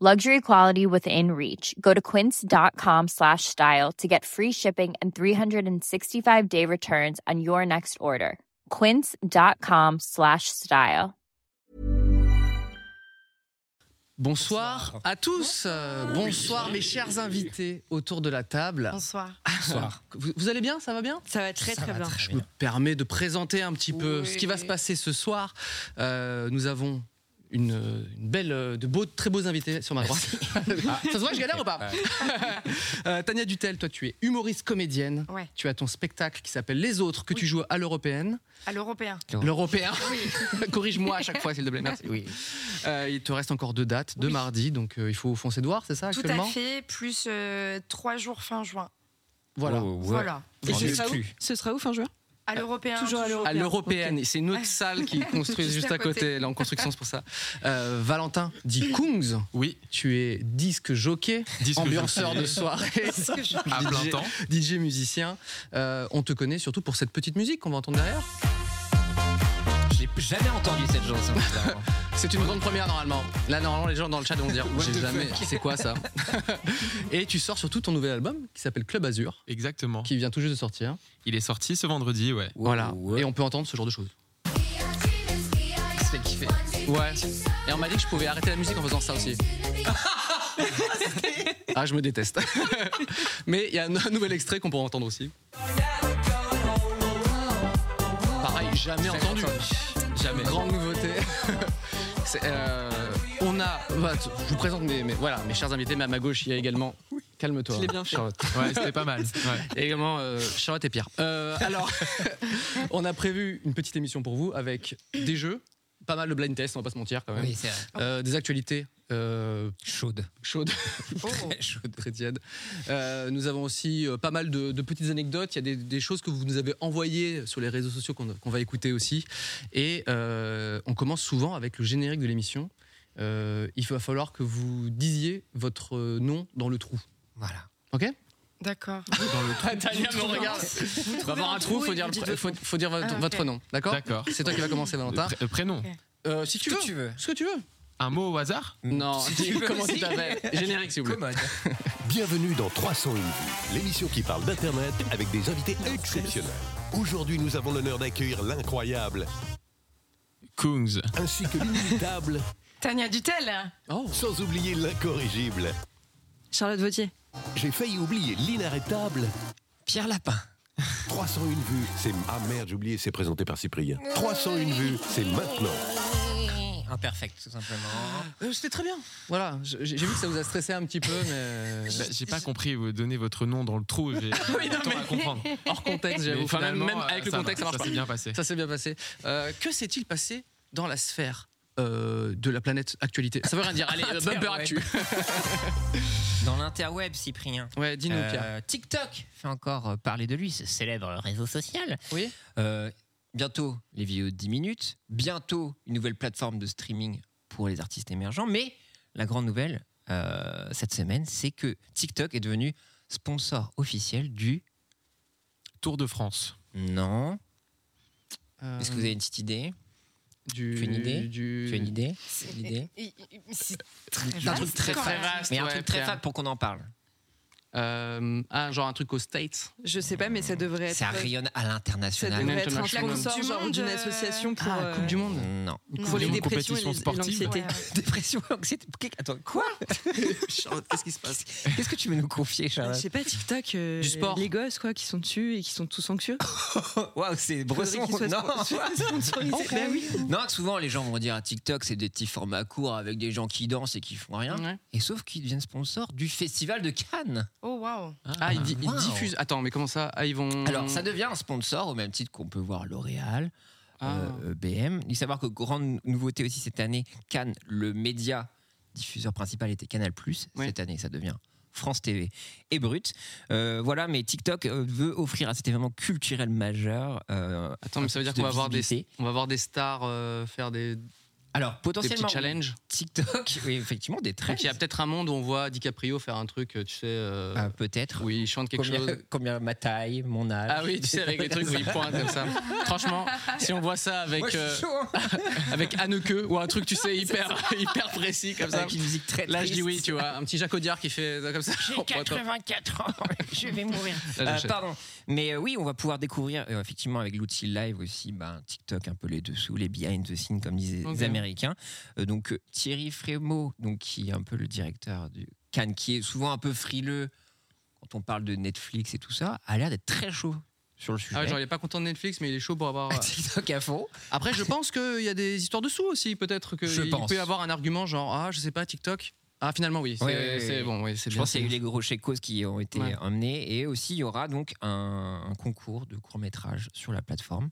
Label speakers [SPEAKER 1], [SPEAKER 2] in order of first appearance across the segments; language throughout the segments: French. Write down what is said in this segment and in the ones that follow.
[SPEAKER 1] Luxury quality within reach. Go to quince.com slash style to get free shipping and 365 day returns on your next order. Quince.com slash style.
[SPEAKER 2] Bonsoir, à tous. Euh, bonsoir mes chers invités autour de la table.
[SPEAKER 3] Bonsoir.
[SPEAKER 2] Bonsoir. Vous, vous allez bien Ça va bien
[SPEAKER 3] Ça va très très bien.
[SPEAKER 2] Je me permets de présenter un petit peu
[SPEAKER 3] Oui.
[SPEAKER 2] ce qui va se passer ce soir. Euh, nous avons une, une belle, euh, de beaux, très beaux invités sur ma droite. Ça se voit, que je galère ou pas Euh, Tania Dutel, toi tu es humoriste comédienne.
[SPEAKER 3] Ouais.
[SPEAKER 2] Tu as ton spectacle qui s'appelle Les Autres que tu joues à l'européenne.
[SPEAKER 3] À l'européen.
[SPEAKER 2] L'européen. Corrige-moi à chaque fois s'il te plaît. Merci.
[SPEAKER 4] Oui.
[SPEAKER 2] Euh, il te reste encore deux dates, deux mardis, donc euh, il faut foncer devoir, c'est ça
[SPEAKER 3] Tout à
[SPEAKER 2] actuellement
[SPEAKER 3] fait, plus euh, trois jours fin juin.
[SPEAKER 2] Voilà.
[SPEAKER 4] Oh, ouais.
[SPEAKER 3] Voilà.
[SPEAKER 4] Et
[SPEAKER 2] On
[SPEAKER 4] c'est
[SPEAKER 2] est
[SPEAKER 4] ça où
[SPEAKER 2] plus.
[SPEAKER 5] Ce sera où fin juin
[SPEAKER 3] À l'européen.
[SPEAKER 5] Toujours à
[SPEAKER 2] Euh, À l'européenne, et c'est une autre salle qui construit
[SPEAKER 3] Juste
[SPEAKER 2] juste
[SPEAKER 3] à
[SPEAKER 2] à côté, là en construction, c'est pour ça. Euh, Valentin, dit Kungs,
[SPEAKER 6] Oui,
[SPEAKER 2] tu es disque jockey,
[SPEAKER 6] Disque
[SPEAKER 2] ambianceur
[SPEAKER 6] jockey.
[SPEAKER 2] de soirée,
[SPEAKER 6] à plein
[SPEAKER 2] DJ.
[SPEAKER 6] temps.
[SPEAKER 2] DJ musicien. Euh, on te connaît surtout pour cette petite musique qu'on va entendre derrière.
[SPEAKER 4] J'ai jamais entendu cette chanson. bizarrement.
[SPEAKER 2] C'est une grande première normalement. Là normalement les gens dans le chat vont dire
[SPEAKER 4] What
[SPEAKER 2] j'ai
[SPEAKER 4] the
[SPEAKER 2] jamais c'est quoi ça. et tu sors surtout ton nouvel album qui s'appelle Club Azur
[SPEAKER 6] Exactement.
[SPEAKER 2] qui vient tout juste de sortir.
[SPEAKER 6] Il est sorti ce vendredi, ouais.
[SPEAKER 2] Voilà.
[SPEAKER 4] Ouais.
[SPEAKER 2] Et on peut entendre ce genre de choses. Ça fait kiffer. Ouais. Et on m'a dit que je pouvais arrêter la musique en faisant ça aussi. ah, je me déteste. Mais il y a un, un nouvel extrait qu'on pourra entendre aussi. Pareil, jamais entendu. Jamais. Grande nouveauté. C'est, euh, on a. bah, t- je vous présente mes, mes- voilà, mes chers invités, mais à ma gauche, il y a également. Calme-toi.
[SPEAKER 5] Je l'ai bien fait.
[SPEAKER 2] Charlotte.
[SPEAKER 6] Ouais, c'était pas mal. Ouais.
[SPEAKER 2] Et également euh, Charlotte et Pierre. Euh, alors, on a prévu une petite émission pour vous avec des jeux, pas mal de blind tests, on va pas se mentir quand même,
[SPEAKER 4] Oui, c'est vrai.
[SPEAKER 2] Euh, des actualités euh,
[SPEAKER 4] chaude.
[SPEAKER 2] chaudes, Oh.
[SPEAKER 4] Chaude.
[SPEAKER 2] très tièdes. Euh, nous avons aussi euh, pas mal de, de petites anecdotes, il y a des, des choses que vous nous avez envoyées sur les réseaux sociaux qu'on qu'on va écouter aussi. Et euh, on commence souvent avec le générique de l'émission. Euh, il va falloir que vous disiez votre euh, nom dans le trou.
[SPEAKER 4] Voilà.
[SPEAKER 2] Ok
[SPEAKER 3] D'accord.
[SPEAKER 2] Ah, Tania me regarde. On va avoir un trou, faut dire, le pr- faut, faut dire votre,
[SPEAKER 3] Ah, ok.
[SPEAKER 2] votre nom, d'accord
[SPEAKER 6] D'accord.
[SPEAKER 2] C'est toi qui va commencer, Valentin.
[SPEAKER 6] Pr- euh, prénom.
[SPEAKER 2] Euh, si tu
[SPEAKER 4] Que
[SPEAKER 2] veux.
[SPEAKER 4] tu veux.
[SPEAKER 2] Ce que tu veux.
[SPEAKER 6] Un mot au hasard
[SPEAKER 2] Non,
[SPEAKER 4] Si
[SPEAKER 2] dis
[SPEAKER 4] tu veux
[SPEAKER 2] comment tu
[SPEAKER 4] aussi.
[SPEAKER 2] t'appelles. Générique, s'il vous plaît.
[SPEAKER 4] Commode.
[SPEAKER 7] Bienvenue dans 301 vues, l'émission qui parle d'Internet avec des invités exceptionnels. Aujourd'hui, nous avons l'honneur d'accueillir l'incroyable
[SPEAKER 6] Kungs.
[SPEAKER 7] ainsi que l'inimitable,
[SPEAKER 3] Tania Dutel.
[SPEAKER 2] Oh.
[SPEAKER 7] sans oublier l'incorrigible.
[SPEAKER 5] Charlotte Vautier.
[SPEAKER 7] J'ai failli oublier l'inarrêtable.
[SPEAKER 4] Pierre Lapin.
[SPEAKER 7] 301 vues, c'est. Ah merde, j'ai oublié, c'est présenté par Cyprien. 301 vues, c'est maintenant.
[SPEAKER 4] Imperfect, tout simplement.
[SPEAKER 2] Euh, C'était très bien. Voilà, je- j'ai j'ai vu que ça vous a stressé un petit peu, mais. euh,
[SPEAKER 6] Bah, J'ai pas compris, vous donnez votre nom dans le trou, j'ai eu du temps à comprendre.
[SPEAKER 2] Hors contexte,
[SPEAKER 6] Mais
[SPEAKER 2] j'avoue. Enfin, même,
[SPEAKER 6] finalement,
[SPEAKER 2] même
[SPEAKER 6] euh,
[SPEAKER 2] avec le contexte, ça
[SPEAKER 6] va,
[SPEAKER 2] marche
[SPEAKER 6] Ça
[SPEAKER 2] pas.
[SPEAKER 6] s'est bien passé.
[SPEAKER 2] Ça s'est bien passé. Euh, que s'est-il passé dans la sphère euh, de la planète actualité Ça veut rien dire. Allez, euh, bumper
[SPEAKER 4] Interweb.
[SPEAKER 2] actu.
[SPEAKER 4] Dans l'interweb, Cyprien.
[SPEAKER 2] Ouais, dis-nous,
[SPEAKER 4] Euh,
[SPEAKER 2] Pierre.
[SPEAKER 4] TikTok fait encore euh, parler de lui, ce célèbre réseau social.
[SPEAKER 2] Oui.
[SPEAKER 4] Euh, bientôt, les vidéos de 10 minutes. Bientôt, une nouvelle plateforme de streaming pour les artistes émergents. Mais la grande nouvelle euh, cette semaine, c'est que TikTok est devenu sponsor officiel du.
[SPEAKER 6] Tour de France.
[SPEAKER 4] Non.
[SPEAKER 2] Euh,
[SPEAKER 4] Est-ce que vous avez une petite idée
[SPEAKER 2] du,
[SPEAKER 4] tu as une idée
[SPEAKER 2] du-
[SPEAKER 4] Tu as une idée
[SPEAKER 3] C'est-
[SPEAKER 4] L'idée
[SPEAKER 3] i- i- C'est très
[SPEAKER 2] Un
[SPEAKER 3] vaste,
[SPEAKER 2] truc très
[SPEAKER 3] quand
[SPEAKER 2] très
[SPEAKER 3] même.
[SPEAKER 2] vaste.
[SPEAKER 4] Mais un
[SPEAKER 2] ouais,
[SPEAKER 4] truc très
[SPEAKER 2] Pierre.
[SPEAKER 4] fade pour qu'on en parle.
[SPEAKER 2] Euh, ah, genre un truc aux States.
[SPEAKER 5] Je sais pas, mais ça devrait être.
[SPEAKER 4] Ça rayonne à
[SPEAKER 5] ça
[SPEAKER 4] l'international.
[SPEAKER 5] devrait être un
[SPEAKER 2] International.
[SPEAKER 3] La
[SPEAKER 5] sponsor
[SPEAKER 3] Coupe du
[SPEAKER 5] genre, d'une
[SPEAKER 3] Monde, euh,
[SPEAKER 5] association pour. euh,
[SPEAKER 2] Ah, Coupe du Monde.
[SPEAKER 4] Non.
[SPEAKER 2] Une
[SPEAKER 3] Non.
[SPEAKER 2] coupe
[SPEAKER 5] Pour
[SPEAKER 2] du
[SPEAKER 5] les
[SPEAKER 2] monde.
[SPEAKER 5] dépressions et
[SPEAKER 6] compétition
[SPEAKER 5] les- et
[SPEAKER 6] sportive.
[SPEAKER 5] l'anxiété.
[SPEAKER 3] Ouais.
[SPEAKER 4] Dépression, anxiété. Attends, quoi
[SPEAKER 2] Qu'est-ce qui se passe
[SPEAKER 4] Qu'est-ce que tu veux nous confier,
[SPEAKER 5] Je
[SPEAKER 4] Charlotte
[SPEAKER 5] sais pas, TikTok, euh,
[SPEAKER 2] Du sport.
[SPEAKER 5] les gosses quoi, qui sont dessus et qui sont tous anxieux.
[SPEAKER 4] Waouh, c'est bresson.
[SPEAKER 5] Faudrait qu'ils soient
[SPEAKER 4] Non,
[SPEAKER 5] sponsorisés. Bah oui.
[SPEAKER 4] non, souvent les gens vont dire à TikTok, c'est des petits formats courts avec des gens qui dansent et qui font rien.
[SPEAKER 2] Ouais.
[SPEAKER 4] Et sauf qu'ils deviennent sponsors du festival de Cannes.
[SPEAKER 3] Oh waouh.
[SPEAKER 2] Ah, ils, di- ils
[SPEAKER 4] Wow.
[SPEAKER 2] diffusent. Attends, mais comment ça Ah, ils vont.
[SPEAKER 4] Alors, ça devient un sponsor au même titre qu'on peut voir L'Oréal,
[SPEAKER 2] Ah.
[SPEAKER 4] euh, BM. Il faut savoir que grande nouveauté aussi cette année, Cannes, le média diffuseur principal était Canal+.
[SPEAKER 2] Oui.
[SPEAKER 4] Cette année, ça devient France TV et Brut. Euh, voilà, mais TikTok euh, veut offrir à cet événement culturel majeur. euh,
[SPEAKER 2] Attends, mais ça veut
[SPEAKER 4] un
[SPEAKER 2] dire
[SPEAKER 4] peu
[SPEAKER 2] qu'on va
[SPEAKER 4] de
[SPEAKER 2] voir des,
[SPEAKER 4] visibilité.
[SPEAKER 2] on va voir des stars euh, faire des, des
[SPEAKER 4] Alors,
[SPEAKER 2] petits
[SPEAKER 4] potentiellement,
[SPEAKER 2] challenges.
[SPEAKER 4] TikTok, oui, effectivement, des
[SPEAKER 2] Donc
[SPEAKER 4] traits.
[SPEAKER 2] il y a peut-être un monde où on voit DiCaprio faire un truc, euh, tu sais, euh,
[SPEAKER 4] Ah, peut-être.
[SPEAKER 2] où il chante quelque
[SPEAKER 4] combien,
[SPEAKER 2] chose.
[SPEAKER 4] combien ma taille, mon âge.
[SPEAKER 2] Ah oui, tu sais, avec les trucs où il pointe comme ça. Franchement, si on voit ça avec,
[SPEAKER 4] Moi, je
[SPEAKER 2] euh,
[SPEAKER 4] suis chaud, hein.
[SPEAKER 2] avec Anneke ou un truc, tu sais, hyper, hyper précis comme ça.
[SPEAKER 4] Avec une musique très
[SPEAKER 2] Là, je dis
[SPEAKER 4] triste.
[SPEAKER 2] oui, tu vois. Un petit Jacques Audiard qui fait euh, comme ça.
[SPEAKER 3] J'ai 84 ans, je vais mourir.
[SPEAKER 2] Là,
[SPEAKER 4] Euh,
[SPEAKER 2] j'achète.
[SPEAKER 4] pardon. Mais euh, oui, on va pouvoir découvrir, euh, effectivement, avec l'outil live aussi, ben, TikTok, un peu les dessous, les behind the scenes, comme disaient
[SPEAKER 2] Ok.
[SPEAKER 4] les Américains. Euh, donc, euh, Thierry Frémaux, donc, qui est un peu le directeur du Cannes, qui est souvent un peu frileux quand on parle de Netflix et tout ça, a l'air d'être très chaud sur le sujet.
[SPEAKER 2] Ah ouais, genre, il est pas content de Netflix, mais il est chaud pour avoir.
[SPEAKER 4] TikTok à fond.
[SPEAKER 2] Après, je pense qu'il y a des histoires de sous aussi, peut-être. que
[SPEAKER 4] Je
[SPEAKER 2] il
[SPEAKER 4] pense.
[SPEAKER 2] peut y avoir un argument genre, ah, je sais pas, TikTok. Ah, finalement, oui. C'est
[SPEAKER 4] Ouais, ouais, ouais,
[SPEAKER 2] c'est
[SPEAKER 4] ouais.
[SPEAKER 2] bon, oui, c'est
[SPEAKER 4] Je
[SPEAKER 2] bien.
[SPEAKER 4] pense qu'il y a eu les gros causes qui ont été
[SPEAKER 2] Ouais.
[SPEAKER 4] emmenés. Et aussi, il y aura donc un, un concours de courts-métrages sur la plateforme.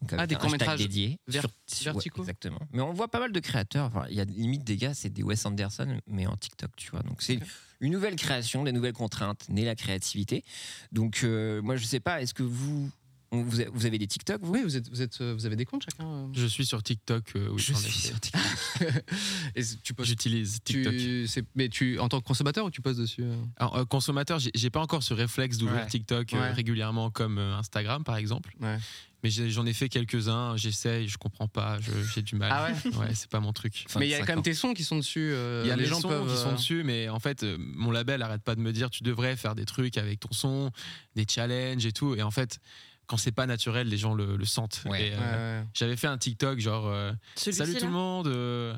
[SPEAKER 4] Donc avec
[SPEAKER 2] Ah, des
[SPEAKER 4] un
[SPEAKER 2] courts-métrages
[SPEAKER 4] hashtag dédié.
[SPEAKER 2] ver-
[SPEAKER 4] ouais,
[SPEAKER 2] verticaux
[SPEAKER 4] exactement. Mais on voit pas mal de créateurs. Enfin, il y a limite des gars, c'est des Wes Anderson, mais en TikTok, tu vois. Donc c'est une nouvelle création, des nouvelles contraintes, née la créativité. Donc euh, moi, je sais pas, est-ce que vous, on- vous a- vous avez des TikTok, vous
[SPEAKER 2] Oui, vous, êtes, vous, êtes, euh, vous avez des comptes chacun euh
[SPEAKER 6] Je suis sur TikTok. euh, oui,
[SPEAKER 4] Je
[SPEAKER 6] en
[SPEAKER 4] suis
[SPEAKER 6] effet.
[SPEAKER 4] sur
[SPEAKER 2] Et c- tu postes.
[SPEAKER 6] J'utilise TikTok.
[SPEAKER 2] Tu, c'est- mais tu, en tant que consommateur ou tu postes dessus euh
[SPEAKER 6] Alors, euh, consommateur, j'ai- j'ai pas encore ce réflexe d'ouvrir
[SPEAKER 2] Ouais.
[SPEAKER 6] TikTok euh,
[SPEAKER 2] Ouais.
[SPEAKER 6] régulièrement comme euh, Instagram, par exemple.
[SPEAKER 2] Ouais.
[SPEAKER 6] Mais j'ai- j'en ai fait quelques-uns, j'essaye, je comprends pas, je- j'ai du mal.
[SPEAKER 2] Ah
[SPEAKER 6] ouais c'est pas mon truc.
[SPEAKER 4] Enfin,
[SPEAKER 2] Mais il y a
[SPEAKER 4] 25
[SPEAKER 2] quand même
[SPEAKER 4] ans.
[SPEAKER 2] tes sons qui sont dessus. euh,
[SPEAKER 6] Il y a
[SPEAKER 2] les gens
[SPEAKER 6] sons
[SPEAKER 2] peuvent,
[SPEAKER 6] qui sont
[SPEAKER 2] euh,
[SPEAKER 6] dessus, mais en fait, euh, mon label arrête pas de me dire tu devrais faire des trucs avec ton son, des challenges et tout. Et en fait, quand c'est pas naturel, les gens le, le sentent.
[SPEAKER 4] Ouais.
[SPEAKER 6] Et,
[SPEAKER 2] ouais,
[SPEAKER 6] euh,
[SPEAKER 2] ouais.
[SPEAKER 6] J'avais fait un TikTok genre euh, salut tout le monde. euh,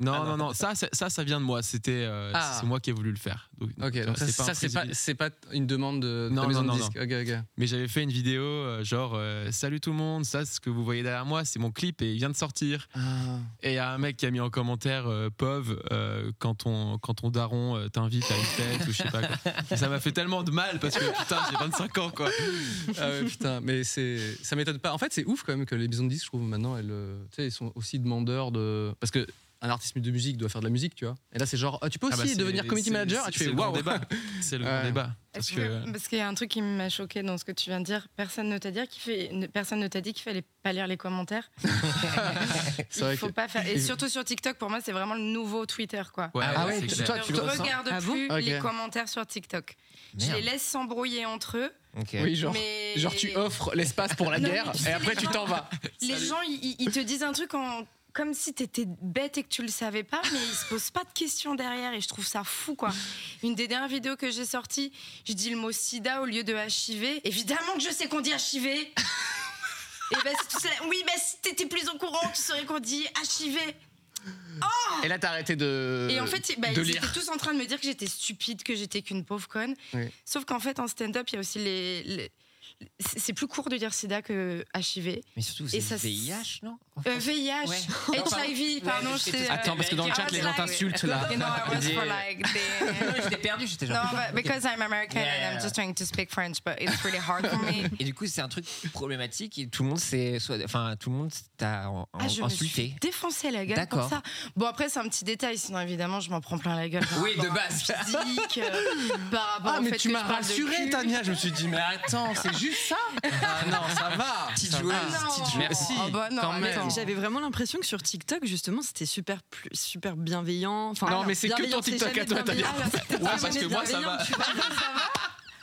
[SPEAKER 6] Non, non, non, ça, c'est- ça, ça vient de moi. C'était, euh,
[SPEAKER 2] Ah.
[SPEAKER 6] c'est moi qui ai voulu le faire. Donc,
[SPEAKER 2] Ok, donc ça,
[SPEAKER 6] c'est pas un
[SPEAKER 2] ça, c'est
[SPEAKER 6] freeze
[SPEAKER 2] pas, c'est pas une demande de de
[SPEAKER 6] Non,
[SPEAKER 2] ta
[SPEAKER 6] non,
[SPEAKER 2] maison
[SPEAKER 6] non,
[SPEAKER 2] de
[SPEAKER 6] non.
[SPEAKER 2] disque. Ok, ok.
[SPEAKER 6] Mais j'avais fait une vidéo euh, genre euh, Salut tout le monde, ça c'est ce que vous voyez derrière moi, c'est mon clip et il vient de sortir. Et il y a un mec qui a mis en commentaire euh, Pov, euh, quand, on, quand ton daron euh, t'invite à une fête ou je sais pas quoi. Et ça m'a fait tellement de mal parce que putain, j'ai 25 ans quoi.
[SPEAKER 2] Ah ouais, putain, mais c'est, ça m'étonne pas. En fait, c'est ouf quand même que les maisons de disques, je trouve maintenant, elles, euh, tu sais, ils sont aussi demandeurs de, parce que un artiste de musique doit faire de la musique, tu vois. Et là, c'est genre, ah, tu peux
[SPEAKER 6] Ah
[SPEAKER 2] aussi
[SPEAKER 6] bah, c'est-
[SPEAKER 2] devenir community
[SPEAKER 6] c'est-
[SPEAKER 2] manager.
[SPEAKER 6] c'est-
[SPEAKER 2] Et tu
[SPEAKER 6] c'est
[SPEAKER 2] fais
[SPEAKER 6] le grand
[SPEAKER 2] waouh.
[SPEAKER 6] débat. C'est le grand
[SPEAKER 2] Ouais.
[SPEAKER 6] débat. Parce
[SPEAKER 3] Est-ce
[SPEAKER 6] que.
[SPEAKER 3] que- Parce qu'il y a un truc qui m'a choqué dans ce que tu viens de dire. Personne ne t'a dit qu'il fait... ne- personne ne t'a dit qu'il fallait pas lire les commentaires.
[SPEAKER 2] C'est vrai
[SPEAKER 3] Il faut
[SPEAKER 2] que-
[SPEAKER 3] pas faire. Et surtout sur TikTok, pour moi, c'est vraiment le nouveau Twitter, quoi.
[SPEAKER 6] Ouais,
[SPEAKER 4] Ah
[SPEAKER 6] ouais,
[SPEAKER 4] ouais,
[SPEAKER 6] c'est
[SPEAKER 4] tu-
[SPEAKER 6] clair.
[SPEAKER 4] toi,
[SPEAKER 3] Je
[SPEAKER 4] tu le ressens
[SPEAKER 3] regarde
[SPEAKER 5] Ah bon
[SPEAKER 3] plus les
[SPEAKER 2] Ok.
[SPEAKER 3] commentaires sur TikTok. Je les
[SPEAKER 4] Merde.
[SPEAKER 3] laisse s'embrouiller entre eux.
[SPEAKER 4] Ok.
[SPEAKER 2] Oui, genre,
[SPEAKER 3] mais...
[SPEAKER 2] genre tu offres l'espace pour la
[SPEAKER 3] Non,
[SPEAKER 2] guerre
[SPEAKER 3] mais tu sais,
[SPEAKER 2] et après
[SPEAKER 3] les
[SPEAKER 2] tu
[SPEAKER 3] gens-
[SPEAKER 2] t'en vas.
[SPEAKER 3] Les gens, ils- ils ils te disent un truc en- Comme si t'étais bête et que tu le savais pas, mais ils se posent pas de questions derrière et je trouve ça fou quoi. Une des dernières vidéos que j'ai sorties, je dis le mot sida au lieu de HIV. Évidemment que je sais qu'on dit HIV. et ben, si tu sais- oui, mais si t'étais plus au courant, tu saurais qu'on dit HIV.
[SPEAKER 2] Et là, t'as arrêté de.
[SPEAKER 3] Et en fait, bah,
[SPEAKER 2] Euh, de
[SPEAKER 3] ils
[SPEAKER 2] lire.
[SPEAKER 3] étaient tous en train de me dire que j'étais stupide, que j'étais qu'une pauvre conne.
[SPEAKER 2] Oui.
[SPEAKER 3] Sauf qu'en fait, en stand-up, il y a aussi les. les- c'est c'est plus court de dire sida que HIV.
[SPEAKER 4] Mais surtout,
[SPEAKER 3] Et
[SPEAKER 4] c'est
[SPEAKER 3] ça-
[SPEAKER 4] VIH, non En
[SPEAKER 3] Euh,
[SPEAKER 4] France
[SPEAKER 3] VIH,
[SPEAKER 4] Ouais.
[SPEAKER 3] HIV, pardon,
[SPEAKER 4] Ouais, je sais
[SPEAKER 3] j'étais.
[SPEAKER 4] tout ça.
[SPEAKER 2] Attends, parce que dans le
[SPEAKER 3] I
[SPEAKER 2] chat,
[SPEAKER 3] was
[SPEAKER 2] les gens
[SPEAKER 3] like-
[SPEAKER 2] t'insultent là.
[SPEAKER 3] You know, I was
[SPEAKER 2] Dis-
[SPEAKER 3] for like
[SPEAKER 4] Non,
[SPEAKER 3] the-
[SPEAKER 4] j'étais perdu, j'étais genre.
[SPEAKER 3] No, but because I'm American
[SPEAKER 4] Yeah, yeah,
[SPEAKER 3] and
[SPEAKER 4] yeah.
[SPEAKER 3] I'm just trying to speak French, but it's really hard for me.
[SPEAKER 4] Et du coup, c'est un truc problématique et tout le monde s'est, soit- enfin, tout le monde t'a en-
[SPEAKER 3] Ah, je me suis
[SPEAKER 4] insulté.
[SPEAKER 3] défoncée la gueule pour
[SPEAKER 4] D'accord.
[SPEAKER 3] ça. Bon, après, c'est un petit détail, sinon évidemment, je m'en prends plein la gueule. par
[SPEAKER 4] Oui, de
[SPEAKER 3] rapport à
[SPEAKER 4] base.
[SPEAKER 3] la physique, euh, par rapport
[SPEAKER 2] Ah,
[SPEAKER 3] au
[SPEAKER 2] mais
[SPEAKER 3] Ah, bah, fait
[SPEAKER 2] tu
[SPEAKER 3] que
[SPEAKER 2] m'as
[SPEAKER 3] je parle de
[SPEAKER 2] rassuré,
[SPEAKER 3] cul.
[SPEAKER 2] Tania. Je me suis dit, mais attends, c'est juste ça Ah non, ça va.
[SPEAKER 4] Petite
[SPEAKER 2] Ça
[SPEAKER 4] joueuse,
[SPEAKER 2] va.
[SPEAKER 3] Ah, non.
[SPEAKER 4] petite joueuse.
[SPEAKER 2] Merci.
[SPEAKER 3] Ah bah non,
[SPEAKER 2] quand
[SPEAKER 3] attends.
[SPEAKER 2] même.
[SPEAKER 5] J'avais vraiment l'impression que sur TikTok, justement, c'était super, plus- super bienveillant. Enfin,
[SPEAKER 2] Non, mais c'est que ton
[SPEAKER 5] bienveillant, c'est
[SPEAKER 2] TikTok à
[SPEAKER 5] jamais
[SPEAKER 2] toi, t'as
[SPEAKER 5] bienveillant. Ah,
[SPEAKER 6] Ouais, parce que moi, ça
[SPEAKER 5] Bienveillant,
[SPEAKER 6] va.
[SPEAKER 5] tu vois, ça va.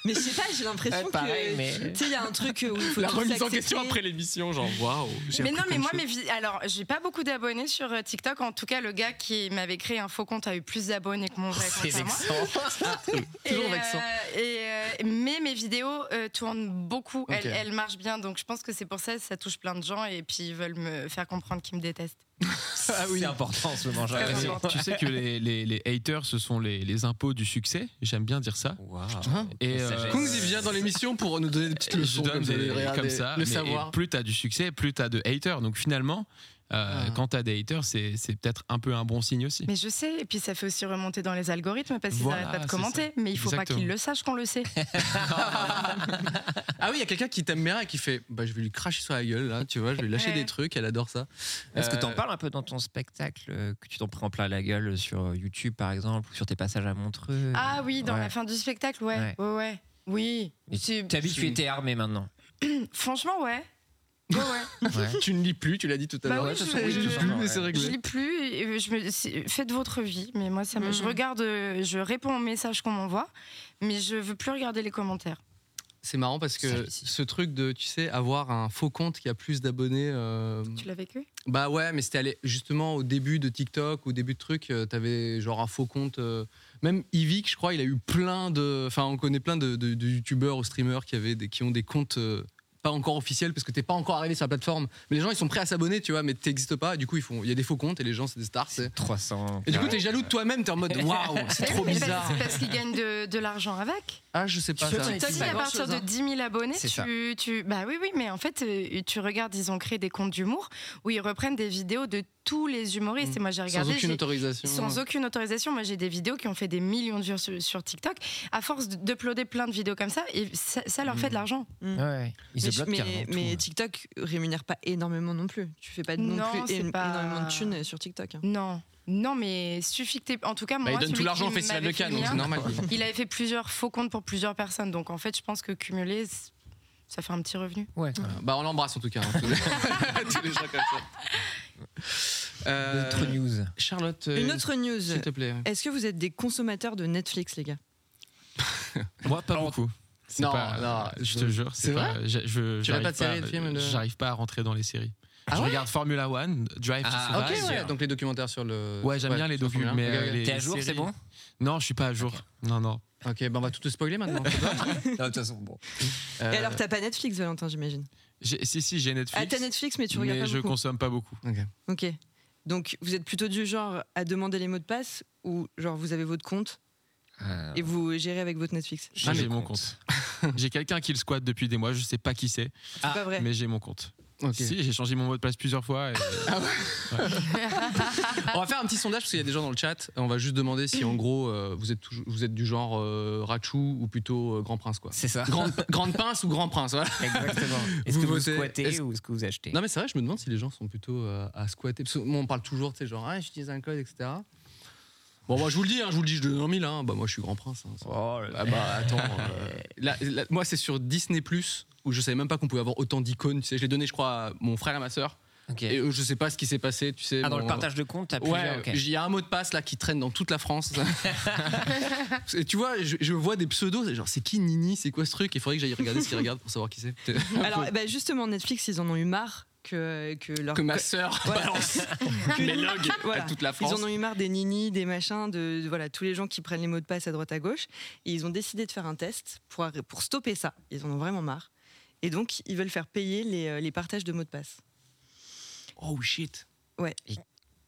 [SPEAKER 5] Mais je sais pas, j'ai l'impression
[SPEAKER 4] Ouais, pareil,
[SPEAKER 5] que.
[SPEAKER 4] mais-
[SPEAKER 5] Tu sais, il y a un truc où il faut.
[SPEAKER 2] La
[SPEAKER 5] tous
[SPEAKER 2] remise en
[SPEAKER 5] s'accepter.
[SPEAKER 2] question après l'émission, genre waouh. j'ai
[SPEAKER 3] Mais
[SPEAKER 2] appris
[SPEAKER 3] non, mais
[SPEAKER 2] plein de
[SPEAKER 3] moi,
[SPEAKER 2] choses.
[SPEAKER 3] mes vis- alors, j'ai pas beaucoup d'abonnés sur euh, TikTok. En tout cas, le gars qui m'avait créé un faux compte a eu plus d'abonnés que mon vrai compte. à moi.
[SPEAKER 2] Toujours
[SPEAKER 3] Et, euh,
[SPEAKER 2] Oh, vexant.
[SPEAKER 3] et, euh, mais mes vidéos euh, tournent beaucoup.
[SPEAKER 2] Ok.
[SPEAKER 3] Elles, elles marchent bien. Donc, je pense que c'est pour ça que ça touche plein de gens. Et puis, ils veulent me faire comprendre qu'ils me détestent.
[SPEAKER 4] Ah oui, c'est important en ce moment. j'ai
[SPEAKER 3] Très
[SPEAKER 4] l'impression.
[SPEAKER 3] important.
[SPEAKER 6] Euh, Tu sais que les, les- les haters, ce sont les, les impôts du succès. J'aime bien dire ça.
[SPEAKER 4] Waouh.
[SPEAKER 6] Et,
[SPEAKER 4] Ça
[SPEAKER 6] euh,
[SPEAKER 4] fait-
[SPEAKER 2] Kungs, il vient dans l'émission pour nous donner des petites
[SPEAKER 6] Je
[SPEAKER 2] leçons
[SPEAKER 6] donne
[SPEAKER 2] comme, ça,
[SPEAKER 6] des-
[SPEAKER 2] les regarder,
[SPEAKER 6] comme ça,
[SPEAKER 2] le
[SPEAKER 6] mais- et
[SPEAKER 2] savoir.
[SPEAKER 6] plus t'as du succès, plus t'as de haters. Donc finalement, euh,
[SPEAKER 2] Ah.
[SPEAKER 6] quand t'as des haters, c'est c'est peut-être un peu un bon signe aussi.
[SPEAKER 3] Mais je sais. Et puis, ça fait aussi remonter dans les algorithmes parce qu'ils
[SPEAKER 6] Voilà,
[SPEAKER 3] n'arrêtent pas de
[SPEAKER 6] c'est
[SPEAKER 3] commenter. Mais il faut pas
[SPEAKER 6] Exactement.
[SPEAKER 3] qu'ils le sachent qu'on le sait.
[SPEAKER 2] Ah, Ah oui, il y a quelqu'un qui t'aime bien et qui fait bah, Je vais lui cracher sur la gueule, là, tu vois, je vais lui lâcher
[SPEAKER 3] Ouais.
[SPEAKER 2] des trucs, elle adore ça.
[SPEAKER 4] Est-ce que
[SPEAKER 2] Euh,
[SPEAKER 4] t'en parles un peu dans ton spectacle, euh, que tu t'en prends en plein la gueule sur YouTube par exemple, ou sur tes passages à Montreux
[SPEAKER 3] Ah oui, dans
[SPEAKER 4] Ouais.
[SPEAKER 3] la fin du spectacle, ouais.
[SPEAKER 4] Ouais.
[SPEAKER 3] Ouais, ouais. Oui.
[SPEAKER 4] Mais
[SPEAKER 3] C'est-
[SPEAKER 4] T'as vu, tu étais armé maintenant.
[SPEAKER 3] Franchement, ouais. Ouais, ouais.
[SPEAKER 4] Ouais.
[SPEAKER 2] Tu ne lis plus, tu l'as dit tout à
[SPEAKER 3] Bah
[SPEAKER 2] l'heure.
[SPEAKER 3] oui,
[SPEAKER 2] Ouais,
[SPEAKER 3] je-
[SPEAKER 2] toute façon,
[SPEAKER 3] je-
[SPEAKER 2] lis
[SPEAKER 3] je-
[SPEAKER 2] plus, mais c'est
[SPEAKER 3] Je
[SPEAKER 2] réglé.
[SPEAKER 3] lis plus. et, euh, Je me, c'est- faites votre vie, mais moi ça me, je
[SPEAKER 5] Mhm.
[SPEAKER 3] regarde, euh, je réponds aux messages qu'on m'envoie, mais je veux plus regarder les commentaires.
[SPEAKER 2] C'est marrant parce que
[SPEAKER 4] Celui-ci.
[SPEAKER 2] ce truc de, tu sais, avoir un faux compte qui a plus d'abonnés. euh,
[SPEAKER 3] Tu l'as vécu
[SPEAKER 2] Bah ouais, mais c'était allé- justement au début de TikTok, au début de truc, euh, t'avais genre un faux compte. euh, Même Yvick, je crois, il a eu plein de. Enfin, on connaît plein de, de- de youtubeurs ou streamers qui, avaient des- qui ont des comptes. euh, pas encore officiels parce que t'es pas encore arrivé sur la plateforme mais les gens ils sont prêts à s'abonner tu vois mais t'existes pas et du coup ils font il y a des faux comptes et les gens c'est des stars c'est-
[SPEAKER 4] 300.
[SPEAKER 2] et du coup t'es jaloux de toi-même t'es en mode waouh c'est trop
[SPEAKER 3] Mais parce-
[SPEAKER 2] bizarre
[SPEAKER 3] C'est parce qu'ils gagnent de, de l'argent avec.
[SPEAKER 2] ah je sais pas
[SPEAKER 4] Tu fais
[SPEAKER 2] ça
[SPEAKER 4] ton-
[SPEAKER 3] TikTok,
[SPEAKER 4] c'est pas
[SPEAKER 3] à partir
[SPEAKER 4] grand-chose, hein.
[SPEAKER 3] de 10 000 abonnés,
[SPEAKER 4] C'est ça.
[SPEAKER 3] tu, tu- Bah oui, oui, mais en fait, euh, tu regardes, ils ont créé des comptes d'humour où ils reprennent des vidéos de tous les humoristes.
[SPEAKER 2] Mhm.
[SPEAKER 3] Et moi, j'ai
[SPEAKER 2] sans
[SPEAKER 3] regardé.
[SPEAKER 2] aucune
[SPEAKER 3] j'ai-
[SPEAKER 2] autorisation
[SPEAKER 3] Sans aucune autorisation. Moi, j'ai des vidéos qui ont fait des millions de vues sur, sur TikTok. À force d- d'uploader plein de vidéos comme ça, et ça, ça leur fait de l'argent.
[SPEAKER 4] Ouais, ils
[SPEAKER 5] mais,
[SPEAKER 4] se
[SPEAKER 5] je-
[SPEAKER 4] bloquent
[SPEAKER 5] mais-
[SPEAKER 4] carrément tout,
[SPEAKER 5] mais
[SPEAKER 4] hein.
[SPEAKER 5] TikTok rémunère pas énormément non plus. Tu fais pas non,
[SPEAKER 3] Non,
[SPEAKER 5] plus
[SPEAKER 3] c'est
[SPEAKER 5] é-
[SPEAKER 3] pas-
[SPEAKER 5] énormément de thunes sur TikTok. hein.
[SPEAKER 3] Non. Non, mais suffit que t'aies. En tout cas,
[SPEAKER 2] bah,
[SPEAKER 3] moi,
[SPEAKER 2] ils donnent
[SPEAKER 3] celui
[SPEAKER 2] tout l'argent au
[SPEAKER 3] qui
[SPEAKER 2] festival de
[SPEAKER 3] m'avait fait
[SPEAKER 2] Cannes
[SPEAKER 3] le
[SPEAKER 2] donc
[SPEAKER 3] mien,
[SPEAKER 2] c'est normal
[SPEAKER 3] Il avait fait plusieurs faux comptes pour plusieurs personnes. Donc, en fait, je pense que cumulé, c- ça fait un petit revenu.
[SPEAKER 4] Ouais.
[SPEAKER 2] Bah, on l'embrasse en tout cas. hein, tous, les... tous les gens comme ça. Euh,
[SPEAKER 4] D'autres news.
[SPEAKER 2] Charlotte, euh,
[SPEAKER 5] Une autre news.
[SPEAKER 2] s'il te plaît.
[SPEAKER 5] Est-ce que vous êtes des consommateurs de Netflix, les gars
[SPEAKER 6] Moi, pas
[SPEAKER 2] Non.
[SPEAKER 6] beaucoup. C'est
[SPEAKER 2] Non,
[SPEAKER 6] pas-
[SPEAKER 2] non,
[SPEAKER 6] je
[SPEAKER 2] je-
[SPEAKER 6] te jure,
[SPEAKER 2] c'est
[SPEAKER 6] c'est pas- Je, je-
[SPEAKER 2] Tu regardes pas de
[SPEAKER 6] j'arrive
[SPEAKER 2] séries, de films, de-
[SPEAKER 6] J'arrive pas à rentrer dans les séries.
[SPEAKER 2] Ah
[SPEAKER 6] je
[SPEAKER 2] ouais
[SPEAKER 6] regarde Formula One, Drive to
[SPEAKER 4] Ah,
[SPEAKER 6] Survive.
[SPEAKER 2] ok, ouais, donc les documentaires sur le.
[SPEAKER 6] Ouais, j'aime bien les
[SPEAKER 2] sur
[SPEAKER 6] documents,
[SPEAKER 2] Formule
[SPEAKER 6] mais
[SPEAKER 2] un.
[SPEAKER 6] euh, les
[SPEAKER 4] T'es à jour,
[SPEAKER 6] séries-
[SPEAKER 4] c'est bon
[SPEAKER 6] Non, je suis pas à jour. Non, non.
[SPEAKER 2] Ok, ok, bah, on va tout te spoiler maintenant. Ah,
[SPEAKER 4] De toute façon, bon.
[SPEAKER 2] Euh,
[SPEAKER 5] Et alors, t'as pas Netflix, Valentin, j'imagine
[SPEAKER 6] J'ai- Si, si, j'ai Netflix.
[SPEAKER 5] Ah, t'as Netflix, mais tu regardes
[SPEAKER 6] mais
[SPEAKER 5] pas
[SPEAKER 6] je
[SPEAKER 5] beaucoup.
[SPEAKER 6] consomme pas beaucoup.
[SPEAKER 2] ok.
[SPEAKER 5] Ok. Donc, vous êtes plutôt du genre à demander les mots de passe ou genre vous avez votre compte
[SPEAKER 4] Ah,
[SPEAKER 5] et vous gérez avec votre Netflix
[SPEAKER 6] J'ai
[SPEAKER 4] mais
[SPEAKER 6] j'ai mon compte. j'ai quelqu'un qui le squatte depuis des mois, je sais pas qui c'est,
[SPEAKER 5] C'est
[SPEAKER 4] Ah,
[SPEAKER 5] pas vrai.
[SPEAKER 6] mais j'ai mon compte.
[SPEAKER 2] ok.
[SPEAKER 6] Si, j'ai changé mon mot de passe plusieurs fois. et-
[SPEAKER 2] On va faire un petit sondage parce qu'il y a des gens dans le chat. On va juste demander si en gros euh, vous, êtes toujours- vous êtes du genre euh, Rachou ou plutôt euh, Grand Prince quoi.
[SPEAKER 4] C'est ça.
[SPEAKER 2] Grande, grande pince ou Grand Prince, voilà.
[SPEAKER 4] Exactement. Est-ce
[SPEAKER 2] Vous
[SPEAKER 4] que vous
[SPEAKER 2] votez-
[SPEAKER 4] squattez
[SPEAKER 2] est-ce-
[SPEAKER 4] ou est-ce que vous achetez
[SPEAKER 2] Non mais c'est vrai, je me demande si les gens sont plutôt euh, à squatter. Parce que moi, on parle toujours, tu sais, genre, ah, j'utilise un code, etc. Bon, moi, je vous le dis, hein, je vous le dis, je donne en mille. Hein. Bah, moi, je suis grand prince. hein.
[SPEAKER 4] Oh là là.
[SPEAKER 2] Ah bah, attends. euh, là, là, moi, c'est sur Disney où je savais même pas qu'on pouvait avoir autant d'icônes. Tu sais, je l'ai donné, je crois, à mon frère et ma sœur.
[SPEAKER 4] Ok.
[SPEAKER 2] Et euh, je sais pas ce qui s'est passé. Tu sais.
[SPEAKER 4] Ah, dans
[SPEAKER 2] bon,
[SPEAKER 4] le partage de compte, t'as plusieurs.
[SPEAKER 2] Ouais,
[SPEAKER 4] ok.
[SPEAKER 2] il y a un mot de passe là qui traîne dans toute la France. Et tu vois, je, je vois des pseudos, c'est genre c'est qui Nini, c'est quoi ce truc Il faudrait que j'aille regarder ce qu'il regarde pour savoir qui c'est.
[SPEAKER 5] Alors, bah, justement, Netflix, ils en ont eu marre que, que leur.
[SPEAKER 2] Que ma sœur balance mes logs
[SPEAKER 5] Voilà.
[SPEAKER 2] à toute la
[SPEAKER 5] Ils
[SPEAKER 2] France.
[SPEAKER 5] en ont eu marre des ninis, des machins, de, de- voilà tous les gens qui prennent les mots de passe à droite à gauche. Et ils ont décidé de faire un test pour, arr- pour stopper ça. Ils en ont vraiment marre. Et donc ils veulent faire payer les, euh, les partages de mots de passe.
[SPEAKER 2] Oh shit.
[SPEAKER 5] Ouais.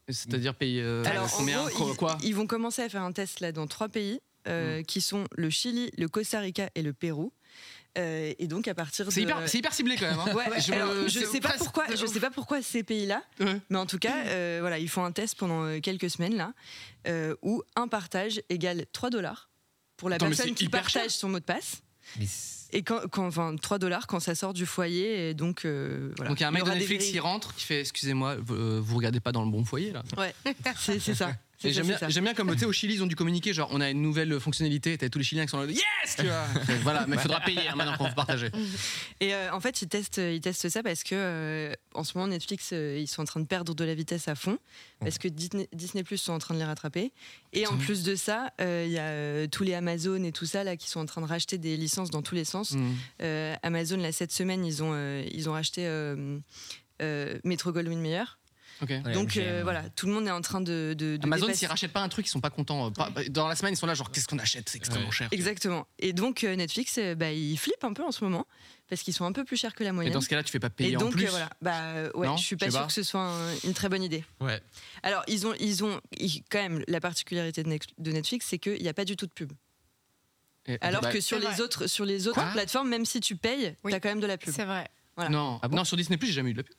[SPEAKER 2] C'est-à-dire payer euh,
[SPEAKER 5] Alors en
[SPEAKER 2] combien
[SPEAKER 5] gros,
[SPEAKER 2] quoi,
[SPEAKER 5] ils,
[SPEAKER 2] quoi Mm.
[SPEAKER 5] ils vont commencer à faire un test là dans trois pays euh, qui sont le Chili, le Costa Rica et le Pérou. Euh, et donc à partir de
[SPEAKER 2] C'est hyper, c'est hyper ciblé quand même. hein.
[SPEAKER 5] Ouais,
[SPEAKER 2] Je-
[SPEAKER 5] alors, je
[SPEAKER 2] c'est
[SPEAKER 5] sais pas
[SPEAKER 2] presque-
[SPEAKER 5] pourquoi, je sais pas pourquoi ces pays-là,
[SPEAKER 2] Ouais.
[SPEAKER 5] mais en tout cas, euh, voilà, ils font un test pendant euh, quelques semaines là, euh, où un partage égale 3 dollars pour la
[SPEAKER 2] Attends, mais c'est
[SPEAKER 5] personne qui
[SPEAKER 2] hyper
[SPEAKER 5] partage
[SPEAKER 2] cher.
[SPEAKER 5] son mot de passe.
[SPEAKER 4] Mais c'est-
[SPEAKER 5] Et quand, quand enfin, 3 dollars quand ça sort du foyer, et donc euh, voilà.
[SPEAKER 2] Donc il y a un mec
[SPEAKER 5] Il
[SPEAKER 2] de
[SPEAKER 5] aura des
[SPEAKER 2] Netflix qui
[SPEAKER 5] vérif-
[SPEAKER 2] rentre qui fait excusez-moi vous, euh, vous regardez pas dans le bon foyer là.
[SPEAKER 5] C'est c'est ça.
[SPEAKER 2] Et
[SPEAKER 5] C'est ça,
[SPEAKER 2] J'aime bien,
[SPEAKER 5] c'est ça.
[SPEAKER 2] j'aime bien comme tu sais, au Chili ils ont dû communiquer genre on a une nouvelle fonctionnalité t'as tous les Chiliens qui sont là yes tu vois voilà mais il faudra payer hein, maintenant pour vous partager.
[SPEAKER 5] Et euh, en fait, ils testent, ils testent ça parce que euh, en ce moment, Netflix, euh, ils sont en train de perdre de la vitesse à fond parce que Disney, Disney Plus sont en train de les rattraper. Et en plus de ça, euh, il y a euh, tous les Amazon et tout ça là qui sont en train de racheter des licences dans tous les sens.
[SPEAKER 2] Mm.
[SPEAKER 5] Euh, Amazon là cette semaine, ils ont euh, ils ont racheté euh, euh, Metro Goldwyn Mayer.
[SPEAKER 2] Ok.
[SPEAKER 4] Ouais,
[SPEAKER 5] Donc
[SPEAKER 4] MGM.
[SPEAKER 5] euh, voilà, tout le monde est en train de, de- de
[SPEAKER 2] Amazon,
[SPEAKER 5] dépasser-
[SPEAKER 2] s'ils rachètent pas un truc, ils sont pas contents. Euh, pas- Dans la semaine, ils sont là, genre, qu'est-ce qu'on achète C'est extrêmement
[SPEAKER 6] Ouais.
[SPEAKER 2] cher.
[SPEAKER 5] Exactement. Et donc euh, Netflix, euh, bah, ils flippent un peu en ce moment parce qu'ils sont un peu plus chers que la
[SPEAKER 2] Et
[SPEAKER 5] moyenne.
[SPEAKER 2] dans ce cas-là, tu fais pas
[SPEAKER 5] Et
[SPEAKER 2] payer en
[SPEAKER 5] donc
[SPEAKER 2] plus.
[SPEAKER 5] euh, voilà, bah euh, ouais,
[SPEAKER 2] Non,
[SPEAKER 5] je suis
[SPEAKER 2] je
[SPEAKER 5] pas
[SPEAKER 2] sais
[SPEAKER 5] sûr
[SPEAKER 2] pas.
[SPEAKER 5] que ce soit un- une très bonne idée.
[SPEAKER 6] Ouais.
[SPEAKER 5] Alors ils ont, ils ont, ils- quand même la particularité de Nex- de Netflix, c'est qu'il n'y a pas du tout de pub.
[SPEAKER 2] Et-
[SPEAKER 5] Alors
[SPEAKER 2] bah,
[SPEAKER 5] que sur
[SPEAKER 3] C'est
[SPEAKER 5] les
[SPEAKER 3] vrai.
[SPEAKER 5] autres, sur les autres
[SPEAKER 2] Quoi
[SPEAKER 5] plateformes, même si tu payes,
[SPEAKER 3] Oui.
[SPEAKER 5] t'as quand même de la pub.
[SPEAKER 3] C'est vrai.
[SPEAKER 5] voilà.
[SPEAKER 2] Non, non, sur Disney, j'ai jamais eu de la pub.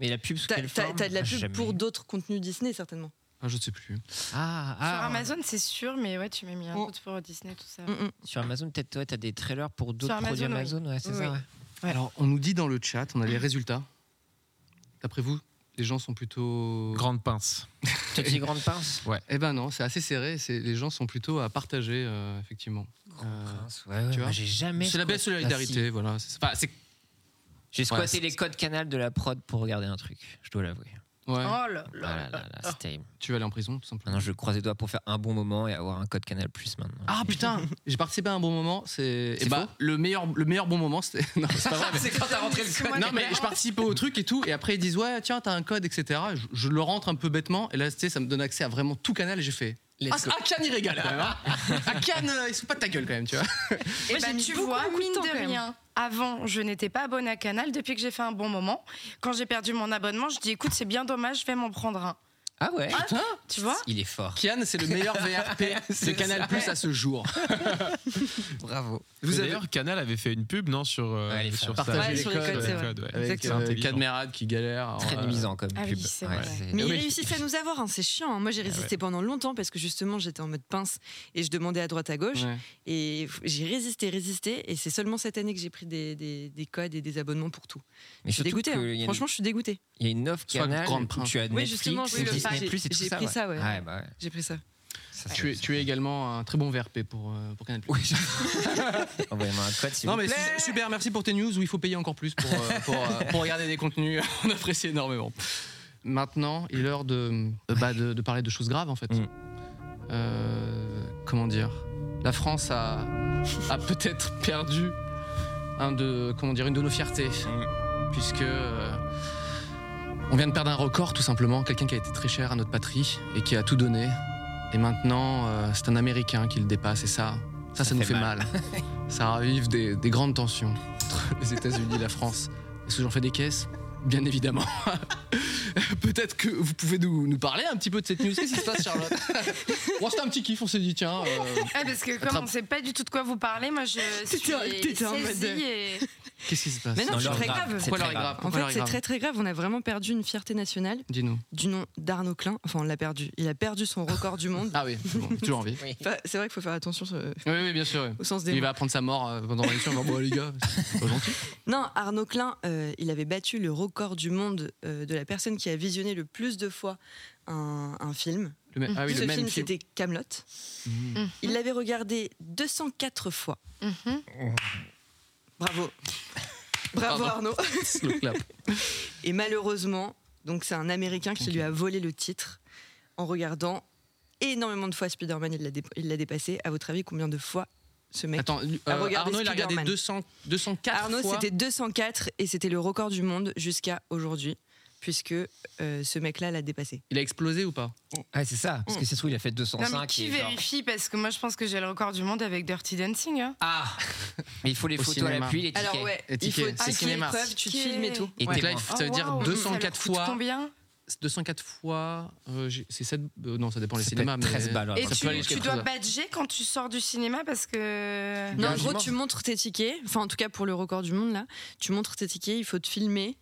[SPEAKER 4] Mais la pub sous
[SPEAKER 5] T'as
[SPEAKER 4] quelle
[SPEAKER 5] t'as-
[SPEAKER 4] forme
[SPEAKER 5] t'as de la
[SPEAKER 4] Ah,
[SPEAKER 5] pub
[SPEAKER 4] jamais.
[SPEAKER 5] pour d'autres contenus Disney certainement.
[SPEAKER 2] Ah, je ne sais plus.
[SPEAKER 4] Ah, ah.
[SPEAKER 3] Sur Amazon, c'est sûr, mais ouais, tu m'as mis un
[SPEAKER 5] Oh.
[SPEAKER 3] doute pour Disney, tout ça.
[SPEAKER 4] Sur Amazon, peut-être toi, t'as des trailers pour d'autres
[SPEAKER 3] Sur Amazon,
[SPEAKER 4] produits
[SPEAKER 3] oui.
[SPEAKER 4] Amazon, ouais, c'est
[SPEAKER 3] Oui,
[SPEAKER 4] ça.
[SPEAKER 3] oui.
[SPEAKER 4] ouais.
[SPEAKER 2] Alors, on nous dit dans le chat, on a les résultats. D'après vous, les gens sont plutôt.
[SPEAKER 6] Grande pince.
[SPEAKER 4] Tu dis grande pince
[SPEAKER 2] Eh ben non, c'est assez serré. c'est- Les gens sont plutôt à partager, euh, effectivement. Euh,
[SPEAKER 4] Ouais, ouais,
[SPEAKER 2] tu
[SPEAKER 4] moi,
[SPEAKER 2] vois
[SPEAKER 4] j'ai jamais.
[SPEAKER 2] C'est la belle
[SPEAKER 4] squatté-
[SPEAKER 2] solidarité,
[SPEAKER 4] Ah, si.
[SPEAKER 2] voilà. C'est pas- c'est-
[SPEAKER 4] J'ai
[SPEAKER 2] Ouais,
[SPEAKER 4] squatté
[SPEAKER 2] c'est-
[SPEAKER 4] les codes canal de la prod pour regarder un truc, je dois l'avouer.
[SPEAKER 2] ouais,
[SPEAKER 3] Oh là
[SPEAKER 4] Ah
[SPEAKER 3] là.
[SPEAKER 4] là là là, c'est terrible.
[SPEAKER 2] tu vas aller en prison, tout simplement.
[SPEAKER 4] Maintenant, je croise les doigts pour faire un bon moment et avoir un code canal plus maintenant.
[SPEAKER 2] Ah putain, j'ai participé à un bon moment. C'est
[SPEAKER 4] C'est
[SPEAKER 2] eh ben, le meilleur, le meilleur bon moment. C'était non, c'est pas vrai. mais-
[SPEAKER 4] quand t'as rentré le code.
[SPEAKER 2] Non, mais je participe au truc et tout, et après ils disent ouais tiens t'as un code etc. Je, je le rentre un peu bêtement et là tu sais, ça me donne accès à vraiment tout canal et j'ai fait. Ah, c'est- ah, Cannes, ils régalent quand même. hein. Ah, Cannes, euh, ils sont pas de ta gueule quand même, tu vois.
[SPEAKER 3] Et
[SPEAKER 5] Moi, j'ai mis
[SPEAKER 3] Eh ben, tu
[SPEAKER 5] beaucoup,
[SPEAKER 3] vois,
[SPEAKER 5] beaucoup de
[SPEAKER 3] mine
[SPEAKER 5] temps,
[SPEAKER 3] de
[SPEAKER 5] quand même.
[SPEAKER 3] rien, avant, je n'étais pas abonnée à Canal. Depuis que j'ai fait un bon moment, quand j'ai perdu mon abonnement, je dis écoute, c'est bien dommage, je vais m'en prendre un.
[SPEAKER 4] Ah ouais
[SPEAKER 2] Putain,
[SPEAKER 3] Tu vois
[SPEAKER 4] Il est fort.
[SPEAKER 2] Kian, c'est le meilleur VRP de Canal Plus à ce jour.
[SPEAKER 4] Bravo.
[SPEAKER 6] Vous
[SPEAKER 2] Vous avez
[SPEAKER 6] D'ailleurs, Canal avait fait une pub, non, sur, euh,
[SPEAKER 4] Ouais, les
[SPEAKER 6] sur
[SPEAKER 4] frères.
[SPEAKER 6] ça.
[SPEAKER 5] Ouais, sur les codes, c'est vrai.
[SPEAKER 6] ouais.
[SPEAKER 2] avec
[SPEAKER 6] C'est
[SPEAKER 2] euh,
[SPEAKER 6] intelligent.
[SPEAKER 2] Cadmerade qui galère.
[SPEAKER 4] Très
[SPEAKER 2] euh,
[SPEAKER 4] nuisant comme
[SPEAKER 3] Ah oui,
[SPEAKER 4] pub.
[SPEAKER 3] c'est vrai.
[SPEAKER 5] Mais
[SPEAKER 2] Ah
[SPEAKER 5] ils
[SPEAKER 2] oui.
[SPEAKER 5] réussissent à nous avoir, hein, c'est chiant. hein. Moi,
[SPEAKER 4] Ah
[SPEAKER 5] j'ai résisté pendant longtemps parce que justement, j'étais en mode pince et je demandais à droite à gauche.
[SPEAKER 2] ouais.
[SPEAKER 5] Et f- j'ai résisté, résisté. Et c'est seulement cette année que j'ai pris des, des- des codes et des abonnements pour tout.
[SPEAKER 4] Mais
[SPEAKER 5] Je suis
[SPEAKER 4] surtout
[SPEAKER 5] dégoûtée.
[SPEAKER 4] que
[SPEAKER 5] hein.
[SPEAKER 4] il y a une-
[SPEAKER 5] Franchement, je suis dégoûtée.
[SPEAKER 4] Il y a une offre
[SPEAKER 2] Soit
[SPEAKER 4] canal
[SPEAKER 2] Grande
[SPEAKER 4] où
[SPEAKER 2] Prince.
[SPEAKER 4] tu as
[SPEAKER 5] Oui,
[SPEAKER 4] Netflix,
[SPEAKER 5] justement, oui, le
[SPEAKER 4] Disney+,
[SPEAKER 5] pack.
[SPEAKER 4] Plus et tout
[SPEAKER 5] J'ai
[SPEAKER 4] ça.
[SPEAKER 5] pris ça, ouais.
[SPEAKER 4] Ah, bah ouais.
[SPEAKER 5] J'ai pris ça.
[SPEAKER 4] Ça,
[SPEAKER 2] Tu, es,
[SPEAKER 4] ça-
[SPEAKER 2] tu es également un très bon VRP pour, euh, pour Canal Plus.
[SPEAKER 4] Oui, je- Envoyez-moi un code, s'il
[SPEAKER 2] Non
[SPEAKER 4] vous
[SPEAKER 2] mais
[SPEAKER 4] plaît.
[SPEAKER 2] su- super, merci pour tes news où il faut payer encore plus pour, euh, pour, euh, pour regarder des contenus. On apprécie énormément. Maintenant, il est l'heure de, euh, bah, de, de parler de choses graves en fait.
[SPEAKER 4] Mm.
[SPEAKER 2] Euh, comment dire La France a, a peut-être perdu un de, comment dire, une de nos fiertés. Puisque euh, on vient de perdre un record tout simplement, quelqu'un qui a été très cher à notre patrie et qui a tout donné. Et maintenant, euh, c'est un Américain qui le dépasse et ça, ça, ça, nous
[SPEAKER 4] fait
[SPEAKER 2] fait mal. ça ravive des, des grandes tensions entre les États-Unis et la France. Est-ce que j'en fais des caisses Bien évidemment. Peut-être que vous pouvez nous, nous parler un petit peu de cette news. Qu'est-ce qui se passe, Charlotte Bon, c'était un petit kiff, on s'est dit, tiens. euh,
[SPEAKER 3] Ah, parce que comme
[SPEAKER 2] Attrape.
[SPEAKER 3] on ne sait pas du tout de quoi vous parlez, moi je
[SPEAKER 5] T'étais-
[SPEAKER 3] suis
[SPEAKER 5] t'étais en mode-
[SPEAKER 3] saisie et...
[SPEAKER 2] Qu'est-ce qui se passe
[SPEAKER 5] Mais non,
[SPEAKER 4] Dans
[SPEAKER 5] c'est
[SPEAKER 4] l'ordre
[SPEAKER 5] très
[SPEAKER 4] grave.
[SPEAKER 5] grave.
[SPEAKER 4] C'est
[SPEAKER 2] Pourquoi
[SPEAKER 4] très
[SPEAKER 2] leur est grave
[SPEAKER 5] En
[SPEAKER 2] Pourquoi leur est
[SPEAKER 5] fait, c'est
[SPEAKER 2] grave
[SPEAKER 5] très très grave. On a vraiment perdu une fierté nationale
[SPEAKER 2] Dis-nous.
[SPEAKER 5] du nom d'Arnaud Klein. Enfin, on l'a perdu. Il a perdu son record du monde.
[SPEAKER 2] Ah oui, c'est bon, toujours envie.
[SPEAKER 5] Enfin, c'est vrai qu'il faut faire attention euh,
[SPEAKER 2] Oui, oui, bien sûr. oui.
[SPEAKER 5] au sens des
[SPEAKER 2] Il
[SPEAKER 5] mots.
[SPEAKER 2] va apprendre sa mort euh, pendant l'émission. il va dire, Bon, les gars, c'est pas gentil.
[SPEAKER 5] Non, Arnaud Klein, euh, il avait battu le record du monde euh, de la personne qui a visionné le plus de fois un, un film.
[SPEAKER 2] Le même- Ah oui,
[SPEAKER 5] Ce
[SPEAKER 2] le même
[SPEAKER 5] film,
[SPEAKER 2] film.
[SPEAKER 5] c'était Camelot.
[SPEAKER 2] Mhm.
[SPEAKER 5] Il l'avait regardé 204 fois.
[SPEAKER 3] Mhm.
[SPEAKER 5] Bravo. Bravo
[SPEAKER 2] Pardon.
[SPEAKER 5] Arnaud.
[SPEAKER 2] Le clap.
[SPEAKER 5] Et malheureusement, donc c'est un Américain qui lui a volé le titre en regardant énormément de fois Spider-Man. Il l'a dé- il l'a dépassé. À votre avis, combien de fois ce mec
[SPEAKER 2] Attends, euh,
[SPEAKER 5] À regarder
[SPEAKER 2] Arnaud, il a regardé
[SPEAKER 5] Spider-Man.
[SPEAKER 2] 200, 204
[SPEAKER 5] Arnaud,
[SPEAKER 2] fois.
[SPEAKER 5] c'était 204 et c'était le record du monde jusqu'à aujourd'hui, puisque euh, ce mec-là l'a dépassé.
[SPEAKER 2] Il a explosé ou pas
[SPEAKER 4] Ah, c'est ça.
[SPEAKER 5] Mm.
[SPEAKER 4] Parce que c'est trouve, il a fait
[SPEAKER 3] Non,
[SPEAKER 4] 205.
[SPEAKER 3] mais qui
[SPEAKER 4] et genre-
[SPEAKER 3] vérifie Parce que moi je pense que j'ai le record du monde avec Dirty Dancing. hein.
[SPEAKER 4] Ah Mais il faut les
[SPEAKER 2] Au
[SPEAKER 4] photos à
[SPEAKER 2] cinéma.
[SPEAKER 4] la pluie, les tickets.
[SPEAKER 5] Alors ouais,
[SPEAKER 2] Et
[SPEAKER 5] il faut
[SPEAKER 2] ticket. C'est
[SPEAKER 5] ticket,
[SPEAKER 2] cinéma.
[SPEAKER 5] preuve, tu te
[SPEAKER 3] Ticket.
[SPEAKER 5] filmes et tout.
[SPEAKER 4] Et
[SPEAKER 2] Donc là,
[SPEAKER 4] témoin.
[SPEAKER 2] ça veut
[SPEAKER 3] Oh,
[SPEAKER 2] dire
[SPEAKER 3] waouh, mais ça leur
[SPEAKER 2] 204
[SPEAKER 3] coûte
[SPEAKER 2] fois.
[SPEAKER 3] Combien
[SPEAKER 2] 204 fois. euh, j'ai- c'est 7. non, ça dépend les
[SPEAKER 4] Ça peut
[SPEAKER 2] cinémas.
[SPEAKER 4] être
[SPEAKER 2] Mais
[SPEAKER 4] 13 balles, alors,
[SPEAKER 3] Et
[SPEAKER 4] Ça
[SPEAKER 2] peut bah, aller
[SPEAKER 3] tu,
[SPEAKER 2] jusqu'à
[SPEAKER 3] tu dois
[SPEAKER 2] 13.
[SPEAKER 3] badger quand tu sors du cinéma parce que.
[SPEAKER 5] Non, en
[SPEAKER 2] Engagement.
[SPEAKER 5] gros, tu montres tes tickets, enfin en tout cas pour le record du monde là, tu montres tes tickets, il faut te filmer,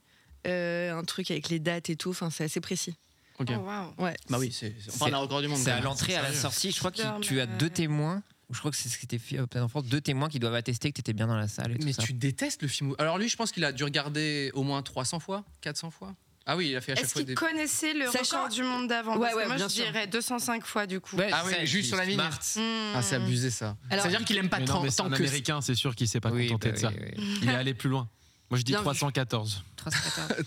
[SPEAKER 5] euh, un truc avec les dates et tout, enfin c'est assez précis.
[SPEAKER 2] Ok.
[SPEAKER 3] Oh, waouh.
[SPEAKER 5] Ouais.
[SPEAKER 2] Bah oui, c'est, c'est- on
[SPEAKER 4] C'est-
[SPEAKER 2] parle d'un record du monde.
[SPEAKER 4] C'est
[SPEAKER 2] quand
[SPEAKER 4] à
[SPEAKER 2] même.
[SPEAKER 4] l'entrée, à la
[SPEAKER 2] Sérieux.
[SPEAKER 4] sortie. Je crois que
[SPEAKER 3] Non,
[SPEAKER 4] tu as
[SPEAKER 3] mais-
[SPEAKER 4] deux témoins. Je crois que c'est ce qui était fait euh, peut-être en France. Deux témoins qui doivent attester que tu étais bien dans la salle. Et tout
[SPEAKER 2] Mais
[SPEAKER 4] ça.
[SPEAKER 2] tu détestes le film. où- Alors lui, je pense qu'il a dû regarder au moins 300 fois, 400 fois. Ah oui, il a fait à chaque
[SPEAKER 3] Est-ce
[SPEAKER 2] fois
[SPEAKER 3] qu'ils
[SPEAKER 2] des.
[SPEAKER 3] connaissaient le
[SPEAKER 5] Sachant-
[SPEAKER 3] record du monde d'avant
[SPEAKER 5] Ouais,
[SPEAKER 3] Parce que
[SPEAKER 5] ouais,
[SPEAKER 3] moi je
[SPEAKER 5] bien sûr.
[SPEAKER 3] dirais 205 fois du coup.
[SPEAKER 4] Ouais,
[SPEAKER 2] Ah
[SPEAKER 4] c'est
[SPEAKER 2] oui,
[SPEAKER 4] ça,
[SPEAKER 2] juste
[SPEAKER 4] tu-
[SPEAKER 2] sur la ligne.
[SPEAKER 4] Smart.
[SPEAKER 3] Hmm.
[SPEAKER 2] Ah, c'est abusé ça.
[SPEAKER 5] Alors-
[SPEAKER 2] C'est-à-dire qu'il aime pas
[SPEAKER 6] Mais non,
[SPEAKER 2] tant,
[SPEAKER 6] mais c'est
[SPEAKER 2] tant
[SPEAKER 6] un
[SPEAKER 2] que.
[SPEAKER 6] américain, c'est sûr qu'il s'est pas
[SPEAKER 4] Oui,
[SPEAKER 6] contenté
[SPEAKER 4] bah
[SPEAKER 6] de ça.
[SPEAKER 4] oui, oui, oui.
[SPEAKER 6] Il est allé plus loin. Moi, je dis
[SPEAKER 5] Bien vu.
[SPEAKER 6] 314.
[SPEAKER 4] 314.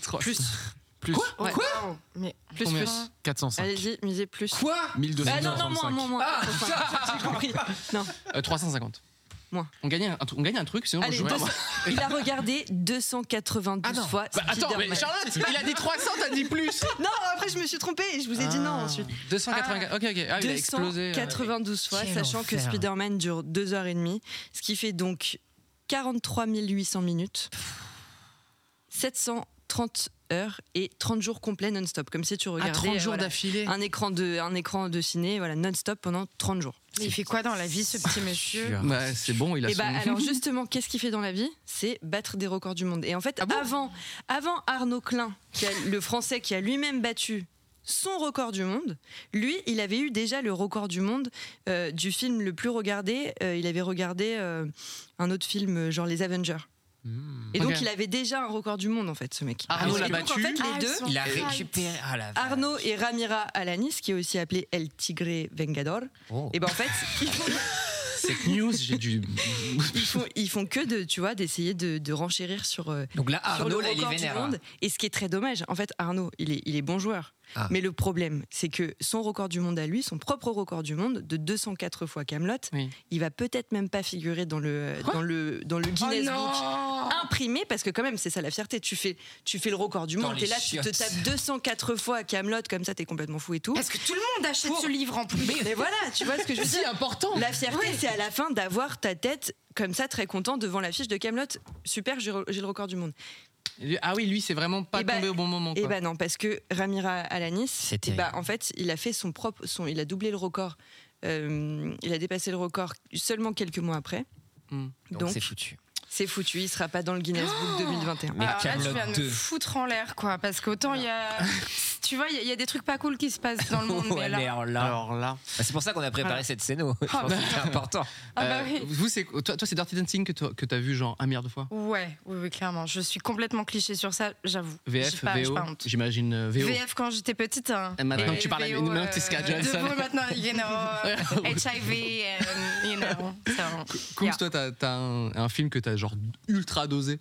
[SPEAKER 2] Trois-
[SPEAKER 5] Plus,
[SPEAKER 6] Plus.
[SPEAKER 3] Oh,
[SPEAKER 5] Ouais.
[SPEAKER 3] waouh. Mais
[SPEAKER 5] plus,
[SPEAKER 2] Combien
[SPEAKER 5] plus.
[SPEAKER 6] 405.
[SPEAKER 5] Allez-y, misez plus.
[SPEAKER 4] Quoi
[SPEAKER 5] Ah non, non, moins,
[SPEAKER 6] 465.
[SPEAKER 5] moins, moins. Enfin, j'ai compris. Non.
[SPEAKER 2] Euh, 350.
[SPEAKER 5] Moins.
[SPEAKER 2] On gagnait un, on gagnait un truc, sinon
[SPEAKER 5] Allez,
[SPEAKER 2] on joue pas.
[SPEAKER 5] 200 il a regardé 292
[SPEAKER 4] Ah non.
[SPEAKER 5] fois.
[SPEAKER 2] Bah, attends, mais
[SPEAKER 5] Spider-Man.
[SPEAKER 2] Charlotte, il a dit 300, t'as dit plus.
[SPEAKER 5] Non, après je me suis trompée et je vous ai dit non ensuite.
[SPEAKER 2] 284. ok, ok. Ah, il a explosé. euh.
[SPEAKER 5] 292 fois,
[SPEAKER 4] Quel
[SPEAKER 5] sachant que
[SPEAKER 4] enfer.
[SPEAKER 5] Spider-Man dure 2h30, ce qui fait donc 43 800 minutes, 730 heures et 30 jours complets non-stop, comme si tu
[SPEAKER 2] Ah,
[SPEAKER 5] regardais
[SPEAKER 2] 30
[SPEAKER 5] euh,
[SPEAKER 2] jours
[SPEAKER 5] voilà,
[SPEAKER 2] d'affilée.
[SPEAKER 5] un, écran de, un écran de ciné voilà, non-stop pendant 30 jours.
[SPEAKER 3] Mais il fait quoi dans la vie ce petit monsieur
[SPEAKER 2] Bah, c'est bon, il a
[SPEAKER 5] Et bah
[SPEAKER 2] son-
[SPEAKER 5] alors justement, qu'est-ce qu'il fait dans la vie C'est battre des
[SPEAKER 4] Ah
[SPEAKER 5] records du monde. Et en fait, avant, avant Arnaud Klein, qui a- le français qui a lui-même battu son record du monde. Lui, il avait eu déjà le record du monde euh, du film le plus regardé. Euh, il avait regardé euh, un autre film, euh, genre Les Avengers. Et donc,
[SPEAKER 4] Ok.
[SPEAKER 5] il avait déjà un record du monde, en fait, ce mec.
[SPEAKER 4] Hmm.
[SPEAKER 2] Ah,
[SPEAKER 4] Arnaud
[SPEAKER 5] Et
[SPEAKER 4] l'a
[SPEAKER 5] donc,
[SPEAKER 4] battu. Ah,
[SPEAKER 5] En fait, les deux,
[SPEAKER 4] il a récupéré. Ah la vache.
[SPEAKER 5] Arnaud et Ramira Alanis, qui est aussi appelé El Tigre Vengador,
[SPEAKER 4] Oh.
[SPEAKER 5] et ben en fait, ils font,
[SPEAKER 2] Cette news, j'ai dû.
[SPEAKER 5] ils font, ils font que de, tu vois, d'essayer de, de renchérir sur, euh,
[SPEAKER 4] Donc là,
[SPEAKER 5] sur
[SPEAKER 4] Arnaud,
[SPEAKER 5] le
[SPEAKER 4] là, il est
[SPEAKER 5] record du
[SPEAKER 4] vénère. là.
[SPEAKER 5] monde. Et ce qui est très dommage, en fait, Arnaud, il est, il est bon joueur.
[SPEAKER 4] Ah.
[SPEAKER 5] Mais le problème, c'est que son record du monde à lui, son propre record du monde de 204 fois Camelot,
[SPEAKER 2] Oui.
[SPEAKER 5] il va peut-être même pas figurer dans le, dans le, dans le
[SPEAKER 3] Oh
[SPEAKER 5] Guinness Book
[SPEAKER 3] non
[SPEAKER 5] imprimé parce que quand même c'est ça la fierté tu fais tu fais le record du
[SPEAKER 4] Dans
[SPEAKER 5] monde
[SPEAKER 4] les
[SPEAKER 5] et là tu
[SPEAKER 4] chiottes.
[SPEAKER 5] te tapes 204 fois Camelot comme ça t'es complètement fou et tout
[SPEAKER 3] Parce que tout le monde achète
[SPEAKER 5] Pour-
[SPEAKER 3] ce livre en plus.
[SPEAKER 5] mais voilà tu vois ce que je veux dire
[SPEAKER 2] important
[SPEAKER 5] la fierté c'est à la fin d'avoir ta tête comme ça très content devant l'affiche de Camelot super j'ai re- j'ai le record du monde
[SPEAKER 2] Ah oui, lui, c'est vraiment pas
[SPEAKER 5] Eh ben-
[SPEAKER 2] tombé au bon moment.
[SPEAKER 5] et
[SPEAKER 2] quoi.
[SPEAKER 5] bah non parce que Ramira Alanis
[SPEAKER 4] C'est
[SPEAKER 5] eh ben,
[SPEAKER 4] terrible.
[SPEAKER 5] en fait il a fait son propre son il a doublé le record Euh, il a dépassé le record seulement quelques mois après
[SPEAKER 2] Hmm.
[SPEAKER 4] Donc
[SPEAKER 5] donc
[SPEAKER 4] c'est foutu.
[SPEAKER 5] c'est foutu il sera pas dans le Guinness Book 2021
[SPEAKER 4] Mais
[SPEAKER 3] Alors là, Ah, tu
[SPEAKER 4] Kaamelott
[SPEAKER 3] viens de me
[SPEAKER 4] 2.
[SPEAKER 3] foutre en l'air, quoi. Parce qu'autant il y a. Tu vois, il y a- il y, a des trucs pas cool qui se passent dans le monde.
[SPEAKER 4] Oh,
[SPEAKER 3] mais
[SPEAKER 4] elle
[SPEAKER 3] là-
[SPEAKER 4] est en là.
[SPEAKER 2] Alors là.
[SPEAKER 4] Bah, c'est pour ça qu'on a préparé
[SPEAKER 3] Voilà.
[SPEAKER 4] cette scène. oh. Je pense que c'est important.
[SPEAKER 3] Ah bah
[SPEAKER 2] Euh,
[SPEAKER 3] oui.
[SPEAKER 2] vous, c'est, toi, toi, c'est Dirty Dancing que, toi- que t'as vu genre un milliard de fois
[SPEAKER 3] Ouais, oui, oui, clairement. Je suis complètement cliché sur ça, j'avoue. J'ai
[SPEAKER 2] VF,
[SPEAKER 3] pas, j'ai
[SPEAKER 2] VO
[SPEAKER 3] pas honte.
[SPEAKER 2] J'imagine euh, VO.
[SPEAKER 3] VF quand j'étais petite. hein.
[SPEAKER 2] Et maintenant
[SPEAKER 3] Et
[SPEAKER 2] que tu parles à-
[SPEAKER 3] VO,
[SPEAKER 2] maintenant que t'es
[SPEAKER 3] euh,
[SPEAKER 2] Scarlett
[SPEAKER 3] de
[SPEAKER 2] Johansson.
[SPEAKER 3] vous, maintenant, you know, HIV, and, euh, you know. so,
[SPEAKER 2] Combs,
[SPEAKER 3] yeah.
[SPEAKER 2] toi, t'as, t'as un, un film que t'as genre ultra dosé.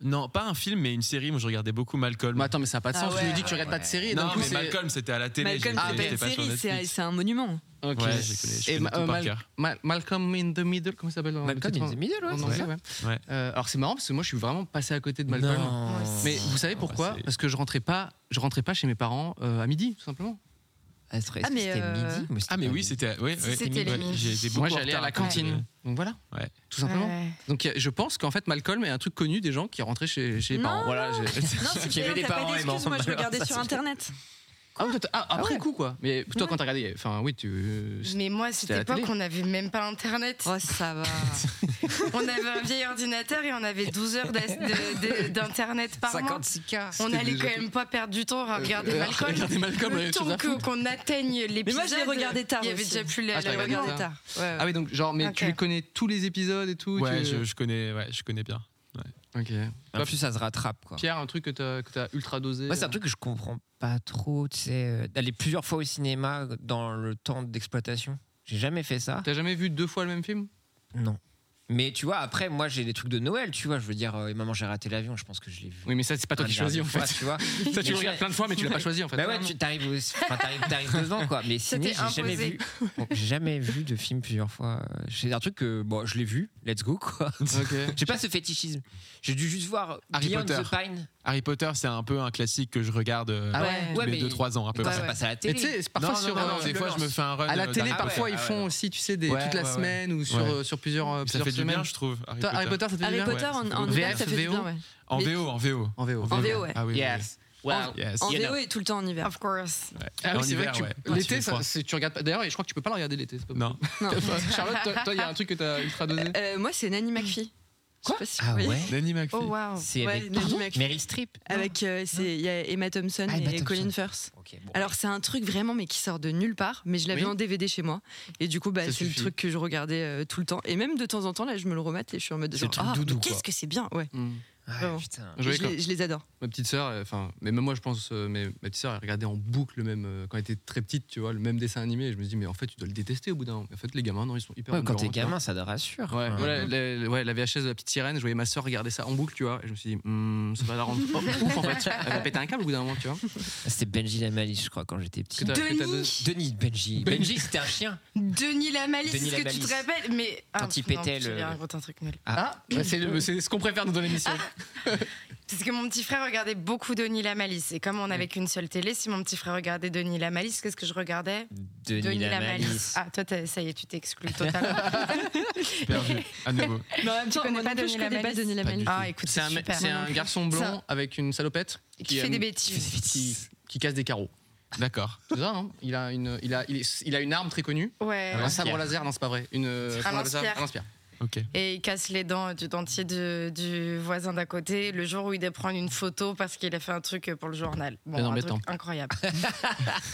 [SPEAKER 6] Non, pas un film, mais une série. Moi, je regardais beaucoup Malcolm.
[SPEAKER 2] Mais attends, mais ça n'a pas de
[SPEAKER 5] Ah
[SPEAKER 2] sens. je
[SPEAKER 5] ouais,
[SPEAKER 2] me dis que tu regardes pas de série. et d'un
[SPEAKER 6] non,
[SPEAKER 2] coup,
[SPEAKER 6] mais
[SPEAKER 2] c'est-
[SPEAKER 6] Malcolm, c'était à la télé.
[SPEAKER 5] Malcolm
[SPEAKER 6] j'étais-
[SPEAKER 5] c'est pas
[SPEAKER 6] j'étais
[SPEAKER 5] une
[SPEAKER 6] pas sur
[SPEAKER 5] série c'est
[SPEAKER 6] Netflix.
[SPEAKER 5] c'est un monument
[SPEAKER 2] Ok.
[SPEAKER 6] Ouais, je connais- je
[SPEAKER 2] Et
[SPEAKER 6] connais
[SPEAKER 2] Ma- euh,
[SPEAKER 6] tout par
[SPEAKER 2] Mal-
[SPEAKER 6] cœur.
[SPEAKER 2] Ma- Malcolm in the Middle, comment ça s'appelle en-
[SPEAKER 4] Malcolm,
[SPEAKER 2] peut-être
[SPEAKER 4] il est
[SPEAKER 2] en-
[SPEAKER 4] middle, ouais,
[SPEAKER 2] en
[SPEAKER 4] c'est
[SPEAKER 2] anglais,
[SPEAKER 4] ça.
[SPEAKER 2] ouais.
[SPEAKER 6] Ouais.
[SPEAKER 2] Euh, alors c'est marrant parce que moi je suis vraiment passé à côté de Malcolm.
[SPEAKER 4] Non.
[SPEAKER 2] Mais vous savez
[SPEAKER 6] Ah,
[SPEAKER 2] pourquoi
[SPEAKER 6] bah, c'est-
[SPEAKER 2] Parce que je rentrais pas, je rentrais pas chez mes parents euh, à midi tout simplement.
[SPEAKER 4] Ah, c'est vrai,
[SPEAKER 5] Ah, mais,
[SPEAKER 4] c'était
[SPEAKER 5] euh,
[SPEAKER 4] midi. mais
[SPEAKER 6] Ah, mais
[SPEAKER 4] pas
[SPEAKER 6] oui,
[SPEAKER 4] midi.
[SPEAKER 6] c'était. Oui,
[SPEAKER 3] Si,
[SPEAKER 6] oui.
[SPEAKER 3] c'était les
[SPEAKER 6] Ouais,
[SPEAKER 3] midi.
[SPEAKER 6] j'ai été beaucoup
[SPEAKER 2] Moi
[SPEAKER 6] en
[SPEAKER 2] j'allais à
[SPEAKER 6] retard
[SPEAKER 2] la
[SPEAKER 6] après,
[SPEAKER 2] cantine.
[SPEAKER 6] mais-
[SPEAKER 2] Donc voilà.
[SPEAKER 6] Ouais.
[SPEAKER 2] Tout simplement.
[SPEAKER 3] Ouais.
[SPEAKER 2] Donc y a- je pense qu'en fait Malcolm est un truc connu des gens qui rentraient chez, chez les
[SPEAKER 5] Non,
[SPEAKER 2] parents. Voilà. j'ai-
[SPEAKER 5] Non, c'est
[SPEAKER 4] Qui avait
[SPEAKER 5] bien,
[SPEAKER 4] des
[SPEAKER 5] t'as pas
[SPEAKER 4] parents
[SPEAKER 5] d'excuses,
[SPEAKER 4] aimants.
[SPEAKER 5] Moi, je
[SPEAKER 4] Alors,
[SPEAKER 5] regardais
[SPEAKER 4] ça,
[SPEAKER 5] sur
[SPEAKER 4] c'est-
[SPEAKER 5] Internet.
[SPEAKER 2] Ah, ouais, toi, t'as- ah, après coup quoi. Mais toi quand t'as regardé, y a- enfin oui tu. euh,
[SPEAKER 3] Mais moi, à cette
[SPEAKER 2] C'était à la
[SPEAKER 3] époque,
[SPEAKER 2] télé.
[SPEAKER 3] on n'avait même pas Internet.
[SPEAKER 5] Oh, ça va.
[SPEAKER 3] On avait un vieil ordinateur et on avait 12 heures d'as- de- de- d'Internet par mois.
[SPEAKER 4] 56K.
[SPEAKER 3] On allait
[SPEAKER 2] déjà
[SPEAKER 3] quand même pas perdre du temps à regarder
[SPEAKER 2] Euh,
[SPEAKER 3] Malcolm.
[SPEAKER 2] regardez Malcolm,
[SPEAKER 3] Le
[SPEAKER 2] il y avait
[SPEAKER 3] temps
[SPEAKER 2] tout à
[SPEAKER 3] que- qu'on atteigne l'épisode.
[SPEAKER 5] Mais moi, je l'ai regardé tard.
[SPEAKER 3] Il y avait
[SPEAKER 5] aussi.
[SPEAKER 3] déjà plus la-
[SPEAKER 2] Ah, t'as
[SPEAKER 5] Je l'ai
[SPEAKER 3] l'abonnement.
[SPEAKER 5] regardé
[SPEAKER 2] abonnement.
[SPEAKER 5] tard. Ouais,
[SPEAKER 2] Ah oui donc genre mais tu
[SPEAKER 3] Ok.
[SPEAKER 2] connais tous les épisodes et tout.
[SPEAKER 6] Ouais,
[SPEAKER 2] tu-
[SPEAKER 6] je, je connais, ouais, je connais bien.
[SPEAKER 2] Ok.
[SPEAKER 4] En plus, ça se rattrape, quoi.
[SPEAKER 2] Pierre un truc que t'as que t'as ultra dosé. euh,
[SPEAKER 4] Moi,
[SPEAKER 6] euh,
[SPEAKER 4] c'est un truc que je comprends pas trop, tu sais, euh, d'aller plusieurs fois au cinéma dans le temps d'exploitation. J'ai jamais fait ça.
[SPEAKER 2] T'as jamais vu deux fois le même film
[SPEAKER 4] Non. Mais tu vois, après, moi, j'ai des trucs de Noël, tu vois. Je veux dire, euh, et maman, j'ai raté l'avion, je pense que je l'ai vu.
[SPEAKER 2] Oui mais ça c'est pas toi
[SPEAKER 4] un
[SPEAKER 2] qui choisis en
[SPEAKER 4] dernier fois,
[SPEAKER 2] fait.
[SPEAKER 4] Tu vois.
[SPEAKER 2] Ça,
[SPEAKER 4] Mais
[SPEAKER 2] tu le
[SPEAKER 4] je-
[SPEAKER 2] regardes plein de fois, mais tu l'as pas choisi en fait.
[SPEAKER 4] Bah ouais, tu t'arrives, au- enfin, t'arrives, t'arrives devant quoi. Mais
[SPEAKER 3] C'était
[SPEAKER 4] ciné, j'ai jamais
[SPEAKER 3] imposé.
[SPEAKER 4] vu, bon, j'ai jamais vu de film plusieurs fois. Euh, C'est un truc que bon, je l'ai vu. Let's go quoi.
[SPEAKER 2] Ok.
[SPEAKER 4] J'ai pas ce fétichisme. J'ai dû juste voir
[SPEAKER 6] Harry
[SPEAKER 4] Beyond
[SPEAKER 6] Potter.
[SPEAKER 4] the Pine.
[SPEAKER 6] Harry Potter, c'est un peu un classique que je regarde euh,
[SPEAKER 2] Ah ouais.
[SPEAKER 6] tous
[SPEAKER 4] Ouais,
[SPEAKER 6] les
[SPEAKER 4] mais-
[SPEAKER 6] 2-3 ans à peu
[SPEAKER 4] Quand
[SPEAKER 6] près.
[SPEAKER 4] ça passe à la
[SPEAKER 2] Et tu
[SPEAKER 4] télé.
[SPEAKER 2] sais, c'est parfois
[SPEAKER 6] Non, non,
[SPEAKER 2] sur
[SPEAKER 6] non,
[SPEAKER 2] euh,
[SPEAKER 6] non, des
[SPEAKER 2] le-
[SPEAKER 6] fois, je me fais un run.
[SPEAKER 2] à la
[SPEAKER 6] euh,
[SPEAKER 2] télé,
[SPEAKER 6] d'Harry
[SPEAKER 2] parfois
[SPEAKER 6] Potter.
[SPEAKER 2] ils
[SPEAKER 4] ouais,
[SPEAKER 2] font
[SPEAKER 4] ouais.
[SPEAKER 2] aussi, tu sais, des,
[SPEAKER 6] Ouais,
[SPEAKER 2] toute la
[SPEAKER 6] ouais, ouais.
[SPEAKER 2] semaine ou sur,
[SPEAKER 6] Ouais.
[SPEAKER 2] euh, sur plusieurs, euh,
[SPEAKER 6] Ça
[SPEAKER 2] plusieurs
[SPEAKER 6] fait du bien,
[SPEAKER 2] semaines.
[SPEAKER 6] je trouve. Harry
[SPEAKER 2] Toi, Harry
[SPEAKER 6] Potter.
[SPEAKER 2] Potter, ça te fait du
[SPEAKER 5] Harry
[SPEAKER 2] bien
[SPEAKER 5] Potter
[SPEAKER 6] ouais,
[SPEAKER 5] en,
[SPEAKER 6] c'est
[SPEAKER 5] en
[SPEAKER 6] cool.
[SPEAKER 5] hiver, ça
[SPEAKER 2] VF,
[SPEAKER 5] fait du
[SPEAKER 2] VO.
[SPEAKER 5] bien. ouais.
[SPEAKER 6] En
[SPEAKER 5] Mais-
[SPEAKER 6] VO, en VO.
[SPEAKER 2] En VO.
[SPEAKER 5] En VO, ouais.
[SPEAKER 6] Ah oui, oui, oui.
[SPEAKER 2] Yes. Wow.
[SPEAKER 6] Yes.
[SPEAKER 5] En
[SPEAKER 2] You
[SPEAKER 5] VO
[SPEAKER 2] know.
[SPEAKER 5] et tout le temps en hiver.
[SPEAKER 3] Of course.
[SPEAKER 2] Ah oui,
[SPEAKER 6] En
[SPEAKER 2] c'est vrai
[SPEAKER 6] hiver,
[SPEAKER 2] que tu-
[SPEAKER 6] ouais, quand il
[SPEAKER 2] l'été,
[SPEAKER 6] fait
[SPEAKER 2] ça,
[SPEAKER 6] froid.
[SPEAKER 2] c'est- tu regardes pas. D'ailleurs, je crois que tu peux pas le regarder l'été. c'est pas
[SPEAKER 6] Non.
[SPEAKER 5] Non.
[SPEAKER 2] possible. Charlotte, toi- toi, il y a un truc que t'as ultra dosé.
[SPEAKER 5] Euh, moi, c'est Nanny McPhee. Quoi
[SPEAKER 4] Ah ouais.
[SPEAKER 6] Nanny McPhee.
[SPEAKER 3] Oh wow.
[SPEAKER 4] C'est
[SPEAKER 5] Ouais,
[SPEAKER 4] avec
[SPEAKER 5] Nanny
[SPEAKER 4] Pardon
[SPEAKER 5] McPhee.
[SPEAKER 4] Meryl Streep.
[SPEAKER 5] Avec euh, c'est- il y a Emma Thompson
[SPEAKER 4] Ah,
[SPEAKER 5] et
[SPEAKER 4] Emma Thompson.
[SPEAKER 5] Colin Firth.
[SPEAKER 4] Ok, bon.
[SPEAKER 5] Alors c'est un truc vraiment mais qui sort de nulle part. Mais je l'avais
[SPEAKER 2] Oui.
[SPEAKER 5] en DVD chez moi et du coup bah,
[SPEAKER 2] Ça
[SPEAKER 5] c'est le
[SPEAKER 2] suffit.
[SPEAKER 5] truc que je regardais euh, tout le temps et même de temps en temps là je me le remate et je suis en mode
[SPEAKER 4] C'est
[SPEAKER 5] genre,
[SPEAKER 4] le truc
[SPEAKER 5] ah, mais
[SPEAKER 4] doudou, quoi.
[SPEAKER 5] qu'est-ce que c'est bien ouais.
[SPEAKER 2] Hmm.
[SPEAKER 4] Ah,
[SPEAKER 5] vraiment.
[SPEAKER 4] putain.
[SPEAKER 2] Je
[SPEAKER 5] Je,
[SPEAKER 2] vais quand-
[SPEAKER 5] les, je les adore.
[SPEAKER 2] Ma petite sœur, enfin, mais même moi, je pense, euh, mes- ma petite sœur, elle regardait en boucle le même, euh, quand elle était très petite, tu vois, le même dessin animé. Et je me dis, mais en fait, tu dois le détester au bout d'un moment. En fait, les gamins, non, ils sont hyper.
[SPEAKER 4] Ouais, quand
[SPEAKER 2] endurants,
[SPEAKER 4] t'es
[SPEAKER 2] tu vois.
[SPEAKER 4] gamin, ça te rassure.
[SPEAKER 2] Ouais,
[SPEAKER 4] Enfin,
[SPEAKER 2] voilà, la, la- ouais, la VHS de la petite sirène, je voyais ma soeur regarder ça en boucle, tu vois. Et je me suis dit, Hmm, ça va la rendre oh, ouf en fait. Elle va péter un câble au bout d'un moment, tu vois.
[SPEAKER 4] C'était Benji la malice, je crois, quand j'étais
[SPEAKER 2] Que
[SPEAKER 4] petit.
[SPEAKER 2] t'as- que t'as
[SPEAKER 3] Denis.
[SPEAKER 2] deux-
[SPEAKER 4] Denis Benji. Benji, c'était un chien.
[SPEAKER 3] Denis la malice,
[SPEAKER 4] Denis
[SPEAKER 3] est-ce que tu
[SPEAKER 4] Lamalisse.
[SPEAKER 3] te rappelles Mais ah,
[SPEAKER 4] Quand il pétait le-
[SPEAKER 3] J'ai raconté un truc nul.
[SPEAKER 2] Ah, bah, c'est le- c'est ce qu'on préfère dans l'émission.
[SPEAKER 3] Parce que mon petit frère regardait beaucoup Denis la malice et comme on n'avait qu'une seule télé, si mon petit frère regardait Denis la malice, qu'est-ce que je regardais
[SPEAKER 4] Denis,
[SPEAKER 3] Denis
[SPEAKER 4] la,
[SPEAKER 3] la
[SPEAKER 4] malice.
[SPEAKER 3] malice. Ah toi t'as- ça y est, tu t'exclus totalement.
[SPEAKER 6] Perdu. À nouveau.
[SPEAKER 5] Mais en même temps,
[SPEAKER 3] connais
[SPEAKER 5] moi non
[SPEAKER 3] pas
[SPEAKER 5] plus,
[SPEAKER 3] Denis
[SPEAKER 5] je connais pas
[SPEAKER 3] Lamalisse
[SPEAKER 6] Pas du
[SPEAKER 5] Denis Lamalisse.
[SPEAKER 6] tout.
[SPEAKER 3] ah écoute,
[SPEAKER 2] C'est
[SPEAKER 3] c'est
[SPEAKER 2] un,
[SPEAKER 3] super.
[SPEAKER 2] c'est un garçon blond
[SPEAKER 3] Ça-
[SPEAKER 2] avec une salopette
[SPEAKER 3] qui fait
[SPEAKER 2] aime-
[SPEAKER 3] des bêtises.
[SPEAKER 2] qui, qui casse des carreaux.
[SPEAKER 6] D'accord.
[SPEAKER 2] C'est ça, hein il, a une, il, a, il, est- il a une arme très connue.
[SPEAKER 3] Ouais.
[SPEAKER 2] Un sabre laser, non, c'est pas vrai. Une, euh,
[SPEAKER 3] Un
[SPEAKER 2] comment on appelle ça
[SPEAKER 3] lance-pierre.
[SPEAKER 2] Un lance-pierre.
[SPEAKER 6] Ok.
[SPEAKER 3] Et il casse les dents du dentier de- du voisin d'à côté le jour où il doit prendre une photo parce qu'il a fait un truc pour le journal. Bon,
[SPEAKER 2] Mais non,
[SPEAKER 3] un
[SPEAKER 2] mais
[SPEAKER 3] truc incroyable.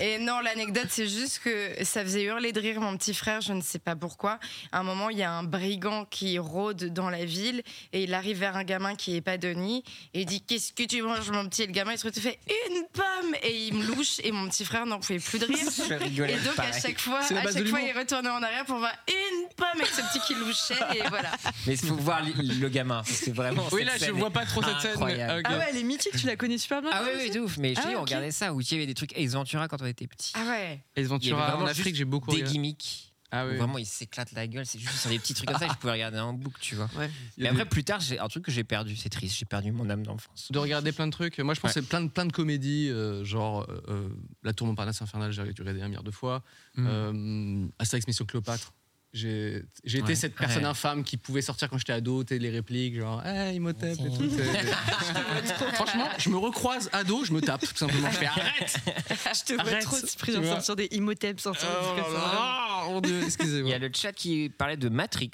[SPEAKER 3] et non, l'anecdote, c'est juste que ça faisait hurler de rire mon petit frère, je ne sais pas pourquoi. À un moment, il y a un brigand qui rôde dans la ville et il arrive vers un gamin qui est pas Denis et il dit Qu'est-ce que tu manges, mon petit Et le gamin, il se retrouve fait Une pomme Et il me louche et mon petit frère n'en pouvait plus de rire.
[SPEAKER 4] Je rigolais
[SPEAKER 3] Et donc, à
[SPEAKER 4] pareil.
[SPEAKER 3] chaque fois,
[SPEAKER 2] C'est la
[SPEAKER 3] à
[SPEAKER 2] base de
[SPEAKER 3] chaque fois, il
[SPEAKER 2] l'humour.
[SPEAKER 3] retournait en arrière pour voir une pomme avec ce petit qui louchait et voilà.
[SPEAKER 4] Mais il faut voir li- le gamin. C'est vraiment.
[SPEAKER 6] Oui,
[SPEAKER 4] cette
[SPEAKER 6] là, je
[SPEAKER 4] scène
[SPEAKER 6] vois pas trop cette
[SPEAKER 4] incroyable.
[SPEAKER 6] scène.
[SPEAKER 5] Ah
[SPEAKER 6] Ok.
[SPEAKER 5] ouais, elle est mythique, tu la connais super bien.
[SPEAKER 4] Ah oui, oui, de ouf. Mais je te
[SPEAKER 5] Ah
[SPEAKER 4] dis,
[SPEAKER 5] ouais,
[SPEAKER 4] on
[SPEAKER 5] ok.
[SPEAKER 4] regardait ça, où il y avait des trucs Ace Ventura quand on était petit.
[SPEAKER 3] Ah ouais.
[SPEAKER 2] Et
[SPEAKER 4] Il y avait
[SPEAKER 2] Ventura, en
[SPEAKER 4] vraiment
[SPEAKER 2] Afrique,
[SPEAKER 4] juste
[SPEAKER 2] j'ai beaucoup
[SPEAKER 4] Des
[SPEAKER 2] regardé.
[SPEAKER 4] gimmicks.
[SPEAKER 2] Ah oui.
[SPEAKER 4] Vraiment, il s'éclate la gueule. C'est juste sur des petits trucs comme ça, je pouvais regarder en boucle, tu vois.
[SPEAKER 2] Il y
[SPEAKER 4] Mais
[SPEAKER 2] a
[SPEAKER 4] après, plus tard, j'ai un truc que j'ai perdu. C'est triste, j'ai perdu mon âme d'enfance.
[SPEAKER 2] de regarder plein de trucs. Moi, je pensais plein de plein de comédies, euh, genre euh, euh, La Tour Montparnasse infernale, j'ai regardé un milliard de fois.
[SPEAKER 6] Mm.
[SPEAKER 2] Euh, Astérix Mission Cléopâtre. J'ai j'ai été
[SPEAKER 6] Ouais.
[SPEAKER 2] cette personne
[SPEAKER 4] Ouais.
[SPEAKER 2] infâme qui pouvait sortir quand j'étais ado, t'sais, les répliques, genre ah, Imhotep
[SPEAKER 4] Oh.
[SPEAKER 2] et tout. t'sais. Franchement, je me recroise ado, je me tape tout simplement. Je fais ah, arrête
[SPEAKER 5] Ah, Je te vois
[SPEAKER 2] Arrête,
[SPEAKER 5] trop surprise
[SPEAKER 2] tu
[SPEAKER 5] en
[SPEAKER 2] vois. oh
[SPEAKER 5] sortir des imhotep, sortir des trucs comme ça.
[SPEAKER 2] Ah, mon Dieu,
[SPEAKER 4] Il y a
[SPEAKER 2] Excusez-moi.
[SPEAKER 4] le chat qui parlait de Matrix.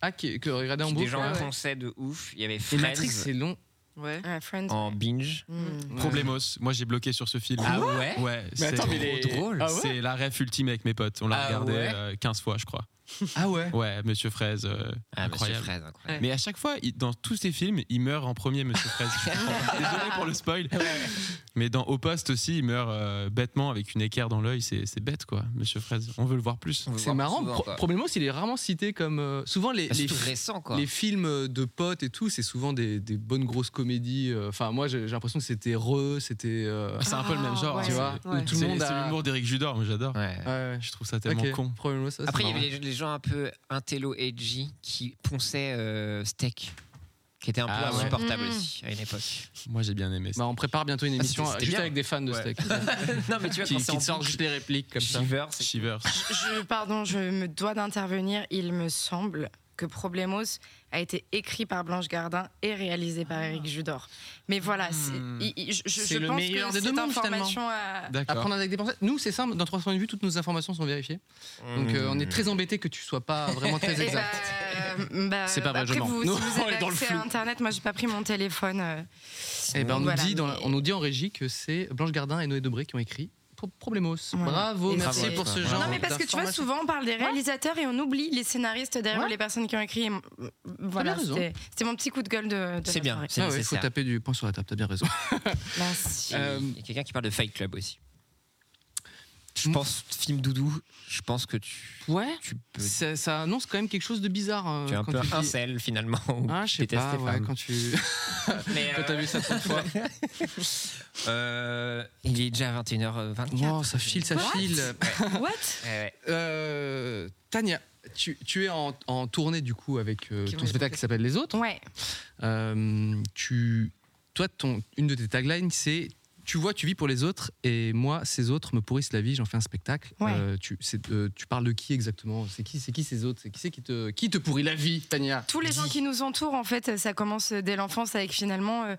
[SPEAKER 2] Ah, qui- que regarder en
[SPEAKER 4] que des
[SPEAKER 2] boucle.
[SPEAKER 4] gens
[SPEAKER 2] ouais.
[SPEAKER 4] fonçaient de ouf. Il y avait
[SPEAKER 2] Et
[SPEAKER 4] Friends
[SPEAKER 2] Matrix, c'est long.
[SPEAKER 5] Ouais.
[SPEAKER 3] Ah, Friends.
[SPEAKER 4] en binge.
[SPEAKER 3] Hmm.
[SPEAKER 2] Ouais.
[SPEAKER 6] Problemos. Moi, j'ai bloqué sur ce film.
[SPEAKER 4] Ah ouais
[SPEAKER 6] Ouais, c'est
[SPEAKER 2] attends, mais les-
[SPEAKER 4] drôle.
[SPEAKER 2] Ah ouais
[SPEAKER 6] C'est la ref ultime avec mes potes. On l'a
[SPEAKER 4] Ah
[SPEAKER 6] regardé
[SPEAKER 4] ouais
[SPEAKER 6] euh, 15 fois, je crois.
[SPEAKER 2] Ah ouais.
[SPEAKER 6] Ouais, Monsieur Fraise, euh,
[SPEAKER 4] Ah, Monsieur
[SPEAKER 6] incroyable.
[SPEAKER 4] Fraise, incroyable.
[SPEAKER 6] Mais à chaque fois, il- dans tous ces films, il meurt en premier, Monsieur Fraise. Désolé pour le spoil. Mais dans Au Poste aussi, il meurt euh, bêtement avec une équerre dans l'œil. C'est c'est bête, quoi, Monsieur Fraise. On veut le voir plus.
[SPEAKER 4] On veut
[SPEAKER 2] C'est
[SPEAKER 4] voir
[SPEAKER 2] marrant.
[SPEAKER 4] souvent,
[SPEAKER 2] Pro-
[SPEAKER 4] quoi.
[SPEAKER 2] Problemos, il est rarement cité comme. euh, souvent, les,
[SPEAKER 4] Bah,
[SPEAKER 2] les,
[SPEAKER 4] Surtout récent, quoi.
[SPEAKER 2] Les films de potes et tout, c'est souvent des, des bonnes grosses comédies. euh, Enfin, moi, j'ai j'ai l'impression que c'était re, c'était. euh,
[SPEAKER 6] C'est un peu le même genre,
[SPEAKER 3] Ah,
[SPEAKER 2] tu
[SPEAKER 6] hein,
[SPEAKER 2] vois,
[SPEAKER 6] c'est-
[SPEAKER 2] où
[SPEAKER 5] ouais.
[SPEAKER 2] tout le
[SPEAKER 6] c'est-
[SPEAKER 2] monde
[SPEAKER 6] C'est
[SPEAKER 2] a.
[SPEAKER 6] l'humour d'Éric Judor, moi j'adore.
[SPEAKER 4] Ouais.
[SPEAKER 2] Ouais, ouais.
[SPEAKER 6] Je trouve ça tellement
[SPEAKER 2] Ok,
[SPEAKER 6] con.
[SPEAKER 2] Problemos, ça, c'est
[SPEAKER 4] Après, il y
[SPEAKER 2] marrant.
[SPEAKER 4] avait les, les gens un peu intello edgy qui ponçaient euh, steak, qui était un peu
[SPEAKER 6] Ah ouais.
[SPEAKER 4] insupportable
[SPEAKER 2] Mm.
[SPEAKER 3] Mhm.
[SPEAKER 4] aussi à une époque.
[SPEAKER 6] Moi j'ai bien aimé ça.
[SPEAKER 2] Bah, on prépare bientôt une émission euh,
[SPEAKER 4] c'était- c'était
[SPEAKER 2] juste
[SPEAKER 4] bien.
[SPEAKER 2] avec des fans de
[SPEAKER 6] Ouais.
[SPEAKER 2] steak.
[SPEAKER 4] non, mais tu vois,
[SPEAKER 2] qui
[SPEAKER 4] quand c'est en
[SPEAKER 2] qui sortent
[SPEAKER 4] boucle,
[SPEAKER 2] juste les répliques comme ça.
[SPEAKER 4] Shiver, c'est-
[SPEAKER 6] Shivers.
[SPEAKER 3] Je, pardon, je me dois d'intervenir. Il me semble que Problemos a été écrit par Blanche Gardin et réalisé par Eric Judor. Mais voilà, c'est-
[SPEAKER 6] Hmm.
[SPEAKER 3] il- il- je, je-
[SPEAKER 2] C'est
[SPEAKER 3] je
[SPEAKER 2] le
[SPEAKER 3] pense
[SPEAKER 2] meilleur
[SPEAKER 3] que
[SPEAKER 2] des deux
[SPEAKER 3] cette
[SPEAKER 2] mondes, finalement.
[SPEAKER 3] information a-
[SPEAKER 2] Ah,
[SPEAKER 6] D'accord.
[SPEAKER 2] Apprendre avec des pincettes. Nous, c'est simple, dans 300 vues, toutes nos informations sont vérifiées. Donc, euh, on est très embêtés que tu sois pas vraiment très
[SPEAKER 3] Eh
[SPEAKER 2] exact.
[SPEAKER 3] ben, euh, bah,
[SPEAKER 2] C'est pas vrai,
[SPEAKER 3] après,
[SPEAKER 2] je mens.
[SPEAKER 3] vous,
[SPEAKER 2] Nous,
[SPEAKER 3] si vous
[SPEAKER 2] on est
[SPEAKER 3] avez
[SPEAKER 2] dans le
[SPEAKER 3] accès à
[SPEAKER 2] flou.
[SPEAKER 3] Internet, moi j'ai pas pris mon téléphone. euh,
[SPEAKER 2] Eh ben, on,
[SPEAKER 3] Voilà,
[SPEAKER 2] nous dit dans la-
[SPEAKER 3] mais-
[SPEAKER 2] on nous dit en régie que c'est Blanche Gardin et Noé Debré qui ont écrit Pro- Problemos.
[SPEAKER 3] Ouais.
[SPEAKER 2] Bravo,
[SPEAKER 3] Et
[SPEAKER 2] merci
[SPEAKER 3] c'est-
[SPEAKER 2] pour ce
[SPEAKER 4] Non,
[SPEAKER 2] genre.
[SPEAKER 3] Non, mais parce que tu vois,
[SPEAKER 2] d'informations.
[SPEAKER 3] souvent on parle des réalisateurs et on oublie les scénaristes derrière
[SPEAKER 2] Ouais.
[SPEAKER 3] les personnes qui ont écrit. Et, euh, Voilà,
[SPEAKER 2] raison.
[SPEAKER 3] c'était c'était mon petit coup de gueule de. de la
[SPEAKER 4] C'est bien,
[SPEAKER 3] soirée.
[SPEAKER 4] c'est
[SPEAKER 2] Ah ouais, faut
[SPEAKER 4] nécessaire.
[SPEAKER 2] taper du poing sur la table, t'as bien raison.
[SPEAKER 3] Merci.
[SPEAKER 4] Et Il
[SPEAKER 2] Euh,
[SPEAKER 4] y a quelqu'un qui parle de Fight Club aussi. Je pense, film doudou, je pense que tu,
[SPEAKER 2] Ouais.
[SPEAKER 4] tu peux.
[SPEAKER 2] Ça, ça annonce quand même quelque chose de bizarre. euh,
[SPEAKER 4] Tu es un
[SPEAKER 2] quand
[SPEAKER 4] peu
[SPEAKER 2] tu dis-
[SPEAKER 4] incel finalement. ou
[SPEAKER 2] Ah,
[SPEAKER 4] tu
[SPEAKER 2] je sais
[SPEAKER 4] détestes
[SPEAKER 2] pas,
[SPEAKER 4] les
[SPEAKER 2] ouais,
[SPEAKER 4] femmes.
[SPEAKER 2] quand tu
[SPEAKER 4] Mais,
[SPEAKER 2] quand t'as
[SPEAKER 4] euh,
[SPEAKER 2] vu ça trop de fois.
[SPEAKER 4] euh, il est déjà 21h24.
[SPEAKER 2] Wow, Oh, ça file, ça file.
[SPEAKER 5] What
[SPEAKER 4] Ouais,
[SPEAKER 2] Euh, Tania, tu, tu es en, en tournée du coup avec euh,
[SPEAKER 5] Qui vont
[SPEAKER 2] ton
[SPEAKER 5] les
[SPEAKER 2] spectacle
[SPEAKER 5] autres.
[SPEAKER 2] qui s'appelle Les Autres. hein.
[SPEAKER 3] Ouais,
[SPEAKER 2] Euh, tu, toi, ton, une de tes taglines, c'est Tu vois, tu vis pour les autres et moi, ces autres me pourrissent la vie, j'en fais un spectacle.
[SPEAKER 3] Ouais.
[SPEAKER 2] Euh, tu, c'est- euh, tu parles de qui exactement C'est qui, c'est qui ces autres C'est qui, c'est qui, te, qui te pourrit la vie, Tania
[SPEAKER 3] tous les gens qui nous entourent, en fait, ça commence dès l'enfance avec finalement euh,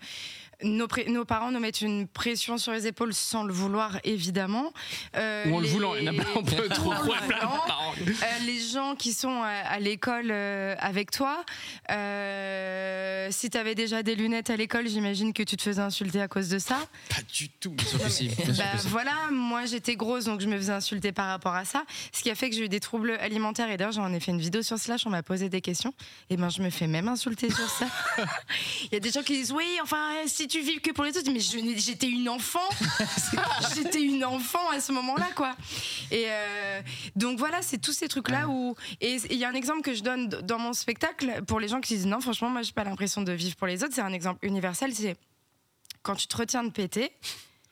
[SPEAKER 3] nos, pré- nos parents nous mettent une pression sur les épaules sans le vouloir, évidemment. Euh,
[SPEAKER 2] Ou en le
[SPEAKER 3] les-
[SPEAKER 2] voulant, il y en a pas, on peut trop.
[SPEAKER 3] En le
[SPEAKER 2] Ouais, plein de
[SPEAKER 3] voulant.
[SPEAKER 2] parents.
[SPEAKER 3] Euh, les gens qui sont à, à l'école euh, avec toi, euh, si tu avais déjà des lunettes à l'école, j'imagine que tu te faisais insulter à cause de ça.
[SPEAKER 2] Pas du tout, bien sûr que si, bien sûr que
[SPEAKER 3] Bah,
[SPEAKER 2] si.
[SPEAKER 3] voilà, moi j'étais grosse donc je me faisais insulter par rapport à ça, ce qui a fait que j'ai eu des troubles alimentaires et d'ailleurs j'en ai fait une vidéo sur Slash, on m'a posé des questions et ben je me fais même insulter sur ça. Il y a des gens qui disent oui, enfin euh, si tu vis que pour les autres, mais je n'ai- j'étais une enfant, j'étais une enfant à ce moment-là quoi. Et euh, donc voilà, c'est tous ces trucs là où et et il y a un exemple que je donne d- dans mon spectacle pour les gens qui disent non franchement moi j'ai pas l'impression de vivre pour les autres, c'est un exemple universel, c'est quand tu te retiens de péter,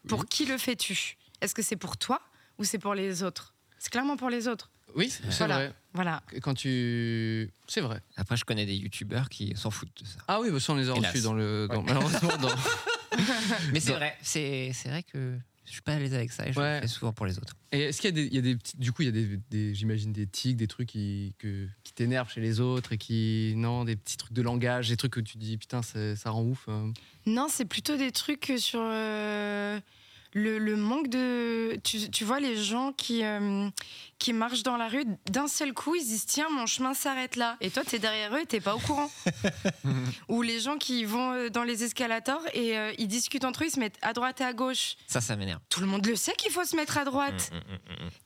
[SPEAKER 3] pour qui le fais-tu Est-ce que c'est pour toi ou c'est pour les autres C'est clairement pour les autres.
[SPEAKER 2] Oui, c'est
[SPEAKER 3] Voilà.
[SPEAKER 2] vrai.
[SPEAKER 3] Voilà.
[SPEAKER 2] Quand tu. C'est vrai.
[SPEAKER 4] Après, je connais des youtubeurs qui s'en foutent de ça.
[SPEAKER 2] Ah oui, bah ça, on les a
[SPEAKER 4] Hélas.
[SPEAKER 2] reçus dans le. dans-
[SPEAKER 4] Ouais.
[SPEAKER 2] Malheureusement, dans.
[SPEAKER 4] Mais c'est
[SPEAKER 2] Bah-
[SPEAKER 4] vrai, c'est c'est vrai que je suis pas à l'aise avec ça et je
[SPEAKER 2] Ouais.
[SPEAKER 4] le fais souvent pour les autres.
[SPEAKER 2] Et est-ce qu'il y a des, il y a des petits- du coup il y a des, des- j'imagine des tics, des trucs qui, que- qui t'énervent chez les autres et qui non des petits trucs de langage, des trucs que tu dis putain ça, ça rend ouf. hein.
[SPEAKER 3] Non, c'est plutôt des trucs sur. euh, le, le manque de. Tu, tu vois, les gens qui, euh, qui marchent dans la rue, d'un seul coup, ils disent Tiens, mon chemin s'arrête là. Et toi, t'es derrière eux et t'es pas au courant. Ou les gens qui vont euh, dans les escalators et euh, ils discutent entre eux, ils se mettent à droite et à gauche.
[SPEAKER 4] Ça, ça m'énerve.
[SPEAKER 3] Tout le monde le sait qu'il faut se mettre à droite.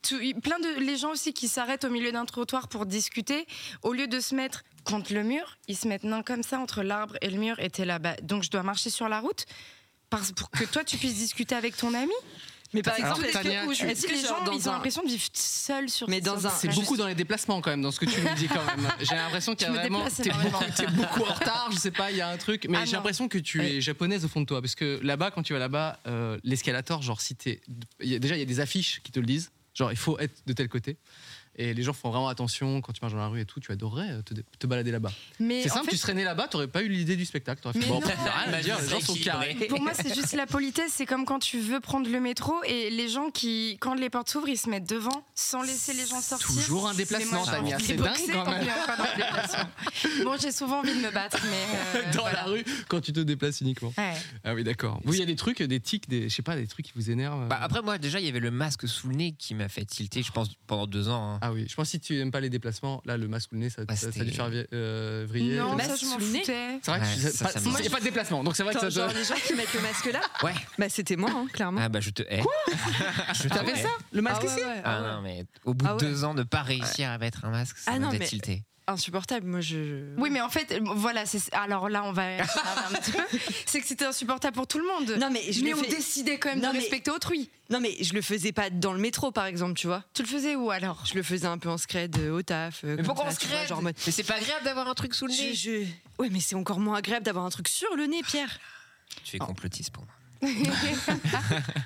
[SPEAKER 3] Tout- y- plein de les gens aussi qui s'arrêtent au milieu d'un trottoir pour discuter, au lieu de se mettre contre le mur, ils se mettent nains comme ça entre l'arbre et le mur et t'es là. Bah, donc je dois marcher sur la route parce, pour que toi tu puisses discuter avec ton ami.
[SPEAKER 5] Mais par
[SPEAKER 3] C'est
[SPEAKER 5] exemple,
[SPEAKER 3] tout-
[SPEAKER 5] est-ce que-
[SPEAKER 2] Tania,
[SPEAKER 5] ou-
[SPEAKER 2] tu-
[SPEAKER 5] est-ce
[SPEAKER 3] Est-ce que les
[SPEAKER 5] genre
[SPEAKER 3] gens
[SPEAKER 5] dans
[SPEAKER 3] ils ont
[SPEAKER 5] un-
[SPEAKER 3] l'impression de vivre seuls sur
[SPEAKER 5] Mais dans
[SPEAKER 3] sur-
[SPEAKER 5] un-
[SPEAKER 2] C'est
[SPEAKER 3] sur-
[SPEAKER 2] beaucoup dans les déplacements quand même, dans ce que tu nous dis quand même. J'ai l'impression qu'il y a
[SPEAKER 3] Je me
[SPEAKER 2] vraiment.
[SPEAKER 3] déplace
[SPEAKER 2] T'es
[SPEAKER 3] énormément.
[SPEAKER 2] beaucoup, t'es beaucoup en retard, je sais pas, il y a un truc. Mais
[SPEAKER 3] Ah
[SPEAKER 2] j'ai
[SPEAKER 3] non.
[SPEAKER 2] l'impression que tu es japonaise au fond de toi. Parce que là-bas, quand tu vas là-bas, euh, l'escalator, genre, si t'es. il y a- Déjà, il y a des affiches qui te le disent. Genre, il faut être de tel côté. Et les gens font vraiment attention quand tu marches dans la rue et tout. Tu adorerais euh, te, dé- te balader là-bas.
[SPEAKER 3] Mais
[SPEAKER 2] C'est
[SPEAKER 3] en
[SPEAKER 2] simple,
[SPEAKER 3] fait,
[SPEAKER 2] tu serais né là-bas, t'aurais pas eu l'idée du spectacle. T'aurais fait
[SPEAKER 3] Mais
[SPEAKER 2] bon,
[SPEAKER 3] non.
[SPEAKER 2] rien à dire, les gens sont
[SPEAKER 4] Bah, Équilibré.
[SPEAKER 2] carrés.
[SPEAKER 3] Pour moi, c'est juste la politesse. C'est comme quand tu veux prendre le métro et les gens qui, quand les portes s'ouvrent, ils se mettent devant sans laisser les gens sortir.
[SPEAKER 2] Toujours un
[SPEAKER 3] C'est
[SPEAKER 2] déplacement,
[SPEAKER 3] moi,
[SPEAKER 2] Tania.
[SPEAKER 3] j'ai
[SPEAKER 2] C'est
[SPEAKER 3] boxé
[SPEAKER 2] dingue, quand
[SPEAKER 3] tant
[SPEAKER 2] même.
[SPEAKER 3] qu'il y a encore dans le déplacement. Bon, j'ai souvent envie de me battre, mais. euh,
[SPEAKER 2] Dans
[SPEAKER 3] voilà.
[SPEAKER 2] la rue, quand tu te déplaces uniquement.
[SPEAKER 3] Ouais.
[SPEAKER 2] Ah oui, d'accord. Vous, il y a des trucs, des tics, des, je sais pas, des trucs qui vous énervent. euh
[SPEAKER 4] Bah, après, moi, déjà, il y avait le masque sous le nez qui m'a fait tilter, je pense, pendant deux ans. hein.
[SPEAKER 2] Ah oui, je pense que si tu n'aimes pas les déplacements, là le masque ou le nez, ça,
[SPEAKER 4] Bah,
[SPEAKER 2] ça, ça a
[SPEAKER 4] c'était-
[SPEAKER 2] dû faire vi- euh, vriller.
[SPEAKER 3] Non, Bah,
[SPEAKER 5] Mais
[SPEAKER 3] ça,
[SPEAKER 5] ça,
[SPEAKER 3] je m'en
[SPEAKER 5] sous le nez.
[SPEAKER 3] foutais.
[SPEAKER 2] C'est vrai que
[SPEAKER 4] Ouais,
[SPEAKER 2] tu-
[SPEAKER 4] ça,
[SPEAKER 2] pas-
[SPEAKER 4] ça
[SPEAKER 2] il n'y a
[SPEAKER 4] m'énerve.
[SPEAKER 2] pas de déplacement, donc c'est vrai que ça
[SPEAKER 5] Attends,
[SPEAKER 2] te.
[SPEAKER 5] genre les gens qui mettent le masque là,
[SPEAKER 4] Ouais.
[SPEAKER 5] bah c'était moi, hein, clairement.
[SPEAKER 4] Ah bah, je te hais. Je te
[SPEAKER 2] T'avais
[SPEAKER 4] hais.
[SPEAKER 2] ça Le
[SPEAKER 5] Ah
[SPEAKER 2] masque
[SPEAKER 5] ouais, ouais,
[SPEAKER 4] Ah
[SPEAKER 5] ah ouais.
[SPEAKER 4] non, mais au bout
[SPEAKER 5] Ah ouais.
[SPEAKER 4] de deux ans, ne pas réussir à mettre un masque, ça
[SPEAKER 5] Ah
[SPEAKER 4] m'a
[SPEAKER 5] non,
[SPEAKER 4] fait
[SPEAKER 5] mais-
[SPEAKER 4] tilter.
[SPEAKER 5] Insupportable, moi je. je-
[SPEAKER 3] Oui, mais en fait, euh, voilà, c'est- alors là, on va on va un petit peu. C'est que c'était insupportable pour tout le monde.
[SPEAKER 5] Non mais je
[SPEAKER 3] mais
[SPEAKER 5] le
[SPEAKER 3] on
[SPEAKER 5] fais-
[SPEAKER 3] décidait quand même
[SPEAKER 5] Non,
[SPEAKER 3] de
[SPEAKER 5] mais-
[SPEAKER 3] respecter autrui.
[SPEAKER 5] non mais je le faisais pas dans le métro par exemple, tu vois.
[SPEAKER 3] Tu le faisais où alors
[SPEAKER 5] Je le faisais un peu en scred euh, au taf. euh, comme ça, tu vois, genre en mode-
[SPEAKER 4] Mais c'est pas agréable d'avoir un truc sous le
[SPEAKER 5] Je-
[SPEAKER 4] nez.
[SPEAKER 5] je- Ouais, mais c'est encore moins agréable d'avoir un truc sur le nez, Pierre.
[SPEAKER 4] Ah, Tu es
[SPEAKER 5] Oh.
[SPEAKER 4] complotiste pour moi.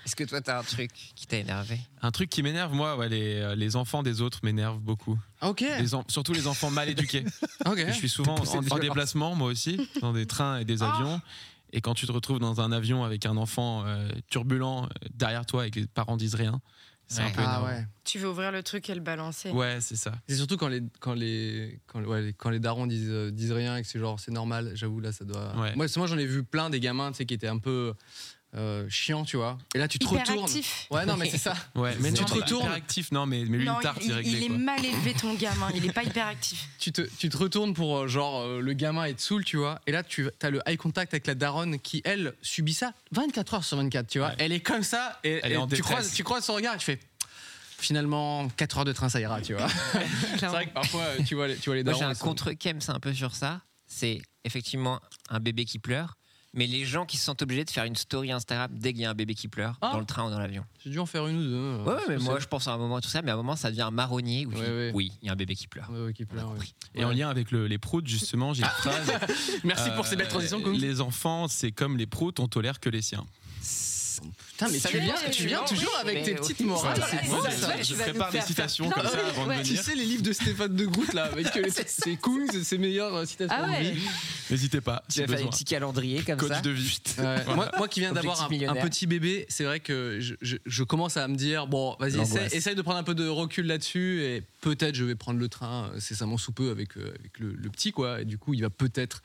[SPEAKER 4] Est-ce que toi, t'as un truc qui t'a énervé
[SPEAKER 6] Un truc qui m'énerve, moi, ouais, les, euh, les enfants des autres m'énervent beaucoup.
[SPEAKER 2] Ok,
[SPEAKER 6] Les en- surtout les enfants mal éduqués.
[SPEAKER 2] ok.
[SPEAKER 6] Je suis souvent
[SPEAKER 2] Poussé
[SPEAKER 6] en,
[SPEAKER 2] de Ah.
[SPEAKER 6] en
[SPEAKER 2] violence.
[SPEAKER 6] déplacement, moi aussi, dans des trains et des avions. Et quand tu te retrouves dans un avion avec un enfant euh, turbulent euh, derrière toi et que les parents disent rien, c'est un
[SPEAKER 4] Ouais.
[SPEAKER 6] peu
[SPEAKER 2] Ah
[SPEAKER 6] énervant.
[SPEAKER 2] ouais.
[SPEAKER 3] Tu veux ouvrir le truc et le balancer.
[SPEAKER 6] Ouais, c'est ça.
[SPEAKER 2] C'est surtout quand les, quand les, quand, ouais, les- quand les darons disent, euh, disent rien et que c'est genre c'est normal, j'avoue, là ça doit.
[SPEAKER 6] Ouais.
[SPEAKER 2] Moi, c'est- moi j'en ai vu plein des gamins tu sais, qui étaient un peu euh, chiants, tu vois. Et là tu te retournes.
[SPEAKER 3] Hyperactif.
[SPEAKER 2] Ouais, non, mais c'est ça.
[SPEAKER 6] Ouais, mais
[SPEAKER 2] Tu
[SPEAKER 6] non,
[SPEAKER 2] te
[SPEAKER 6] mais
[SPEAKER 2] retournes.
[SPEAKER 6] hyperactif, non, mais, mais lui,
[SPEAKER 3] Non,
[SPEAKER 6] une tarte,
[SPEAKER 3] il,
[SPEAKER 6] c'est réglé.
[SPEAKER 3] il est
[SPEAKER 6] quoi.
[SPEAKER 3] mal élevé ton gamin, il est pas hyperactif.
[SPEAKER 2] tu te, tu te retournes pour euh, genre euh, le gamin est saoul, tu vois, et là tu as le eye contact avec la daronne qui elle subit ça 24 heures sur 24, tu vois.
[SPEAKER 6] Ouais.
[SPEAKER 2] Elle est comme ça et,
[SPEAKER 6] Elle est
[SPEAKER 2] et
[SPEAKER 6] en
[SPEAKER 2] tu
[SPEAKER 6] détresse.
[SPEAKER 2] croises tu croises son regard et tu fais finalement 4 heures de train ça ira, tu vois. C'est vrai que parfois euh, tu vois les, tu vois les
[SPEAKER 4] Moi,
[SPEAKER 2] darons.
[SPEAKER 4] j'ai un
[SPEAKER 2] ils sont-
[SPEAKER 4] contre-kem, c'est un peu sur ça. C'est effectivement un bébé qui pleure, mais les gens qui se sentent obligés de faire une story Instagram dès qu'il y a un bébé qui pleure,
[SPEAKER 2] Ah.
[SPEAKER 4] dans le train ou dans l'avion.
[SPEAKER 2] J'ai dû en faire une ou deux. euh,
[SPEAKER 4] Ouais, ouais, mais
[SPEAKER 2] parce que
[SPEAKER 4] moi, je pense à un moment à tout ça, mais à un moment, ça devient un marronnier où tu
[SPEAKER 2] Ouais,
[SPEAKER 4] dis,
[SPEAKER 2] ouais.
[SPEAKER 4] oui, il y a un bébé qui pleure.
[SPEAKER 2] c'est- Ouais, ouais, qui pleure, ouais.
[SPEAKER 6] Et en lien avec le- les proutes, justement, j'ai une phrase.
[SPEAKER 2] Merci
[SPEAKER 6] euh,
[SPEAKER 2] pour ces belles transitions. Koum.
[SPEAKER 6] Les enfants, c'est comme les proutes, on tolère que les siens.
[SPEAKER 2] Putain, mais
[SPEAKER 4] Ça
[SPEAKER 2] tu
[SPEAKER 4] dépend
[SPEAKER 2] viens,
[SPEAKER 4] ce que
[SPEAKER 2] tu
[SPEAKER 4] tu
[SPEAKER 2] viens
[SPEAKER 4] vends,
[SPEAKER 2] toujours
[SPEAKER 4] oui,
[SPEAKER 2] avec
[SPEAKER 4] mais
[SPEAKER 2] tes
[SPEAKER 4] oui.
[SPEAKER 2] petites morales.
[SPEAKER 4] Ouais,
[SPEAKER 2] c'est-
[SPEAKER 4] ouais,
[SPEAKER 2] moi,
[SPEAKER 4] ouais,
[SPEAKER 2] c'est ça.
[SPEAKER 4] ouais,
[SPEAKER 6] je
[SPEAKER 4] tu vas
[SPEAKER 6] prépare
[SPEAKER 4] nous
[SPEAKER 6] des
[SPEAKER 4] faire
[SPEAKER 6] citations
[SPEAKER 5] plein
[SPEAKER 6] comme ça
[SPEAKER 5] de-
[SPEAKER 6] avant
[SPEAKER 5] ouais.
[SPEAKER 6] de
[SPEAKER 2] Tu
[SPEAKER 6] venir.
[SPEAKER 2] sais, les livres de Stéphane de Groot, là, avec euh, les- ses Koum, c'est ses meilleures euh, citations.
[SPEAKER 5] Ah ouais.
[SPEAKER 6] N'hésitez pas.
[SPEAKER 4] Tu
[SPEAKER 6] si
[SPEAKER 4] vas faire des
[SPEAKER 6] besoin.
[SPEAKER 4] petits calendriers comme
[SPEAKER 6] Coach
[SPEAKER 4] ça.
[SPEAKER 6] de vie.
[SPEAKER 2] Ouais. moi, moi qui viens
[SPEAKER 4] Objectif
[SPEAKER 2] d'avoir un, un
[SPEAKER 4] millionnaire.
[SPEAKER 2] petit bébé, c'est vrai que je, je- je commence à me dire bon, vas-y, essaye,
[SPEAKER 4] L'angoisse.
[SPEAKER 2] essaye de prendre un peu de recul là-dessus et peut-être je vais prendre le train, euh, c'est ça mon sous peu avec, euh, avec le, le petit quoi. Et du coup, il va peut-être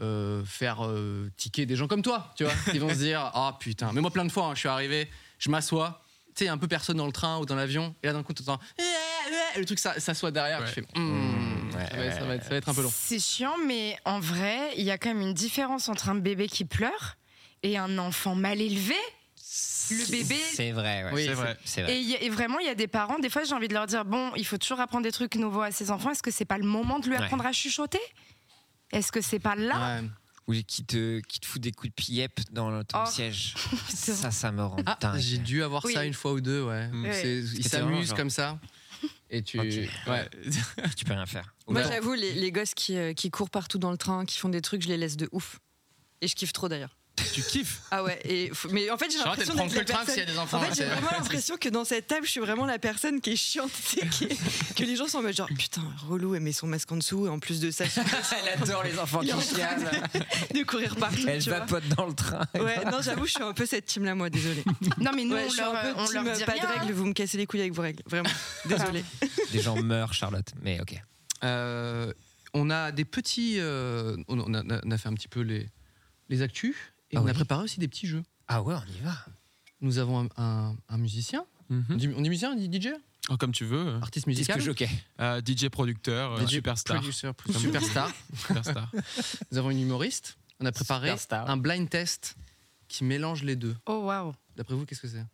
[SPEAKER 2] euh, faire euh, tiquer des gens comme toi, tu vois. Ils vont se dire ah putain. Mais moi, plein de fois, hein, je suis arrivé, je m'assois. Tu sais, un peu personne dans le train ou dans l'avion, et là d'un coup, tu entends le truc ça- s'assoit derrière.
[SPEAKER 6] Ouais.
[SPEAKER 2] Tu fais Hmm,
[SPEAKER 4] Mmh, Ouais,
[SPEAKER 2] ça, va, ça va être, ça va être un peu long.
[SPEAKER 3] C'est chiant, mais en vrai, il y a quand même une différence entre un bébé qui pleure et un enfant mal élevé. Le bébé.
[SPEAKER 4] C'est vrai, ouais.
[SPEAKER 2] Oui,
[SPEAKER 6] C'est vrai.
[SPEAKER 4] C'est
[SPEAKER 3] Et,
[SPEAKER 4] vrai.
[SPEAKER 3] il y a- et vraiment, il y a des parents, des fois, j'ai envie de leur dire bon, il faut toujours apprendre des trucs nouveaux à ses enfants. Est-ce que c'est pas le moment de lui
[SPEAKER 4] Ouais.
[SPEAKER 3] apprendre à chuchoter Est-ce que c'est pas là
[SPEAKER 2] Ouais.
[SPEAKER 4] Ou qui te, qui te fout des coups de piep dans le- ton
[SPEAKER 3] Oh.
[SPEAKER 4] siège.
[SPEAKER 3] C'est vrai.
[SPEAKER 4] ça, ça me rend
[SPEAKER 2] Ah,
[SPEAKER 4] dingue.
[SPEAKER 2] j'ai dû avoir ça
[SPEAKER 3] Oui.
[SPEAKER 2] une fois ou deux, ouais.
[SPEAKER 6] Mm.
[SPEAKER 3] Ouais.
[SPEAKER 2] C'est- Ils
[SPEAKER 4] C'était vraiment
[SPEAKER 2] s'amusent
[SPEAKER 4] genre-
[SPEAKER 2] comme ça. Et tu.
[SPEAKER 4] Ok.
[SPEAKER 2] Ouais.
[SPEAKER 4] Tu peux rien faire.
[SPEAKER 5] Moi
[SPEAKER 2] Ouais.
[SPEAKER 5] j'avoue, les, les gosses qui, euh, qui courent partout dans le train, qui font des trucs, je les laisse de ouf. Et je kiffe trop d'ailleurs.
[SPEAKER 6] Tu kiffes.
[SPEAKER 5] Ah ouais, et faut- mais en fait j'ai
[SPEAKER 2] Genre, tu
[SPEAKER 5] l'impression
[SPEAKER 2] prends
[SPEAKER 5] d'être
[SPEAKER 2] que
[SPEAKER 5] la
[SPEAKER 2] le train s'il y a
[SPEAKER 5] personne...
[SPEAKER 2] des enfants.
[SPEAKER 5] En fait,
[SPEAKER 2] ouais,
[SPEAKER 5] j'ai
[SPEAKER 2] c'est-
[SPEAKER 5] vraiment l'impression que dans cette table, je suis vraiment la personne qui est chiante, tu sais, qui- que les gens sont en mode genre putain, relou, elle met son masque en dessous, et en plus de ça,
[SPEAKER 4] Elle adore les enfants
[SPEAKER 5] Il est en
[SPEAKER 4] qui
[SPEAKER 5] train
[SPEAKER 4] chialent.
[SPEAKER 5] de courir partout.
[SPEAKER 4] Elle
[SPEAKER 5] tu vois.
[SPEAKER 4] vapote dans le train.
[SPEAKER 5] Ouais, non, j'avoue, je suis un peu cette team-là, moi, désolée.
[SPEAKER 3] Non, mais nous,
[SPEAKER 5] Ouais,
[SPEAKER 3] on,
[SPEAKER 5] je suis
[SPEAKER 3] leur,
[SPEAKER 5] un peu
[SPEAKER 3] on
[SPEAKER 5] team,
[SPEAKER 3] leur dit
[SPEAKER 5] pas
[SPEAKER 3] rien.
[SPEAKER 5] de règles, vous me cassez les couilles avec vos règles, vraiment. Désolée.
[SPEAKER 4] Des gens meurent, Charlotte. Mais ok.
[SPEAKER 2] Euh, on a des petits. euh, on, on a, on a fait un petit peu les, les actus. Et
[SPEAKER 4] Ah
[SPEAKER 2] on a
[SPEAKER 4] oui.
[SPEAKER 2] préparé aussi des petits jeux.
[SPEAKER 4] Ah ouais, on y va.
[SPEAKER 2] nous avons un, un- un musicien.
[SPEAKER 6] Hmm. Mhm.
[SPEAKER 2] On dit- On dit musicien, on dit DJ
[SPEAKER 6] Oh, comme tu veux.
[SPEAKER 2] Artiste musical.
[SPEAKER 6] Disque jockey. Euh, DJ producteur, euh,
[SPEAKER 2] DJ
[SPEAKER 6] superstar.
[SPEAKER 2] producer,
[SPEAKER 6] Comme-
[SPEAKER 2] superstar.
[SPEAKER 6] Superstar.
[SPEAKER 2] Nous avons une humoriste. On a préparé
[SPEAKER 3] Superstar.
[SPEAKER 2] un blind test qui mélange les deux.
[SPEAKER 3] Oh waouh.
[SPEAKER 2] D'après vous, qu'est-ce que c'est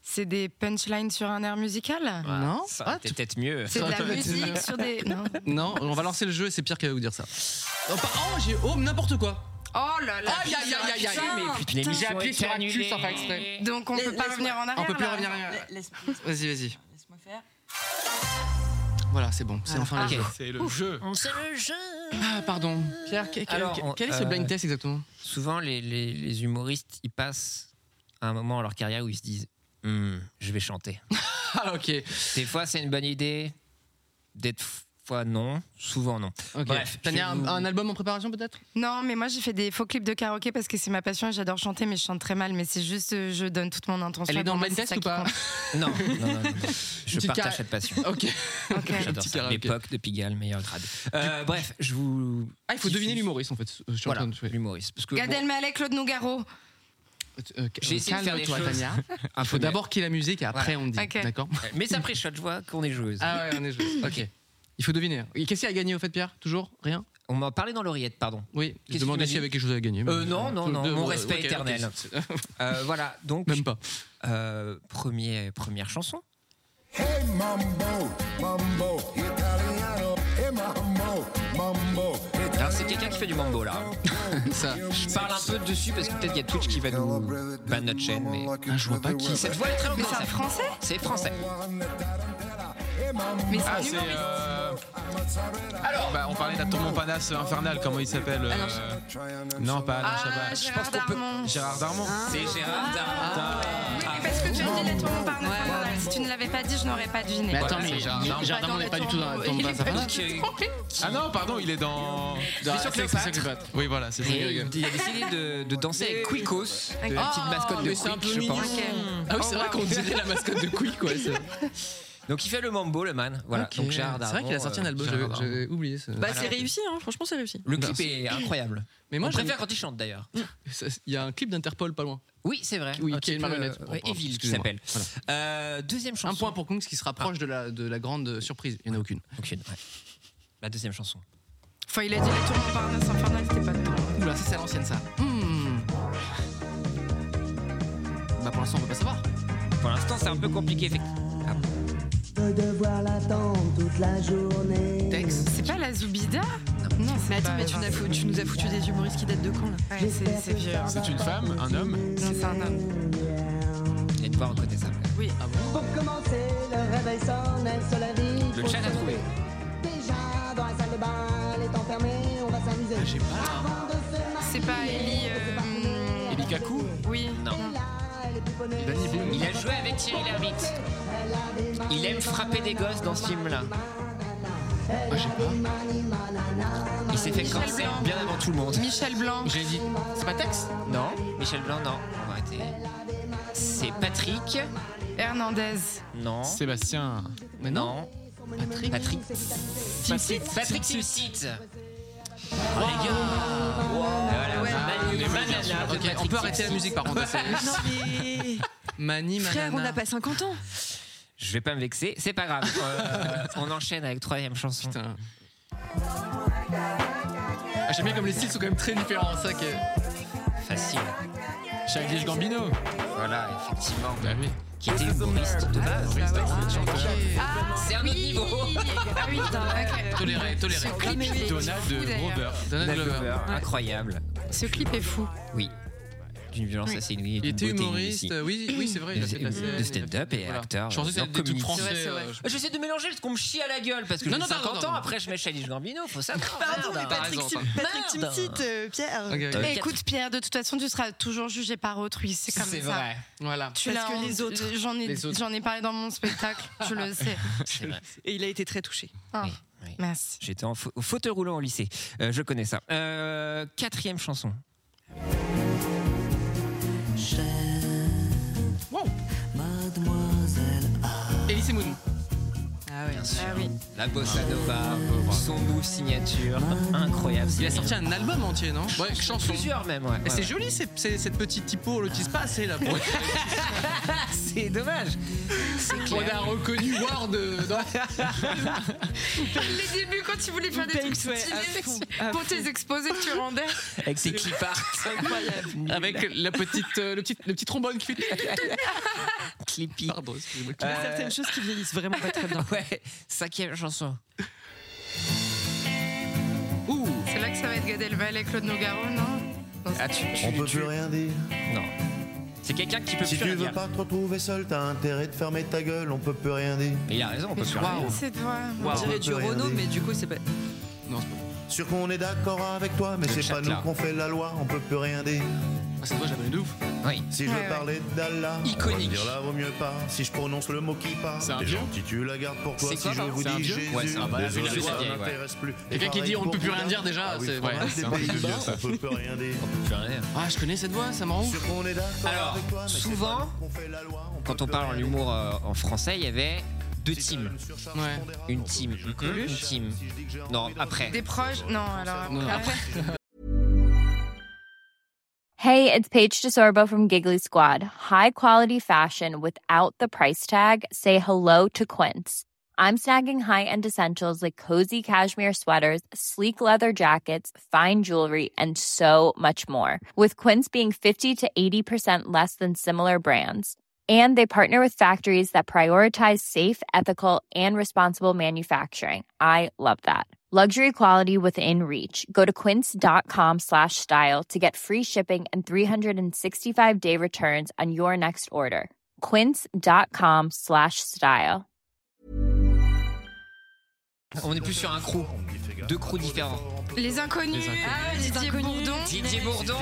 [SPEAKER 3] C'est des punchlines sur un air musical
[SPEAKER 2] Non Ah, tu-
[SPEAKER 4] peut-être mieux.
[SPEAKER 3] C'est de la musique sur des. Non.
[SPEAKER 2] Non, on va lancer le jeu, c'est Pierre qui va vous dire ça. Oh, pas- oh, j'ai. Oh, n'importe quoi
[SPEAKER 3] Oh là là
[SPEAKER 2] Aïe, aïe, aïe, aïe, aïe.
[SPEAKER 3] putain,
[SPEAKER 2] Mais putain,
[SPEAKER 3] putain.
[SPEAKER 2] j'ai appuyé sur un cul sans faire exprès.
[SPEAKER 3] Donc on peut pas revenir en arrière.
[SPEAKER 2] On peut plus
[SPEAKER 3] là.
[SPEAKER 2] revenir en arrière.
[SPEAKER 5] Laisse-moi
[SPEAKER 2] Vas-y, vas-y.
[SPEAKER 5] faire.
[SPEAKER 2] Voilà, c'est bon, c'est
[SPEAKER 5] Ah.
[SPEAKER 2] enfin le
[SPEAKER 4] Ok.
[SPEAKER 2] jeu.
[SPEAKER 6] C'est le jeu.
[SPEAKER 4] C'est le jeu.
[SPEAKER 2] Ah, pardon. Pierre, que- que-
[SPEAKER 4] Alors,
[SPEAKER 2] que-
[SPEAKER 4] on-
[SPEAKER 2] quel est ce blind
[SPEAKER 4] euh,
[SPEAKER 2] test exactement
[SPEAKER 4] souvent les, les- les humoristes ils passent à un moment dans leur carrière où ils se disent Hmm, je vais chanter
[SPEAKER 2] Ah, ok.
[SPEAKER 4] des fois c'est une bonne idée des fois non souvent non
[SPEAKER 2] Ok.
[SPEAKER 4] Bref, je vais
[SPEAKER 2] Tania, un,
[SPEAKER 4] vous-
[SPEAKER 2] un album en préparation peut-être
[SPEAKER 3] Non, mais moi j'ai fait des faux clips de karaoké parce que c'est ma passion et j'adore chanter, mais je chante très mal. Mais c'est juste, euh, je donne toute mon intention.
[SPEAKER 2] Elle est
[SPEAKER 3] et
[SPEAKER 2] dans
[SPEAKER 3] pour
[SPEAKER 2] le
[SPEAKER 3] moi,
[SPEAKER 2] blind
[SPEAKER 3] c'est
[SPEAKER 2] test
[SPEAKER 3] ça
[SPEAKER 2] ou pas
[SPEAKER 3] qui
[SPEAKER 4] non, non, non, non, non. je
[SPEAKER 2] Petit
[SPEAKER 4] partage
[SPEAKER 2] carré-
[SPEAKER 4] cette passion
[SPEAKER 2] Ok.
[SPEAKER 3] compte. Ok.
[SPEAKER 4] J'adore
[SPEAKER 2] Petit
[SPEAKER 4] ça.
[SPEAKER 2] karaoké.
[SPEAKER 4] L'époque de Pigalle, meilleur grade. Euh, bref, je vous.
[SPEAKER 2] Ah, il faut deviner l'humoriste en fait. Je suis en
[SPEAKER 4] Voilà,
[SPEAKER 2] train de- ouais.
[SPEAKER 4] l'humoriste. Parce que
[SPEAKER 3] Gad
[SPEAKER 4] bon,
[SPEAKER 3] Elmaleh, Claude Nougaro.
[SPEAKER 2] Euh,
[SPEAKER 4] J'ai essayé de faire des
[SPEAKER 2] calme-toi,
[SPEAKER 4] choses.
[SPEAKER 2] Tania.
[SPEAKER 4] un
[SPEAKER 2] Il faut
[SPEAKER 4] peu
[SPEAKER 2] d'abord qu'il y ait la musique et après on dit.
[SPEAKER 3] Ok.
[SPEAKER 2] D'accord
[SPEAKER 4] mieux. Mais après, je vois qu'on est joueuse.
[SPEAKER 2] Ah ouais, on est joué. Ok. Il faut deviner. Et Qu'est-ce qu'il y a à gagner au fait, Pierre Toujours Rien
[SPEAKER 4] On m'en parlait dans l'oreillette, pardon.
[SPEAKER 2] Oui.
[SPEAKER 4] Qu'est-ce
[SPEAKER 2] Je demandais
[SPEAKER 4] qu'il
[SPEAKER 2] s'il y
[SPEAKER 4] m'a
[SPEAKER 2] avait quelque chose à gagner. mais-
[SPEAKER 4] Euh, non, non, non,
[SPEAKER 2] De-
[SPEAKER 4] mon
[SPEAKER 2] ouais,
[SPEAKER 4] respect
[SPEAKER 2] ok, ok,
[SPEAKER 4] éternel.
[SPEAKER 2] c'est-
[SPEAKER 4] Euh, voilà, donc.
[SPEAKER 2] Même pas.
[SPEAKER 4] euh, premier- première chanson.
[SPEAKER 8] Hey mambo, mambo, italiano. Hey mambo, mambo,
[SPEAKER 4] Alors, c'est quelqu'un qui fait du mambo là.
[SPEAKER 2] Ça.
[SPEAKER 4] Je parle un peu dessus parce que peut-être il y a Twitch qui va nous ban notre chaîne, mais
[SPEAKER 2] Ah, je vois pas qui.
[SPEAKER 4] cette voix est très
[SPEAKER 3] Mais c'est un
[SPEAKER 4] reconnaissable.
[SPEAKER 3] français
[SPEAKER 4] C'est français.
[SPEAKER 3] Mais c'est
[SPEAKER 6] Ah,
[SPEAKER 3] un
[SPEAKER 6] c'est.
[SPEAKER 3] humoriste.
[SPEAKER 6] euh, Alors bah, On parlait d'Atour Montparnasse infernal, comment il s'appelle euh, Non, pas Alain
[SPEAKER 3] Ah,
[SPEAKER 6] Chabat.
[SPEAKER 3] Gérard Darmon.
[SPEAKER 6] Gérard Darmon.
[SPEAKER 4] C'est Gérard
[SPEAKER 3] Ah.
[SPEAKER 4] Darmanin.
[SPEAKER 3] Mais parce que tu as dit la tour Montparnasse infernale. Si tu ne l'avais pas dit, je n'aurais pas deviné.
[SPEAKER 2] Mais attends,
[SPEAKER 4] Voilà,
[SPEAKER 2] mais
[SPEAKER 4] c'est Gérard
[SPEAKER 2] Gérard
[SPEAKER 3] Darmon.
[SPEAKER 2] Darmon n'est pas du tout dans la tombe
[SPEAKER 3] Il est pas
[SPEAKER 2] infernale.
[SPEAKER 4] Ah, qui-
[SPEAKER 6] Ah non, pardon, il est dans.
[SPEAKER 2] Dans
[SPEAKER 4] sur
[SPEAKER 2] la sexe et
[SPEAKER 4] Cléopâtre.
[SPEAKER 2] Cléopâtre.
[SPEAKER 6] Oui, voilà, c'est ça.
[SPEAKER 4] Et il il a décidé de, de danser avec Quicos, de la
[SPEAKER 3] Oh,
[SPEAKER 4] petite mascotte
[SPEAKER 2] Ah.
[SPEAKER 4] de
[SPEAKER 2] mais c'est un
[SPEAKER 4] Quick,
[SPEAKER 2] peu
[SPEAKER 4] je
[SPEAKER 2] mignon.
[SPEAKER 4] pense.
[SPEAKER 2] Ah oui, c'est vrai qu'on dirait la mascotte de Quick, quoi. C'est
[SPEAKER 4] Donc il fait le mambo, le man. Voilà.
[SPEAKER 2] Ok.
[SPEAKER 4] Donc Gérard
[SPEAKER 2] C'est vrai qu'il a sorti un
[SPEAKER 4] Darmanin,
[SPEAKER 2] album,
[SPEAKER 4] euh,
[SPEAKER 2] j'avais-
[SPEAKER 4] Gérard Darmanin.
[SPEAKER 2] j'avais oublié ça.
[SPEAKER 5] Bah, c'est réussi, hein. franchement, c'est réussi.
[SPEAKER 4] Le clip est incroyable.
[SPEAKER 2] Mais
[SPEAKER 4] Moi,
[SPEAKER 2] moi,
[SPEAKER 4] je
[SPEAKER 2] j'aime-
[SPEAKER 4] préfère quand il chante d'ailleurs.
[SPEAKER 2] ça- il y a un clip d'Interpol pas loin.
[SPEAKER 4] Oui, c'est vrai.
[SPEAKER 2] Oui,
[SPEAKER 4] Un
[SPEAKER 2] qui est
[SPEAKER 4] petit
[SPEAKER 2] une
[SPEAKER 4] peu,
[SPEAKER 2] marionnette.
[SPEAKER 4] euh,
[SPEAKER 2] Bon,
[SPEAKER 4] ouais,
[SPEAKER 2] pardon,
[SPEAKER 4] Evil, qui
[SPEAKER 2] excusez-moi.
[SPEAKER 4] s'appelle.
[SPEAKER 2] Voilà.
[SPEAKER 4] Euh, deuxième chanson.
[SPEAKER 2] Un point pour Kung, ce qui se rapproche de la, de la grande surprise. Il n'y en a aucune.
[SPEAKER 4] Aucune, ouais. La deuxième chanson.
[SPEAKER 3] Enfin, il a dit la tour Montparnasse infernale, c'était pas dedans.
[SPEAKER 2] Oula, ça c'est à l'ancienne ça. Hmm. Bah pour l'instant on peut pas savoir.
[SPEAKER 4] Pour l'instant, c'est un peu compliqué. effectivement.
[SPEAKER 9] De devoir l'attendre toute la journée.
[SPEAKER 2] Tex.
[SPEAKER 3] C'est pas la Zoubida Non, c'est
[SPEAKER 5] Mais attends,
[SPEAKER 3] pas-
[SPEAKER 5] mais tu,
[SPEAKER 3] enfin,
[SPEAKER 5] n'as fou- tu nous as foutu des humoristes qui datent de quand là
[SPEAKER 3] Ouais, c'est c'est vieux. hein.
[SPEAKER 6] C'est une femme, un homme.
[SPEAKER 3] Non, c'est un homme.
[SPEAKER 4] Il y a une voix reconnaissable.
[SPEAKER 9] Pour commencer, le réveil sonne, elle se la vit.
[SPEAKER 4] Le chat a trouvé.
[SPEAKER 9] Déjà dans la salle de bain, elle est enfermée, on va s'amuser.
[SPEAKER 2] J'ai pas.
[SPEAKER 3] C'est pas Ellie. euh,
[SPEAKER 6] Eli Kaku
[SPEAKER 3] Oui.
[SPEAKER 4] Non. Il a joué avec Thierry Lhermitte. Il aime frapper des gosses dans ce film-là.
[SPEAKER 2] Ah, j'ai pas.
[SPEAKER 4] Il s'est fait
[SPEAKER 3] Michel
[SPEAKER 4] cancer
[SPEAKER 3] Blanc.
[SPEAKER 4] bien avant tout le monde.
[SPEAKER 3] Michel Blanc.
[SPEAKER 2] J'ai dit. C'est pas Tex
[SPEAKER 4] Non, Michel Blanc, non. On va arrêter. C'est Patrick.
[SPEAKER 3] Hernandez.
[SPEAKER 4] Non.
[SPEAKER 6] Sébastien.
[SPEAKER 2] Mais non.
[SPEAKER 4] Non. Patrick. Patrick. Patrick. Patrick Timsit. Oh les gars. Voilà, Manu- Manana de
[SPEAKER 2] Ok, on
[SPEAKER 4] Patrick
[SPEAKER 2] peut arrêter la
[SPEAKER 4] Timsit.
[SPEAKER 2] musique par contre.
[SPEAKER 5] Non,
[SPEAKER 2] c'est-
[SPEAKER 5] mais.
[SPEAKER 2] Mani,
[SPEAKER 5] Frère, on
[SPEAKER 2] Manana.
[SPEAKER 5] n'a pas 50 ans.
[SPEAKER 4] Je vais pas me vexer, c'est pas grave. Euh, on enchaîne avec troisième chanson.
[SPEAKER 2] Putain. Ah, J'aime bien comme les styles sont quand même très différents. Ça que.
[SPEAKER 4] Facile.
[SPEAKER 6] Childish Gambino.
[SPEAKER 4] Voilà, effectivement.
[SPEAKER 6] Bah oui.
[SPEAKER 4] Qui était humoriste de
[SPEAKER 2] Ah,
[SPEAKER 4] base.
[SPEAKER 2] hein.
[SPEAKER 4] C'est un autre niveau.
[SPEAKER 3] Ah oui, ok.
[SPEAKER 2] Toléré, toléré.
[SPEAKER 3] Ce clip, il est
[SPEAKER 6] Donald
[SPEAKER 3] fou, d'ailleurs.
[SPEAKER 6] Grover.
[SPEAKER 2] Donald Glover.
[SPEAKER 4] Incroyable.
[SPEAKER 3] Ce clip est fou.
[SPEAKER 4] Oui. D'une violence assez inouïe.
[SPEAKER 2] Il était humoriste. euh, Oui, oui, c'est vrai. Il a fait de la scène,
[SPEAKER 4] De
[SPEAKER 2] il a
[SPEAKER 4] stand-up
[SPEAKER 2] fait-
[SPEAKER 4] et
[SPEAKER 2] voilà.
[SPEAKER 4] acteur.
[SPEAKER 2] Je pensais que c'était des trucs
[SPEAKER 4] community.
[SPEAKER 2] français.
[SPEAKER 3] C'est vrai,
[SPEAKER 2] euh, je-
[SPEAKER 4] J'essaie de mélanger parce qu'on me chie à la gueule parce que
[SPEAKER 2] Non,
[SPEAKER 4] j'ai
[SPEAKER 2] non,
[SPEAKER 4] 50
[SPEAKER 2] pardon,
[SPEAKER 4] ans
[SPEAKER 2] pardon.
[SPEAKER 4] après je mets Chalice Gambino, faut ça.
[SPEAKER 5] Pardon, mais
[SPEAKER 2] Ah, t'as
[SPEAKER 5] Patrick,
[SPEAKER 2] raison,
[SPEAKER 5] Tim-
[SPEAKER 2] pardon.
[SPEAKER 5] Patrick
[SPEAKER 4] Merde.
[SPEAKER 5] Timsit, euh, Pierre.
[SPEAKER 2] Ok, ok.
[SPEAKER 4] Euh,
[SPEAKER 3] Écoute, Pierre, de toute façon, tu seras toujours jugé par autrui. C'est comme ça.
[SPEAKER 4] C'est vrai.
[SPEAKER 2] Voilà.
[SPEAKER 3] Tu
[SPEAKER 5] Parce
[SPEAKER 3] l'as
[SPEAKER 5] que
[SPEAKER 3] honte.
[SPEAKER 5] les autres-
[SPEAKER 3] J'en ai,
[SPEAKER 2] Les autres.
[SPEAKER 3] j'en ai parlé dans mon spectacle. tu le sais.
[SPEAKER 4] c'est vrai.
[SPEAKER 5] Et il a été très touché.
[SPEAKER 3] Ah,
[SPEAKER 4] Oui, oui.
[SPEAKER 3] Merci.
[SPEAKER 4] J'étais en fa- au fauteuil roulant au lycée. Euh, je connais ça. Euh, quatrième chanson.
[SPEAKER 2] Elise Moon.
[SPEAKER 5] Ah ouais.
[SPEAKER 4] Bien sûr. La bossa nova, son move signature, incroyable.
[SPEAKER 2] Ah. Il a sorti un album entier, non Ouais, chanson.
[SPEAKER 4] Plusieurs même, ouais.
[SPEAKER 2] Et
[SPEAKER 4] Ouais,
[SPEAKER 2] c'est
[SPEAKER 4] ouais.
[SPEAKER 2] joli c'est- c'est- cette petite typo là, qui se passe là. pour-
[SPEAKER 4] c'est dommage. C'est
[SPEAKER 2] On
[SPEAKER 4] clair.
[SPEAKER 2] a reconnu Ward. euh, dans-
[SPEAKER 3] Les débuts, quand tu voulais faire des trucs
[SPEAKER 5] ouais, à
[SPEAKER 3] stylés
[SPEAKER 5] fond,
[SPEAKER 3] pour tes exposés que tu rendais.
[SPEAKER 4] Avec Ah, ses clipards.
[SPEAKER 2] Avec la petite, euh, le, petit, le petit trombone qui fait.
[SPEAKER 4] Clippy.
[SPEAKER 2] Pardon,
[SPEAKER 4] Euh,
[SPEAKER 2] excusez-moi.
[SPEAKER 5] Il y a certaines choses qui vieillissent vraiment pas très bien.
[SPEAKER 4] Ouais, cinquième chanson.
[SPEAKER 3] C'est là que ça va être Gad Elmaleh et Claude Nougaro, non
[SPEAKER 4] Ah, tu, tu,
[SPEAKER 10] On peut
[SPEAKER 4] tu-
[SPEAKER 10] plus rien dire.
[SPEAKER 4] Non. C'est quelqu'un qui peut
[SPEAKER 10] Si
[SPEAKER 4] plus
[SPEAKER 10] tu
[SPEAKER 4] rien
[SPEAKER 10] veux
[SPEAKER 4] dire.
[SPEAKER 10] pas te retrouver seul, t'as intérêt de fermer ta gueule, on peut plus rien dire.
[SPEAKER 4] Mais il a raison, on peut
[SPEAKER 3] Mais
[SPEAKER 4] plus
[SPEAKER 3] je
[SPEAKER 4] rien
[SPEAKER 3] crois
[SPEAKER 4] dire.
[SPEAKER 3] que c'est toi.
[SPEAKER 5] On
[SPEAKER 10] On peut
[SPEAKER 5] dirait du
[SPEAKER 10] rien
[SPEAKER 5] Renault,
[SPEAKER 10] dire.
[SPEAKER 5] mais du coup, c'est pas.
[SPEAKER 2] Non, c'est pas.
[SPEAKER 10] Sûr qu'on est d'accord avec toi, mais
[SPEAKER 4] Le
[SPEAKER 10] c'est pas
[SPEAKER 4] chat, là.
[SPEAKER 10] nous qu'on fait la loi, on peut plus rien dire.
[SPEAKER 2] Ah, cette voix, je la connais de ouf.
[SPEAKER 4] Oui.
[SPEAKER 10] Si je
[SPEAKER 3] Ouais,
[SPEAKER 10] veux
[SPEAKER 3] ouais.
[SPEAKER 10] parler d'Allah,
[SPEAKER 4] Iconique.
[SPEAKER 10] on va me dire là vaut mieux pas. Si je prononce le mot qui part,
[SPEAKER 2] C'est un
[SPEAKER 10] t'es
[SPEAKER 2] vieux
[SPEAKER 10] gentil, tu la gardes pour toi.
[SPEAKER 4] C'est
[SPEAKER 10] Si
[SPEAKER 4] quoi,
[SPEAKER 10] je
[SPEAKER 4] pardon
[SPEAKER 10] vous
[SPEAKER 4] C'est un
[SPEAKER 10] dis
[SPEAKER 4] vieux
[SPEAKER 10] Jésus,
[SPEAKER 4] Ouais, c'est un balade,
[SPEAKER 10] désolé,
[SPEAKER 4] c'est un
[SPEAKER 10] ça
[SPEAKER 4] vieil, ouais.
[SPEAKER 10] m'intéresse plus. Et
[SPEAKER 2] Quelqu'un qui
[SPEAKER 10] pareil
[SPEAKER 2] dit on ne
[SPEAKER 10] pour
[SPEAKER 2] peut plus
[SPEAKER 10] Bouddha.
[SPEAKER 2] rien dire déjà.
[SPEAKER 10] Ah oui,
[SPEAKER 2] c'est-
[SPEAKER 10] Franck
[SPEAKER 2] ouais.
[SPEAKER 10] des
[SPEAKER 6] un peu vieux,
[SPEAKER 10] Pays-Bas,
[SPEAKER 6] ça.
[SPEAKER 10] on peut plus rien dire.
[SPEAKER 4] On peut plus rien dire.
[SPEAKER 2] Ah, je connais cette voix, ça me rend ouf.
[SPEAKER 10] Sûr qu'on est d'accord
[SPEAKER 4] Alors,
[SPEAKER 10] avec toi, mais c'est
[SPEAKER 4] souvent,
[SPEAKER 10] pas nous qu'on fait la loi, on
[SPEAKER 4] Quand
[SPEAKER 10] peut
[SPEAKER 4] on
[SPEAKER 10] plus
[SPEAKER 4] parle en
[SPEAKER 10] rien dire.
[SPEAKER 4] humour euh, en français, il y avait deux
[SPEAKER 10] Si t'as
[SPEAKER 4] teams.
[SPEAKER 10] une surcharge
[SPEAKER 2] Ouais.
[SPEAKER 10] pondérable,
[SPEAKER 4] Une
[SPEAKER 10] on peut
[SPEAKER 4] team,
[SPEAKER 10] plus
[SPEAKER 4] mm,
[SPEAKER 10] rien
[SPEAKER 4] mm,
[SPEAKER 10] dire.
[SPEAKER 4] une team.
[SPEAKER 10] Si je dis que j'ai
[SPEAKER 4] Non,
[SPEAKER 10] envie de
[SPEAKER 4] après.
[SPEAKER 3] Des proches Non, alors.
[SPEAKER 2] Non, non,
[SPEAKER 3] après.
[SPEAKER 1] Hey, it's Paige DeSorbo from Giggly Squad. High quality fashion without the price tag. Say hello to Quince. I'm snagging high-end essentials like cozy cashmere sweaters, sleek leather jackets, fine jewelry, and so much more. With Quince being 50 to 80% less than similar brands. And they partner with factories that prioritize safe, ethical, and responsible manufacturing. I love that. Luxury quality within reach. Go to quince.com slash style to get free shipping and 365 day returns on your next order. Quince.com slash style.
[SPEAKER 4] On est plus sur un crew. Deux crews différents.
[SPEAKER 3] Les inconnus.
[SPEAKER 6] Les Inconnus.
[SPEAKER 3] Ah, Didier Bourdon.
[SPEAKER 4] Didier Bourdon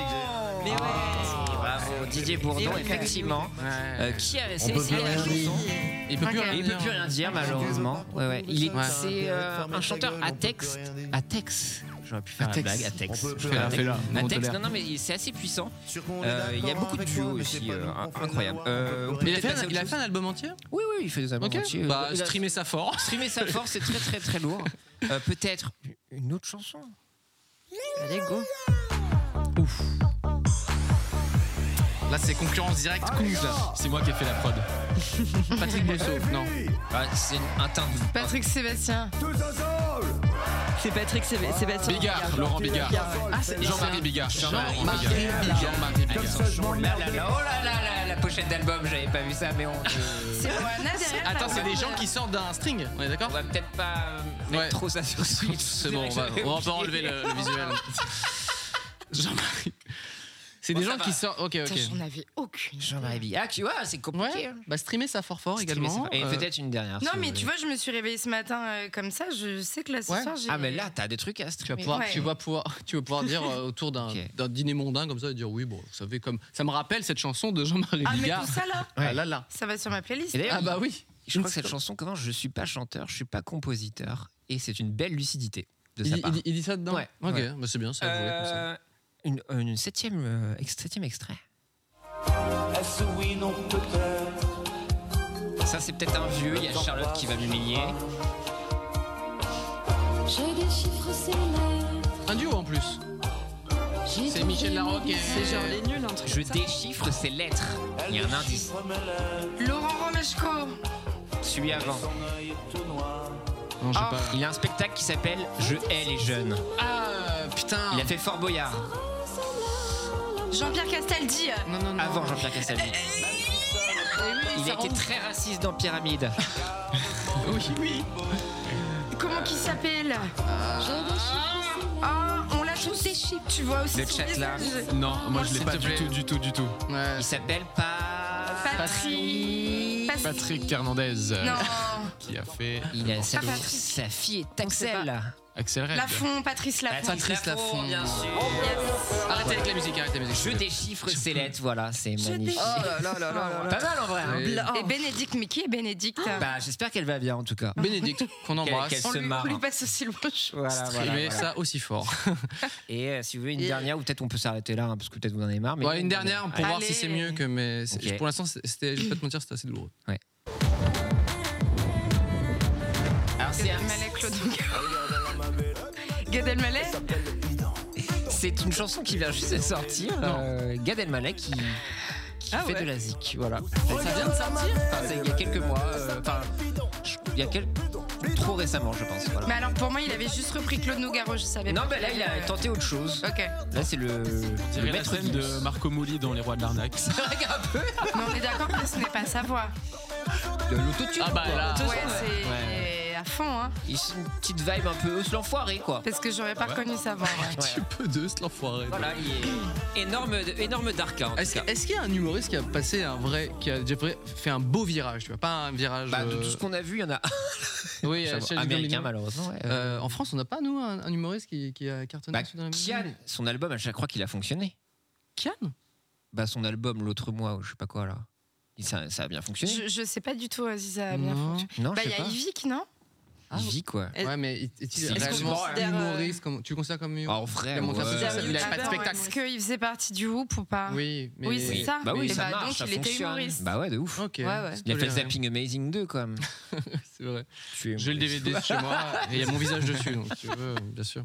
[SPEAKER 5] Mais ouais.
[SPEAKER 4] Bravo, Didier Bourdon,
[SPEAKER 5] Et oui.
[SPEAKER 4] effectivement. Euh, qui a
[SPEAKER 10] On peut plus
[SPEAKER 4] essayé la
[SPEAKER 10] rien
[SPEAKER 4] chanson
[SPEAKER 2] Il peut plus
[SPEAKER 3] Ok.
[SPEAKER 2] rien
[SPEAKER 4] Il peut plus rien dire, malheureusement. Ouais, ouais. Il est,
[SPEAKER 2] Ouais.
[SPEAKER 4] c'est euh, un chanteur à texte. À texte. J'aurais pu faire la
[SPEAKER 2] Atex.
[SPEAKER 4] blague à texte.
[SPEAKER 10] On peut
[SPEAKER 4] Je
[SPEAKER 10] plus
[SPEAKER 4] fais la
[SPEAKER 10] rien
[SPEAKER 4] texte.
[SPEAKER 10] dire.
[SPEAKER 4] La texte, non, non, mais c'est assez puissant. Euh, il y a beaucoup de duos aussi, euh, incroyable. Euh,
[SPEAKER 2] Il a,
[SPEAKER 4] Peut-être
[SPEAKER 2] fait un,
[SPEAKER 4] passer à
[SPEAKER 2] il a
[SPEAKER 4] autre
[SPEAKER 2] fait un album entier
[SPEAKER 4] Oui, oui, il fait des albums
[SPEAKER 2] Ok.
[SPEAKER 4] entiers.
[SPEAKER 2] Bah,
[SPEAKER 4] Il a-
[SPEAKER 2] streamer sa force.
[SPEAKER 4] Streamer sa force, c'est très, très, très lourd. Euh, Peut-être une autre chanson. Allez, go.
[SPEAKER 2] Là, c'est concurrence directe, Kungs, là.
[SPEAKER 6] C'est moi qui ai fait la prod.
[SPEAKER 2] Patrick Bosso. Non.
[SPEAKER 4] Ouais, Bah, c'est un teint de
[SPEAKER 3] Patrick Sébastien.
[SPEAKER 5] C'est Patrick Séb- Sébastien.
[SPEAKER 6] Bigard, Laurent Bigard.
[SPEAKER 5] Ah, c'est
[SPEAKER 6] Jean-Marie Bigard.
[SPEAKER 4] Jean-Marie
[SPEAKER 6] Jean-Marie
[SPEAKER 4] Bigard.
[SPEAKER 6] Bigard. Jean-Marie Bigard.
[SPEAKER 4] Oh là là là, oh là là là, la pochette d'album, j'avais pas vu ça, mais on,
[SPEAKER 3] C'est Moana derrière.
[SPEAKER 2] Attends,
[SPEAKER 3] la
[SPEAKER 2] c'est des
[SPEAKER 3] voix.
[SPEAKER 2] gens qui sortent d'un string, on est
[SPEAKER 4] on
[SPEAKER 2] d'accord
[SPEAKER 4] va peut-être pas euh, mettre
[SPEAKER 2] Ouais.
[SPEAKER 4] trop ça sur Switch.
[SPEAKER 2] C'est bon, on va, on va pas enlever le, le visuel. Jean-Marie. C'est des
[SPEAKER 4] Bon, ça
[SPEAKER 2] gens
[SPEAKER 4] va.
[SPEAKER 2] qui sortent. Ok,
[SPEAKER 3] Putain,
[SPEAKER 2] ok.
[SPEAKER 3] J'en avais aucune.
[SPEAKER 4] Jean-Marie Bigard. Ah, tu vois, c'est compliqué.
[SPEAKER 2] Ouais,
[SPEAKER 4] hein.
[SPEAKER 2] bah streamer sa fort fort également.
[SPEAKER 4] Et
[SPEAKER 2] euh,
[SPEAKER 4] peut-être une dernière.
[SPEAKER 3] Non,
[SPEAKER 4] si
[SPEAKER 3] mais
[SPEAKER 4] vous
[SPEAKER 3] tu
[SPEAKER 4] voulez.
[SPEAKER 3] vois, je me suis réveillée ce matin euh, comme ça. Je sais que là, ce
[SPEAKER 2] Ouais.
[SPEAKER 3] soir, j'ai.
[SPEAKER 4] Ah, mais là, t'as des trucs à
[SPEAKER 2] Tu vas,
[SPEAKER 4] streamer.
[SPEAKER 2] pouvoir,
[SPEAKER 3] Ouais.
[SPEAKER 2] tu, vas pouvoir, tu vas pouvoir dire euh, autour d'un
[SPEAKER 4] Ok.
[SPEAKER 2] d'un dîner mondain comme ça et dire oui, bon, vous savez, comme. Ça me rappelle cette chanson de Jean-Marie
[SPEAKER 3] Ah, mais
[SPEAKER 2] Bigard.
[SPEAKER 3] tout ça là,
[SPEAKER 2] Ah là là.
[SPEAKER 3] ça va sur ma playlist.
[SPEAKER 4] Et d'ailleurs,
[SPEAKER 2] Ah bah oui.
[SPEAKER 4] je crois que cette chanson commence Je suis pas chanteur, je suis pas compositeur. Et c'est une belle lucidité de
[SPEAKER 2] Il,
[SPEAKER 4] sa
[SPEAKER 2] dit-
[SPEAKER 4] part.
[SPEAKER 2] il dit- il dit ça dedans
[SPEAKER 4] Ouais,
[SPEAKER 2] Ok,
[SPEAKER 4] ouais.
[SPEAKER 2] bah c'est bien, ça. joué comme ça.
[SPEAKER 4] Euh, une, une septième, euh, ex- septième extrait. Ça, c'est peut-être un vieux. Il y a Charlotte qui va m'humilier.
[SPEAKER 2] Un duo en plus. C'est Michel Larocque et.
[SPEAKER 5] C'est genre les nuls, un truc.
[SPEAKER 4] Je déchiffre ses lettres. Il y a un indice.
[SPEAKER 3] Laurent Romeshko.
[SPEAKER 4] Celui avant.
[SPEAKER 2] Non, j'ai
[SPEAKER 3] Ah.
[SPEAKER 2] pas.
[SPEAKER 4] Il y a un spectacle qui s'appelle Je hais les jeunes.
[SPEAKER 2] Ah putain
[SPEAKER 4] Il a fait Fort Boyard
[SPEAKER 3] Jean-Pierre euh, Castaldi.
[SPEAKER 2] Non, non, non.
[SPEAKER 4] avant Jean-Pierre Castaldi. Il a été très raciste dans Pyramide.
[SPEAKER 2] Oui, oui.
[SPEAKER 3] Comment qu'il s'appelle Ah, on l'a tous déchiré. Tu vois aussi
[SPEAKER 4] Le
[SPEAKER 3] son
[SPEAKER 4] chat, là.
[SPEAKER 3] visage.
[SPEAKER 6] Non, moi je
[SPEAKER 2] Oh,
[SPEAKER 6] l'ai
[SPEAKER 2] S'il
[SPEAKER 6] pas
[SPEAKER 2] te
[SPEAKER 6] du
[SPEAKER 2] plaît.
[SPEAKER 6] tout, du tout, du tout.
[SPEAKER 2] Ouais.
[SPEAKER 4] Il s'appelle pas.
[SPEAKER 3] Patrick.
[SPEAKER 6] Patrick Hernandez euh,
[SPEAKER 3] Non.
[SPEAKER 6] qui a fait
[SPEAKER 4] Il a sa,
[SPEAKER 3] Pas Patrick.
[SPEAKER 4] sa fille est
[SPEAKER 3] sait
[SPEAKER 4] Axel.
[SPEAKER 6] Axel Red.
[SPEAKER 3] Lafont, Patrice
[SPEAKER 4] Bah,
[SPEAKER 3] Lafont.
[SPEAKER 2] Patrice Lafont.
[SPEAKER 4] bien sûr.
[SPEAKER 2] Arrêtez avec la musique, arrêtez la musique.
[SPEAKER 4] Je déchiffre ses lettres, voilà, c'est magnifique. Pas mal en vrai. hein.
[SPEAKER 2] Oui.
[SPEAKER 3] Et Bénédicte, mais qui est Bénédicte
[SPEAKER 4] Bah, j'espère qu'elle va bien en tout cas.
[SPEAKER 2] Bénédicte, qu'on embrasse.
[SPEAKER 4] Quel- quel
[SPEAKER 3] on,
[SPEAKER 4] se
[SPEAKER 3] lui,
[SPEAKER 4] marre.
[SPEAKER 3] on lui passe aussi le bonjour.
[SPEAKER 4] Voilà, voilà,
[SPEAKER 2] Streamer
[SPEAKER 4] voilà.
[SPEAKER 2] ça aussi fort.
[SPEAKER 4] Et euh, si vous voulez une
[SPEAKER 5] Et-
[SPEAKER 4] dernière, ou peut-être on peut s'arrêter là, hein, parce que peut-être vous en avez marre. Mais
[SPEAKER 2] Ouais, une dernière pour voir
[SPEAKER 3] Allez.
[SPEAKER 2] si c'est mieux que mais c'est-
[SPEAKER 4] Ok.
[SPEAKER 2] Pour l'instant, c'était, je vais pas te mentir, c'était assez douloureux.
[SPEAKER 4] Ah, c'est un-
[SPEAKER 3] Gad Elmaleh, Claude Nougaro. Gad Elmaleh
[SPEAKER 4] C'est une chanson qui vient juste de sortir. euh, Gad Elmaleh qui, qui fait de la zik. Voilà. Et ça vient de sortir. Enfin, c'est il y a quelques mois. euh, Enfin, je- il y a quelques. Trop récemment, je pense. Voilà.
[SPEAKER 3] Mais alors pour moi, il avait juste repris Claude Nougaro, je savais
[SPEAKER 4] Non,
[SPEAKER 3] pas.
[SPEAKER 4] mais là, il a tenté autre chose.
[SPEAKER 3] Ok.
[SPEAKER 4] Là, c'est le, le
[SPEAKER 6] dirait la
[SPEAKER 4] maître
[SPEAKER 6] scène de Marco Mouli dans Les Rois de l'Arnaque.
[SPEAKER 3] Mais on est d'accord que ce n'est pas sa voix.
[SPEAKER 4] L'autotune.
[SPEAKER 6] Ah bah
[SPEAKER 4] quoi.
[SPEAKER 6] là.
[SPEAKER 3] Ouais,
[SPEAKER 4] L'autotune.
[SPEAKER 3] c'est
[SPEAKER 4] Ouais.
[SPEAKER 3] à fond, hein.
[SPEAKER 4] Ils sont une petite vibe un peu Os l'enfoiré, quoi.
[SPEAKER 3] Parce que j'aurais pas
[SPEAKER 6] Ouais.
[SPEAKER 3] reconnu sa voix. ouais.
[SPEAKER 4] Ouais.
[SPEAKER 2] Tu peux de cet enfoiré.
[SPEAKER 4] Voilà, il est énorme, énorme dark. hein, en tout
[SPEAKER 2] Est-ce
[SPEAKER 4] cas.
[SPEAKER 2] que- est-ce qu'il y a un humoriste qui a passé un vrai, qui a déjà fait un beau virage, tu vois, pas un virage.
[SPEAKER 4] Bah, de
[SPEAKER 2] euh,
[SPEAKER 4] tout ce qu'on a vu, il y en a
[SPEAKER 2] oui,
[SPEAKER 4] un
[SPEAKER 2] à Chelsea
[SPEAKER 4] américain,
[SPEAKER 2] Gambino.
[SPEAKER 4] malheureusement. ouais.
[SPEAKER 2] Euh, en France, on n'a pas nous un, un humoriste qui, qui a cartonné
[SPEAKER 4] Bah,
[SPEAKER 2] dans la
[SPEAKER 4] Kian, son album, je crois qu'il a fonctionné.
[SPEAKER 2] Kian
[SPEAKER 4] Bah, son album, l'autre mois, ou je sais pas quoi, là. Il- Ça, ça a bien fonctionné.
[SPEAKER 3] Je, je sais pas du tout euh, si ça a bien
[SPEAKER 2] Non.
[SPEAKER 3] fonctionné.
[SPEAKER 4] Non,
[SPEAKER 3] Bah,
[SPEAKER 4] je
[SPEAKER 3] il
[SPEAKER 4] sais
[SPEAKER 3] y a Ah
[SPEAKER 4] pas.
[SPEAKER 3] Yvick, non
[SPEAKER 4] Il vit, quoi.
[SPEAKER 5] Est-ce-
[SPEAKER 2] Ouais, mais est- est-il
[SPEAKER 4] Est-ce qu'on
[SPEAKER 2] réellement
[SPEAKER 5] considère, euh,
[SPEAKER 2] humoriste comme- Tu le considères comme humoriste
[SPEAKER 4] En vrai,
[SPEAKER 2] Il a monté un
[SPEAKER 4] ouais.
[SPEAKER 2] petit
[SPEAKER 5] peu sa-
[SPEAKER 2] il avait pas de
[SPEAKER 3] Attends,
[SPEAKER 2] spectacle.
[SPEAKER 3] Est-ce qu'il faisait partie du groupe ou
[SPEAKER 4] euh,
[SPEAKER 3] pas
[SPEAKER 2] Oui, mais
[SPEAKER 3] Oui, c'est ça.
[SPEAKER 4] Bah oui,
[SPEAKER 3] Et
[SPEAKER 4] ça
[SPEAKER 3] bah,
[SPEAKER 4] marche,
[SPEAKER 3] donc,
[SPEAKER 4] ça
[SPEAKER 3] il était
[SPEAKER 4] fonctionne.
[SPEAKER 3] humoriste.
[SPEAKER 4] Bah ouais, de ouf.
[SPEAKER 2] Ok.
[SPEAKER 5] ouais.
[SPEAKER 4] Il a fait le
[SPEAKER 2] Toléré.
[SPEAKER 4] Zapping Amazing 2 quand même.
[SPEAKER 2] C'est vrai.
[SPEAKER 4] Tu es
[SPEAKER 2] J'ai le
[SPEAKER 4] mauvais.
[SPEAKER 2] DVD chez moi et il y a mon visage dessus, donc tu veux, bien sûr.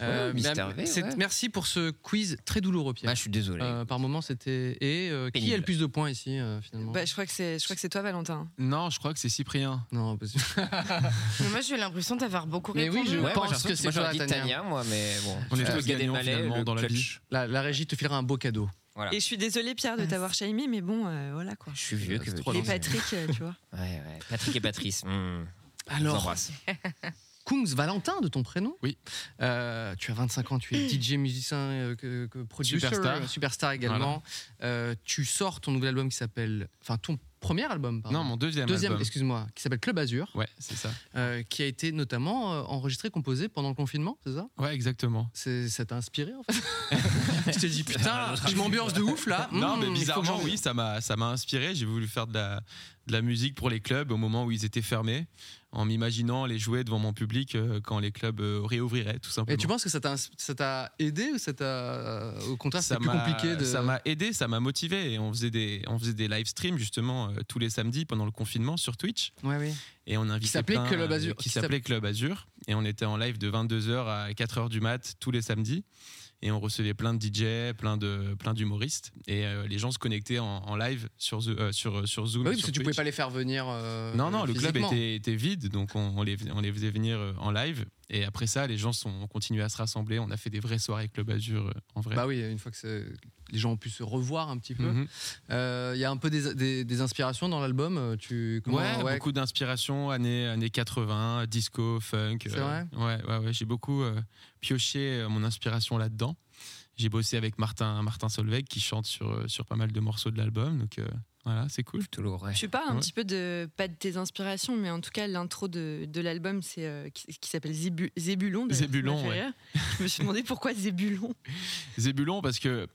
[SPEAKER 2] Euh,
[SPEAKER 4] Ouais,
[SPEAKER 2] mais-
[SPEAKER 4] Mr. V,
[SPEAKER 2] c'est-
[SPEAKER 4] ouais.
[SPEAKER 2] Merci pour ce quiz très douloureux, Pierre.
[SPEAKER 4] Bah, je suis désolé.
[SPEAKER 2] Euh, par moment, c'était. Et euh, qui
[SPEAKER 4] Pénible.
[SPEAKER 2] a le plus de points ici, euh, finalement
[SPEAKER 5] Bah, je crois que c'est je crois que c'est toi Valentin.
[SPEAKER 6] Non, je crois que c'est Cyprien.
[SPEAKER 2] Non, parce que.
[SPEAKER 3] Mais moi, j'ai eu l'impression d'avoir beaucoup
[SPEAKER 2] Mais oui,
[SPEAKER 3] répondu.
[SPEAKER 2] je-
[SPEAKER 4] Ouais, moi,
[SPEAKER 2] pense
[SPEAKER 4] j'aurais-
[SPEAKER 2] que c'est
[SPEAKER 4] moi, j'aurais
[SPEAKER 2] toi,
[SPEAKER 4] dit
[SPEAKER 2] Tania.
[SPEAKER 4] Tania, moi, mais bon.
[SPEAKER 6] On est
[SPEAKER 4] Euh,
[SPEAKER 6] tous
[SPEAKER 4] Gad
[SPEAKER 6] gagnants
[SPEAKER 4] Elmaleh,
[SPEAKER 6] finalement
[SPEAKER 4] le
[SPEAKER 6] dans la
[SPEAKER 4] clutch.
[SPEAKER 6] vie.
[SPEAKER 2] La, la régie te filera un beau cadeau.
[SPEAKER 4] Ah.
[SPEAKER 5] Et je suis désolée Pierre de t'avoir shamé mais bon euh, voilà quoi.
[SPEAKER 4] Je suis vieux que
[SPEAKER 2] C'est
[SPEAKER 4] veux-tu.
[SPEAKER 2] trop
[SPEAKER 5] Et
[SPEAKER 2] long.
[SPEAKER 5] Patrick euh, tu vois.
[SPEAKER 4] Ouais, ouais. Patrick et Patrice. hmm. On vous
[SPEAKER 2] Alors,
[SPEAKER 4] embrasse.
[SPEAKER 2] Kungs Valentin, de ton prénom
[SPEAKER 6] Oui.
[SPEAKER 2] Euh, tu as 25 ans, tu es DJ, musicien, euh, que, que producer,
[SPEAKER 6] Superstar.
[SPEAKER 2] euh, superstar également. Euh, tu sors ton nouvel album qui s'appelle. Enfin, ton premier album, pardon.
[SPEAKER 6] Non, mon deuxième.
[SPEAKER 2] Deuxième,
[SPEAKER 6] album.
[SPEAKER 2] excuse-moi, qui s'appelle Club Azur,
[SPEAKER 6] Ouais, c'est ça.
[SPEAKER 2] euh, qui a été notamment euh, enregistré, composé pendant le confinement, c'est ça
[SPEAKER 6] Ouais, exactement.
[SPEAKER 2] C'est- Ça t'a inspiré en fait Je t'ai dit putain, je m'ambiance de ouf là.
[SPEAKER 6] Non,
[SPEAKER 2] Mmh, il
[SPEAKER 6] mais
[SPEAKER 2] faut que
[SPEAKER 6] bizarrement,
[SPEAKER 2] j'en-
[SPEAKER 6] oui, ça m'a, ça m'a inspiré. J'ai voulu faire de la, de la musique pour les clubs au moment où ils étaient fermés, en m'imaginant les jouer devant mon public euh, quand les clubs euh, réouvriraient, tout simplement.
[SPEAKER 2] Et tu penses que ça t'a ins- ça t'a aidé ou ça t'a au contraire c'est
[SPEAKER 6] ça
[SPEAKER 2] plus
[SPEAKER 6] m'a-
[SPEAKER 2] compliqué de
[SPEAKER 6] ça m'a aidé, ça m'a motivé. Et on faisait des, on faisait des live streams justement euh, tous les samedis pendant le confinement sur Twitch.
[SPEAKER 2] Ouais oui.
[SPEAKER 6] Et on invitait
[SPEAKER 2] s'appelait
[SPEAKER 6] plein,
[SPEAKER 2] Club
[SPEAKER 6] euh,
[SPEAKER 2] Azur.
[SPEAKER 6] Qui
[SPEAKER 2] Qui s'appelait-
[SPEAKER 6] s'appelait Club Azur. Et on était en live de 22h à 4h du mat tous les samedis. Et on recevait plein de DJ, plein de plein d'humoristes. Et euh, les gens se connectaient en, en live sur, Zo- euh, sur, sur Zoom.
[SPEAKER 2] Bah oui,
[SPEAKER 6] sur
[SPEAKER 2] parce que tu
[SPEAKER 6] Twitch.
[SPEAKER 2] pouvais pas les faire venir. euh,
[SPEAKER 6] Non, non, le club
[SPEAKER 2] physiquement.
[SPEAKER 6] était, était vide, donc on, on les, on les faisait venir euh, en live. Et après ça, les gens sont, ont continué à se rassembler. On a fait des vraies soirées Club Azur euh, en vrai.
[SPEAKER 2] Bah oui, une fois que c'est- les gens ont pu se revoir un petit peu. Euh, Il
[SPEAKER 6] Mhm.
[SPEAKER 2] y a un peu des, des- des inspirations dans l'album. euh, Tu comment-
[SPEAKER 6] ouais, beaucoup d'inspiration, années, années 80, disco, funk.
[SPEAKER 2] C'est
[SPEAKER 6] euh, Ouais, ouais, ouais, j'ai beaucoup euh, pioché euh, mon inspiration là-dedans. J'ai bossé avec Martin, Martin Solveig qui chante sur, euh, sur pas mal de morceaux de l'album, donc euh, voilà, c'est cool.
[SPEAKER 4] Plutôt lourd, ouais.
[SPEAKER 5] Tu parles un
[SPEAKER 6] Ouais.
[SPEAKER 5] petit peu de pas de tes inspirations mais en tout cas l'intro de, de l'album c'est euh, qui, qui s'appelle Zébu- Zébulon. d'ailleurs, ça m'a
[SPEAKER 6] Zébulon,
[SPEAKER 5] fait
[SPEAKER 6] ouais.
[SPEAKER 5] rire. Je me suis demandé pourquoi Zébulon.
[SPEAKER 6] Zébulon parce que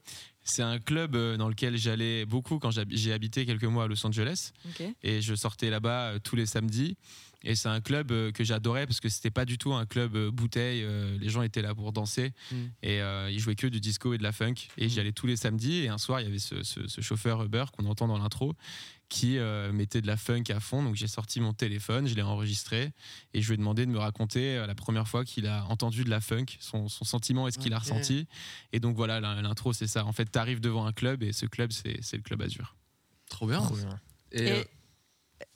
[SPEAKER 6] c'est un club euh, dans lequel j'allais beaucoup quand j'hab- j'ai habité quelques mois à Los Angeles.
[SPEAKER 5] OK.
[SPEAKER 6] et je sortais là-bas euh, tous les samedis. Et c'est un club euh, que j'adorais parce que c'était pas du tout un club euh, bouteille. euh, les gens étaient là pour danser
[SPEAKER 2] Mm.
[SPEAKER 6] et euh, ils jouaient que du disco et de la funk. Et j'y allais tous les samedis. Et un soir, il y avait ce, ce- ce chauffeur Uber qu'on entend dans l'intro qui euh, mettait de la funk à fond. Donc j'ai sorti mon téléphone, je l'ai enregistré et je lui ai demandé de me raconter euh, la première fois qu'il a entendu de la funk, son, son sentiment et ce qu'il a
[SPEAKER 2] Ok.
[SPEAKER 6] ressenti. Et donc voilà, l'in- l'intro, c'est ça. En fait, t'arrives devant un club et ce club, c'est c'est le club Azur.
[SPEAKER 2] Trop bien.
[SPEAKER 4] Trop bien.
[SPEAKER 2] Et,
[SPEAKER 5] Et
[SPEAKER 2] euh,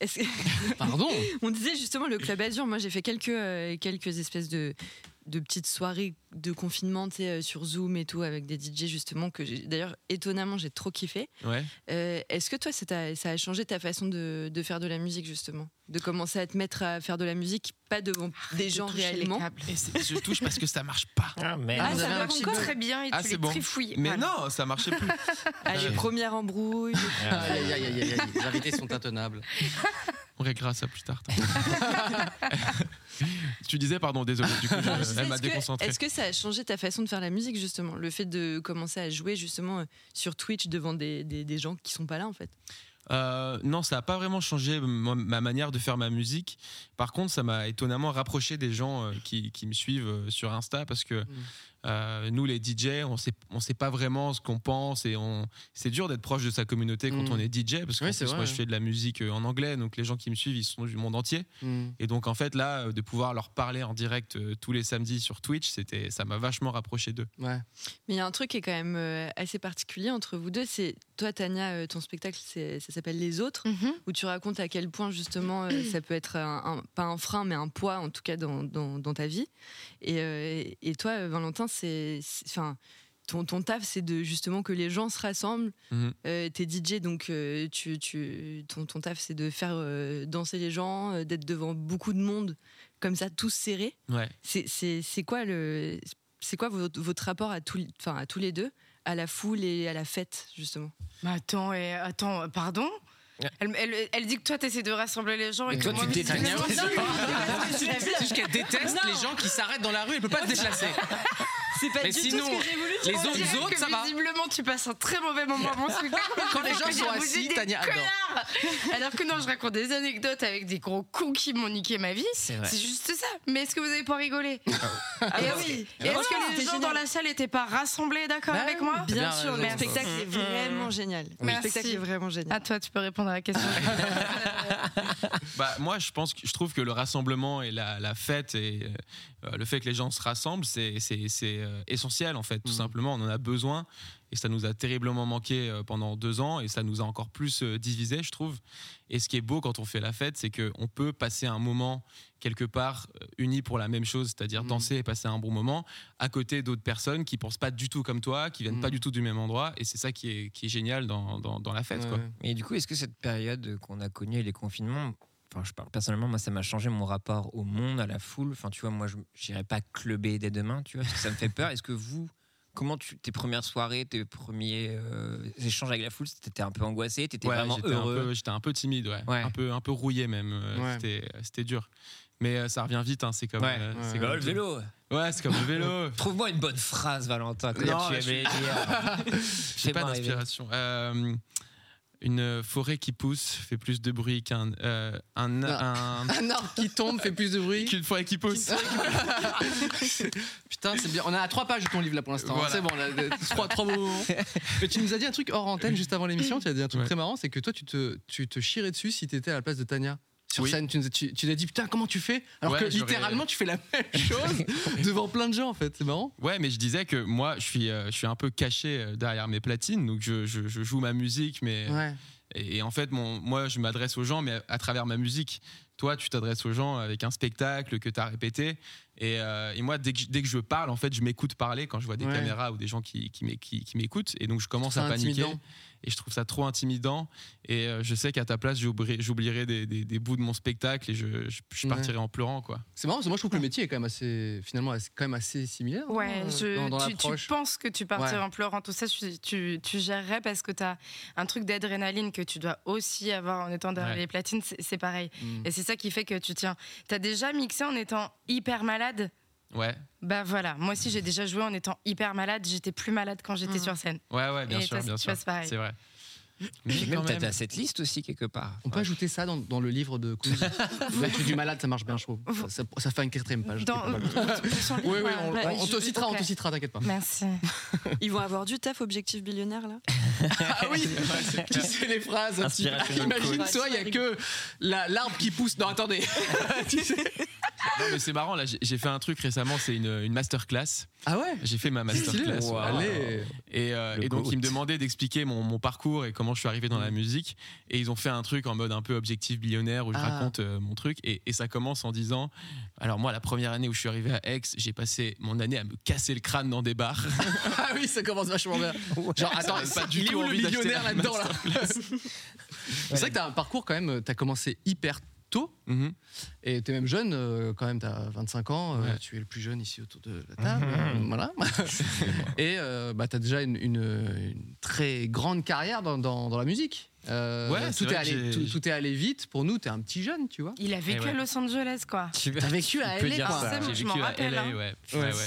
[SPEAKER 5] est-ce que-
[SPEAKER 2] pardon.
[SPEAKER 5] On disait justement le club Azur. Moi, j'ai fait quelques, euh, quelques espèces de, de petites soirées de confinement tu sais, euh, sur Zoom et tout avec des DJ justement que j'ai- d'ailleurs étonnamment j'ai trop kiffé.
[SPEAKER 6] Ouais.
[SPEAKER 5] Euh, Est-ce que toi ça, t'a- ça a changé ta façon de, de faire de la musique justement, de commencer à te mettre à faire de la musique pas devant des gens
[SPEAKER 3] Toucher les
[SPEAKER 5] réellement.
[SPEAKER 3] câbles.
[SPEAKER 6] Et c'est- je touche parce que ça marche pas.
[SPEAKER 4] Ah, merde.
[SPEAKER 5] Ah,
[SPEAKER 2] Vous
[SPEAKER 5] ça
[SPEAKER 2] avez un
[SPEAKER 5] marche
[SPEAKER 2] petit
[SPEAKER 5] encore.
[SPEAKER 3] Très bien, et
[SPEAKER 6] Ah,
[SPEAKER 3] tu
[SPEAKER 6] c'est
[SPEAKER 3] les
[SPEAKER 6] bon.
[SPEAKER 3] trifouilles.
[SPEAKER 6] Mais
[SPEAKER 3] Voilà.
[SPEAKER 6] non, ça marchait plus.
[SPEAKER 5] Allez,
[SPEAKER 6] Ouais.
[SPEAKER 5] première embrouille.
[SPEAKER 2] Aïe, aïe, aïe, aïe, aïe, aïe, Les invités sont intenables.
[SPEAKER 6] On réglera ça plus tard. t'inquiète. tu disais, pardon, désolé, du coup, je-
[SPEAKER 5] Non, je disais,
[SPEAKER 6] elle m'a
[SPEAKER 5] Est-ce que,
[SPEAKER 6] déconcentré.
[SPEAKER 5] est-ce que ça a changé ta façon de faire la musique justement, le fait de commencer à jouer justement euh, sur Twitch devant des, des- des gens qui sont pas là en fait.
[SPEAKER 6] Euh, non, ça n'a pas vraiment changé ma, ma manière de faire ma musique. Par contre, ça m'a étonnamment rapproché des gens euh, qui, qui me suivent euh, sur Insta parce que Euh, nous, les DJ, on sait, on sait pas vraiment ce qu'on pense et on, c'est dur d'être proche de sa communauté quand
[SPEAKER 2] Mm.
[SPEAKER 6] on est DJ parce que
[SPEAKER 2] Ouais, c'est vrai,
[SPEAKER 6] moi, je
[SPEAKER 2] ouais.
[SPEAKER 6] fais de la musique euh, en anglais, donc les gens qui me suivent, ils sont du monde entier.
[SPEAKER 2] Mm.
[SPEAKER 6] Et donc, en fait, là, euh, de pouvoir leur parler en direct euh, tous les samedis sur Twitch, c'était, ça m'a vachement rapproché d'eux.
[SPEAKER 2] Ouais.
[SPEAKER 5] Mais il y a un truc qui est quand même euh, assez particulier entre vous deux. C'est toi, Tania, euh, ton spectacle, c'est- ça s'appelle Les Autres,
[SPEAKER 3] Mhm.
[SPEAKER 5] où tu racontes à quel point justement euh, ça peut être un, un- pas un frein, mais un poids en tout cas dans, dans- dans ta vie. Et, euh, et toi, euh, Valentin, c'est, c'est- enfin, ton, ton taf, c'est de justement que les gens se rassemblent.
[SPEAKER 6] Mhm.
[SPEAKER 5] Euh, T'es DJ, donc euh, tu, tu- ton, ton taf, c'est de faire euh, danser les gens, euh, d'être devant beaucoup de monde, comme ça, tous serrés.
[SPEAKER 6] Ouais.
[SPEAKER 5] C'est- C'est c'est quoi le c'est quoi votre, votre rapport à tous enfin à tous les deux à la foule et à la fête justement
[SPEAKER 3] Bah attends, et, attends, euh, pardon elle, elle- elle dit que toi, t'essaies de rassembler les gens et,
[SPEAKER 2] Mais
[SPEAKER 3] que
[SPEAKER 2] toi,
[SPEAKER 3] moi,
[SPEAKER 2] tu détestes.
[SPEAKER 3] visiblement-
[SPEAKER 2] Tania,
[SPEAKER 3] Non,
[SPEAKER 2] ouais,
[SPEAKER 3] mais-
[SPEAKER 2] c'est
[SPEAKER 3] non, mais-
[SPEAKER 2] C'est juste qu'elle déteste
[SPEAKER 3] Non.
[SPEAKER 2] les gens qui s'arrêtent dans la rue, elle peut pas se déplacer.
[SPEAKER 5] C'est
[SPEAKER 2] Mais sinon, les
[SPEAKER 3] On
[SPEAKER 2] autres,
[SPEAKER 3] dirait
[SPEAKER 2] autres,
[SPEAKER 3] que
[SPEAKER 2] ça va.
[SPEAKER 3] Visiblement, tu passes un très mauvais moment à mon spectacle.
[SPEAKER 2] Quand les gens
[SPEAKER 3] Parce que
[SPEAKER 2] sont
[SPEAKER 3] vous
[SPEAKER 2] assis,
[SPEAKER 3] êtes des
[SPEAKER 2] Tania adore.
[SPEAKER 3] connards. Alors que non, je raconte des anecdotes avec des gros cons qui m'ont niqué ma vie.
[SPEAKER 4] vrai.
[SPEAKER 3] C'est juste ça. Mais est-ce que vous avez pas rigolé
[SPEAKER 2] Ah
[SPEAKER 3] Et oui. Et
[SPEAKER 5] Ah,
[SPEAKER 3] Est-ce que
[SPEAKER 5] c'était
[SPEAKER 3] les gens
[SPEAKER 5] génial.
[SPEAKER 3] dans la salle étaient pas rassemblés, d'accord
[SPEAKER 2] Bah
[SPEAKER 3] avec
[SPEAKER 2] oui,
[SPEAKER 3] moi Mmh.
[SPEAKER 5] Bien
[SPEAKER 2] Bien
[SPEAKER 5] sûr, le
[SPEAKER 2] raison.
[SPEAKER 5] spectacle est vraiment génial. Le
[SPEAKER 3] Merci.
[SPEAKER 5] spectacle est vraiment génial.
[SPEAKER 3] À toi, tu peux répondre à la question.
[SPEAKER 6] Bah, moi, je pense que je trouve que le rassemblement et la, la fête et euh, le fait que les gens se rassemblent, c'est c'est- c'est, euh, essentiel en
[SPEAKER 2] Mm.
[SPEAKER 6] fait, tout simplement. On en a besoin et ça nous a terriblement manqué euh, pendant deux ans et ça nous a encore plus euh, divisés, je trouve. Et ce qui est beau quand on fait la fête, c'est qu'on peut passer un moment quelque part euh, unis pour la même chose, c'est-à-dire
[SPEAKER 2] Mm.
[SPEAKER 6] danser et passer un bon moment à côté d'autres personnes qui pensent pas du tout comme toi, qui viennent
[SPEAKER 2] Mm.
[SPEAKER 6] pas du tout du même endroit. Et c'est ça qui est, qui est génial dans, dans- dans la fête.
[SPEAKER 2] Ouais,
[SPEAKER 6] quoi.
[SPEAKER 2] ouais.
[SPEAKER 4] Et du coup, est-ce que cette période qu'on a connue et les confinements, enfin, je parle personnellement, moi, ça m'a changé mon rapport au monde, à la foule. Enfin, tu vois, moi, je n'irai pas clubber dès demain, tu vois, parce que ça me fait peur. Est-ce que vous, comment tu, tes premières soirées, tes premiers euh, échanges avec la foule, t'étais un peu angoissé, t'étais
[SPEAKER 6] Ouais,
[SPEAKER 4] vraiment
[SPEAKER 6] j'étais un
[SPEAKER 4] heureux
[SPEAKER 6] peu- J'étais un peu timide, ouais.
[SPEAKER 4] Ouais.
[SPEAKER 6] Un, peu, un peu rouillé même. euh,
[SPEAKER 2] Ouais.
[SPEAKER 6] C'était, c'était dur. Mais euh, ça revient vite, hein, c'est comme.
[SPEAKER 4] Ouais.
[SPEAKER 6] euh,
[SPEAKER 2] Ouais.
[SPEAKER 6] c'est
[SPEAKER 4] Oh,
[SPEAKER 6] comme
[SPEAKER 4] le vélo
[SPEAKER 6] Ouais, c'est comme le vélo.
[SPEAKER 4] Trouve-moi une bonne phrase, Valentin, que
[SPEAKER 6] Non,
[SPEAKER 4] tu euh,
[SPEAKER 6] là, je
[SPEAKER 4] aimais dire.
[SPEAKER 6] J'ai pas
[SPEAKER 4] Fais-moi rêver.
[SPEAKER 6] d'inspiration. Euh, une forêt qui pousse fait plus de bruit qu'un. euh, un,
[SPEAKER 4] Ah.
[SPEAKER 6] un-
[SPEAKER 3] Ah
[SPEAKER 2] Un arbre qui tombe fait plus de bruit.
[SPEAKER 6] qu'une forêt qui pousse.
[SPEAKER 2] Putain, c'est bien. On est à trois pages de ton livre là pour l'instant.
[SPEAKER 6] Voilà.
[SPEAKER 2] C'est bon, là, de- trois, trois beaux moments. Mais tu nous as dit un truc hors antenne juste avant l'émission. Tu as dit un truc
[SPEAKER 6] Ouais.
[SPEAKER 2] très marrant c'est que toi, tu te, tu te chierais dessus si t'étais à la place de Tania. Sur
[SPEAKER 6] Oui.
[SPEAKER 2] scène, tu nous as, tu, tu nous as dit putain, comment tu fais Alors
[SPEAKER 6] Ouais,
[SPEAKER 2] que
[SPEAKER 6] j'aurais-
[SPEAKER 2] littéralement, tu fais la même chose devant plein de gens en fait. C'est marrant.
[SPEAKER 6] Ouais, mais je disais que moi, je suis, euh, je suis un peu caché euh, derrière mes platines, donc je, je- je joue ma musique, mais. euh,
[SPEAKER 2] Ouais.
[SPEAKER 6] Et, et en fait, mon, moi, je m'adresse aux gens, mais à, à travers ma musique. Toi, tu t'adresses aux gens avec un spectacle que tu as répété. Et, euh, et moi, dès que, je- dès que je parle, en fait, je m'écoute parler quand je vois des
[SPEAKER 2] Ouais.
[SPEAKER 6] caméras ou des gens qui, qui m'é- qui- qui m'écoutent. Et donc, je commence
[SPEAKER 2] C'est
[SPEAKER 6] à paniquer.
[SPEAKER 2] intimidant.
[SPEAKER 6] Et je trouve ça trop intimidant. Et euh, je sais qu'à ta place, j'oublierai j'oublierai des, des- des bouts de mon spectacle et je, je- je
[SPEAKER 2] Ouais.
[SPEAKER 6] partirai en pleurant, quoi.
[SPEAKER 2] C'est marrant parce que moi, je trouve que le métier est quand même assez, finalement, assez- quand même assez similaire.
[SPEAKER 3] Ouais,
[SPEAKER 2] hein,
[SPEAKER 3] je-
[SPEAKER 2] dans, dans
[SPEAKER 3] tu, tu
[SPEAKER 2] l'approche.
[SPEAKER 3] penses que tu partirais
[SPEAKER 2] Ouais.
[SPEAKER 3] en pleurant, tout ça, tu, tu, tu gérerais parce que tu as un truc d'adrénaline que tu dois aussi avoir en étant derrière
[SPEAKER 6] Ouais.
[SPEAKER 3] les platines, c'est c'est pareil.
[SPEAKER 2] Mm.
[SPEAKER 3] Et c'est ça qui fait que tu tiens. Tu as déjà mixé en étant hyper malade
[SPEAKER 6] Ouais,
[SPEAKER 3] Bah voilà, moi aussi j'ai déjà joué en étant hyper malade, j'étais plus malade quand j'étais
[SPEAKER 5] Mhm.
[SPEAKER 3] sur scène.
[SPEAKER 6] ouais, ouais, bien
[SPEAKER 3] Et
[SPEAKER 6] sûr,
[SPEAKER 3] toi,
[SPEAKER 6] bien
[SPEAKER 3] tu
[SPEAKER 6] sûr.
[SPEAKER 3] passes pareil.
[SPEAKER 6] C'est vrai.
[SPEAKER 4] Puis
[SPEAKER 6] quand
[SPEAKER 4] même, t'as
[SPEAKER 6] même-
[SPEAKER 4] t'as cette liste aussi, quelque part.
[SPEAKER 2] On peut ajouter ça dans, dans le livre de Cozy. Là, tu es du malade, ça marche bien, je trouve. Ça, ça, ça fait une quatrième page.
[SPEAKER 3] Dans-
[SPEAKER 2] C'est pas mal.
[SPEAKER 3] Sans
[SPEAKER 2] Oui,
[SPEAKER 3] livre,
[SPEAKER 2] oui,
[SPEAKER 3] euh,
[SPEAKER 2] on,
[SPEAKER 3] bah,
[SPEAKER 2] on
[SPEAKER 3] je-
[SPEAKER 2] te citera, on
[SPEAKER 3] ok.
[SPEAKER 2] te citera, t'inquiète pas.
[SPEAKER 3] Merci.
[SPEAKER 5] Ils vont avoir du taf objectif billionnaire là.
[SPEAKER 2] Ah oui Qui c'est les phrases un petit peu
[SPEAKER 4] Inspirational
[SPEAKER 2] Imagine
[SPEAKER 5] quote.
[SPEAKER 2] toi, il n'y a que la- l'arbre qui pousse. Non, attendez Tu sais.
[SPEAKER 6] Non, mais c'est marrant, là, j'ai- j'ai fait un truc récemment, c'est une, une masterclass.
[SPEAKER 2] Ah ouais
[SPEAKER 6] J'ai fait ma masterclass.
[SPEAKER 4] Wow.
[SPEAKER 6] voilà.
[SPEAKER 2] Allez
[SPEAKER 6] Et, euh,
[SPEAKER 4] Le
[SPEAKER 6] et donc,
[SPEAKER 4] goat.
[SPEAKER 6] ils me demandaient d'expliquer mon, mon parcours et comment je suis arrivé dans la musique. Et ils ont fait un truc en mode un peu objectif billionnaire où je
[SPEAKER 2] Ah.
[SPEAKER 6] raconte euh, mon truc. Et, et ça commence en disant Alors, moi, la première année où je suis arrivé à Aix, j'ai passé mon année à me casser le crâne dans des bars.
[SPEAKER 2] Ah oui, ça commence vachement bien. Genre, attends,
[SPEAKER 6] donne pas du
[SPEAKER 2] il est
[SPEAKER 6] tout
[SPEAKER 2] où le
[SPEAKER 6] envie d'acheter
[SPEAKER 2] millionnaire
[SPEAKER 6] la
[SPEAKER 2] là-dedans là C'est vrai que t'as un parcours quand même, euh, t'as commencé hyper tôt.
[SPEAKER 6] Mhm.
[SPEAKER 2] Et t'es même jeune, euh, quand même, t'as 25 ans, euh,
[SPEAKER 6] Ouais. Mhm.
[SPEAKER 2] tu es le plus jeune ici autour de la table. euh, Voilà. Et euh, bah, t'as déjà une, une- une très grande carrière dans, dans- dans la musique. Euh,
[SPEAKER 6] Ouais,
[SPEAKER 2] tout,
[SPEAKER 6] c'est
[SPEAKER 2] est
[SPEAKER 6] vrai que
[SPEAKER 2] allé, tout,
[SPEAKER 6] j'ai-
[SPEAKER 2] tout est allé vite. Pour nous, t'es un petit jeune, tu vois.
[SPEAKER 3] Il a vécu
[SPEAKER 6] ouais.
[SPEAKER 3] à Los Angeles quoi.
[SPEAKER 2] T'as vécu à LA, quoi.
[SPEAKER 3] ça.
[SPEAKER 6] J'ai
[SPEAKER 3] je m'en
[SPEAKER 6] vécu à
[SPEAKER 3] rappelle,
[SPEAKER 6] LA,
[SPEAKER 3] hein.
[SPEAKER 6] ouais. Ouais, ouais.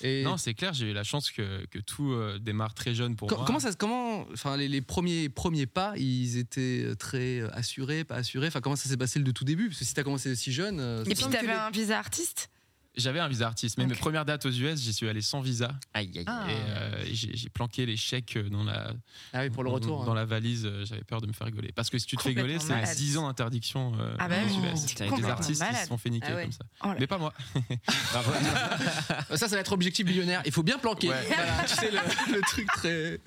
[SPEAKER 2] Et
[SPEAKER 6] Non, c'est clair, j'ai eu la chance que, que tout euh, démarre très jeune pour
[SPEAKER 2] co-
[SPEAKER 6] moi.
[SPEAKER 2] comment ça, se- comment, enfin, les, les premiers premiers pas, ils étaient euh, très euh, assurés, pas assurés. Enfin, comment ça s'est passé le tout début Parce que si t'as commencé si jeune, euh, c'est-
[SPEAKER 3] Et puis t'avais un visa artiste
[SPEAKER 6] J'avais un visa artiste, mais mes premières dates aux US, j'y suis allé sans visa.
[SPEAKER 4] aïe.
[SPEAKER 6] Et
[SPEAKER 3] Ah.
[SPEAKER 6] euh, j'ai j'ai planqué les chèques euh, dans la,
[SPEAKER 2] Ah. pour le retour,
[SPEAKER 6] Mmh, dans
[SPEAKER 2] hein.
[SPEAKER 6] la valise. euh, J'avais peur de me faire rigoler. Parce que si tu te fais
[SPEAKER 3] Complètement
[SPEAKER 6] rigoler, c'est
[SPEAKER 3] malade.
[SPEAKER 6] 10 ans d'interdiction euh,
[SPEAKER 3] Ah bah oui,
[SPEAKER 6] aux US.
[SPEAKER 3] t'es
[SPEAKER 6] C'est des
[SPEAKER 3] complètement
[SPEAKER 6] artistes qui
[SPEAKER 3] malade.
[SPEAKER 6] se sont fait niquer
[SPEAKER 3] Ah ouais.
[SPEAKER 6] comme ça.
[SPEAKER 3] Oh là
[SPEAKER 6] mais pas moi.
[SPEAKER 2] ça, ça va être objectif millionnaire. Il faut bien planquer.
[SPEAKER 6] Ouais.
[SPEAKER 2] Voilà, tu sais, le, le truc très.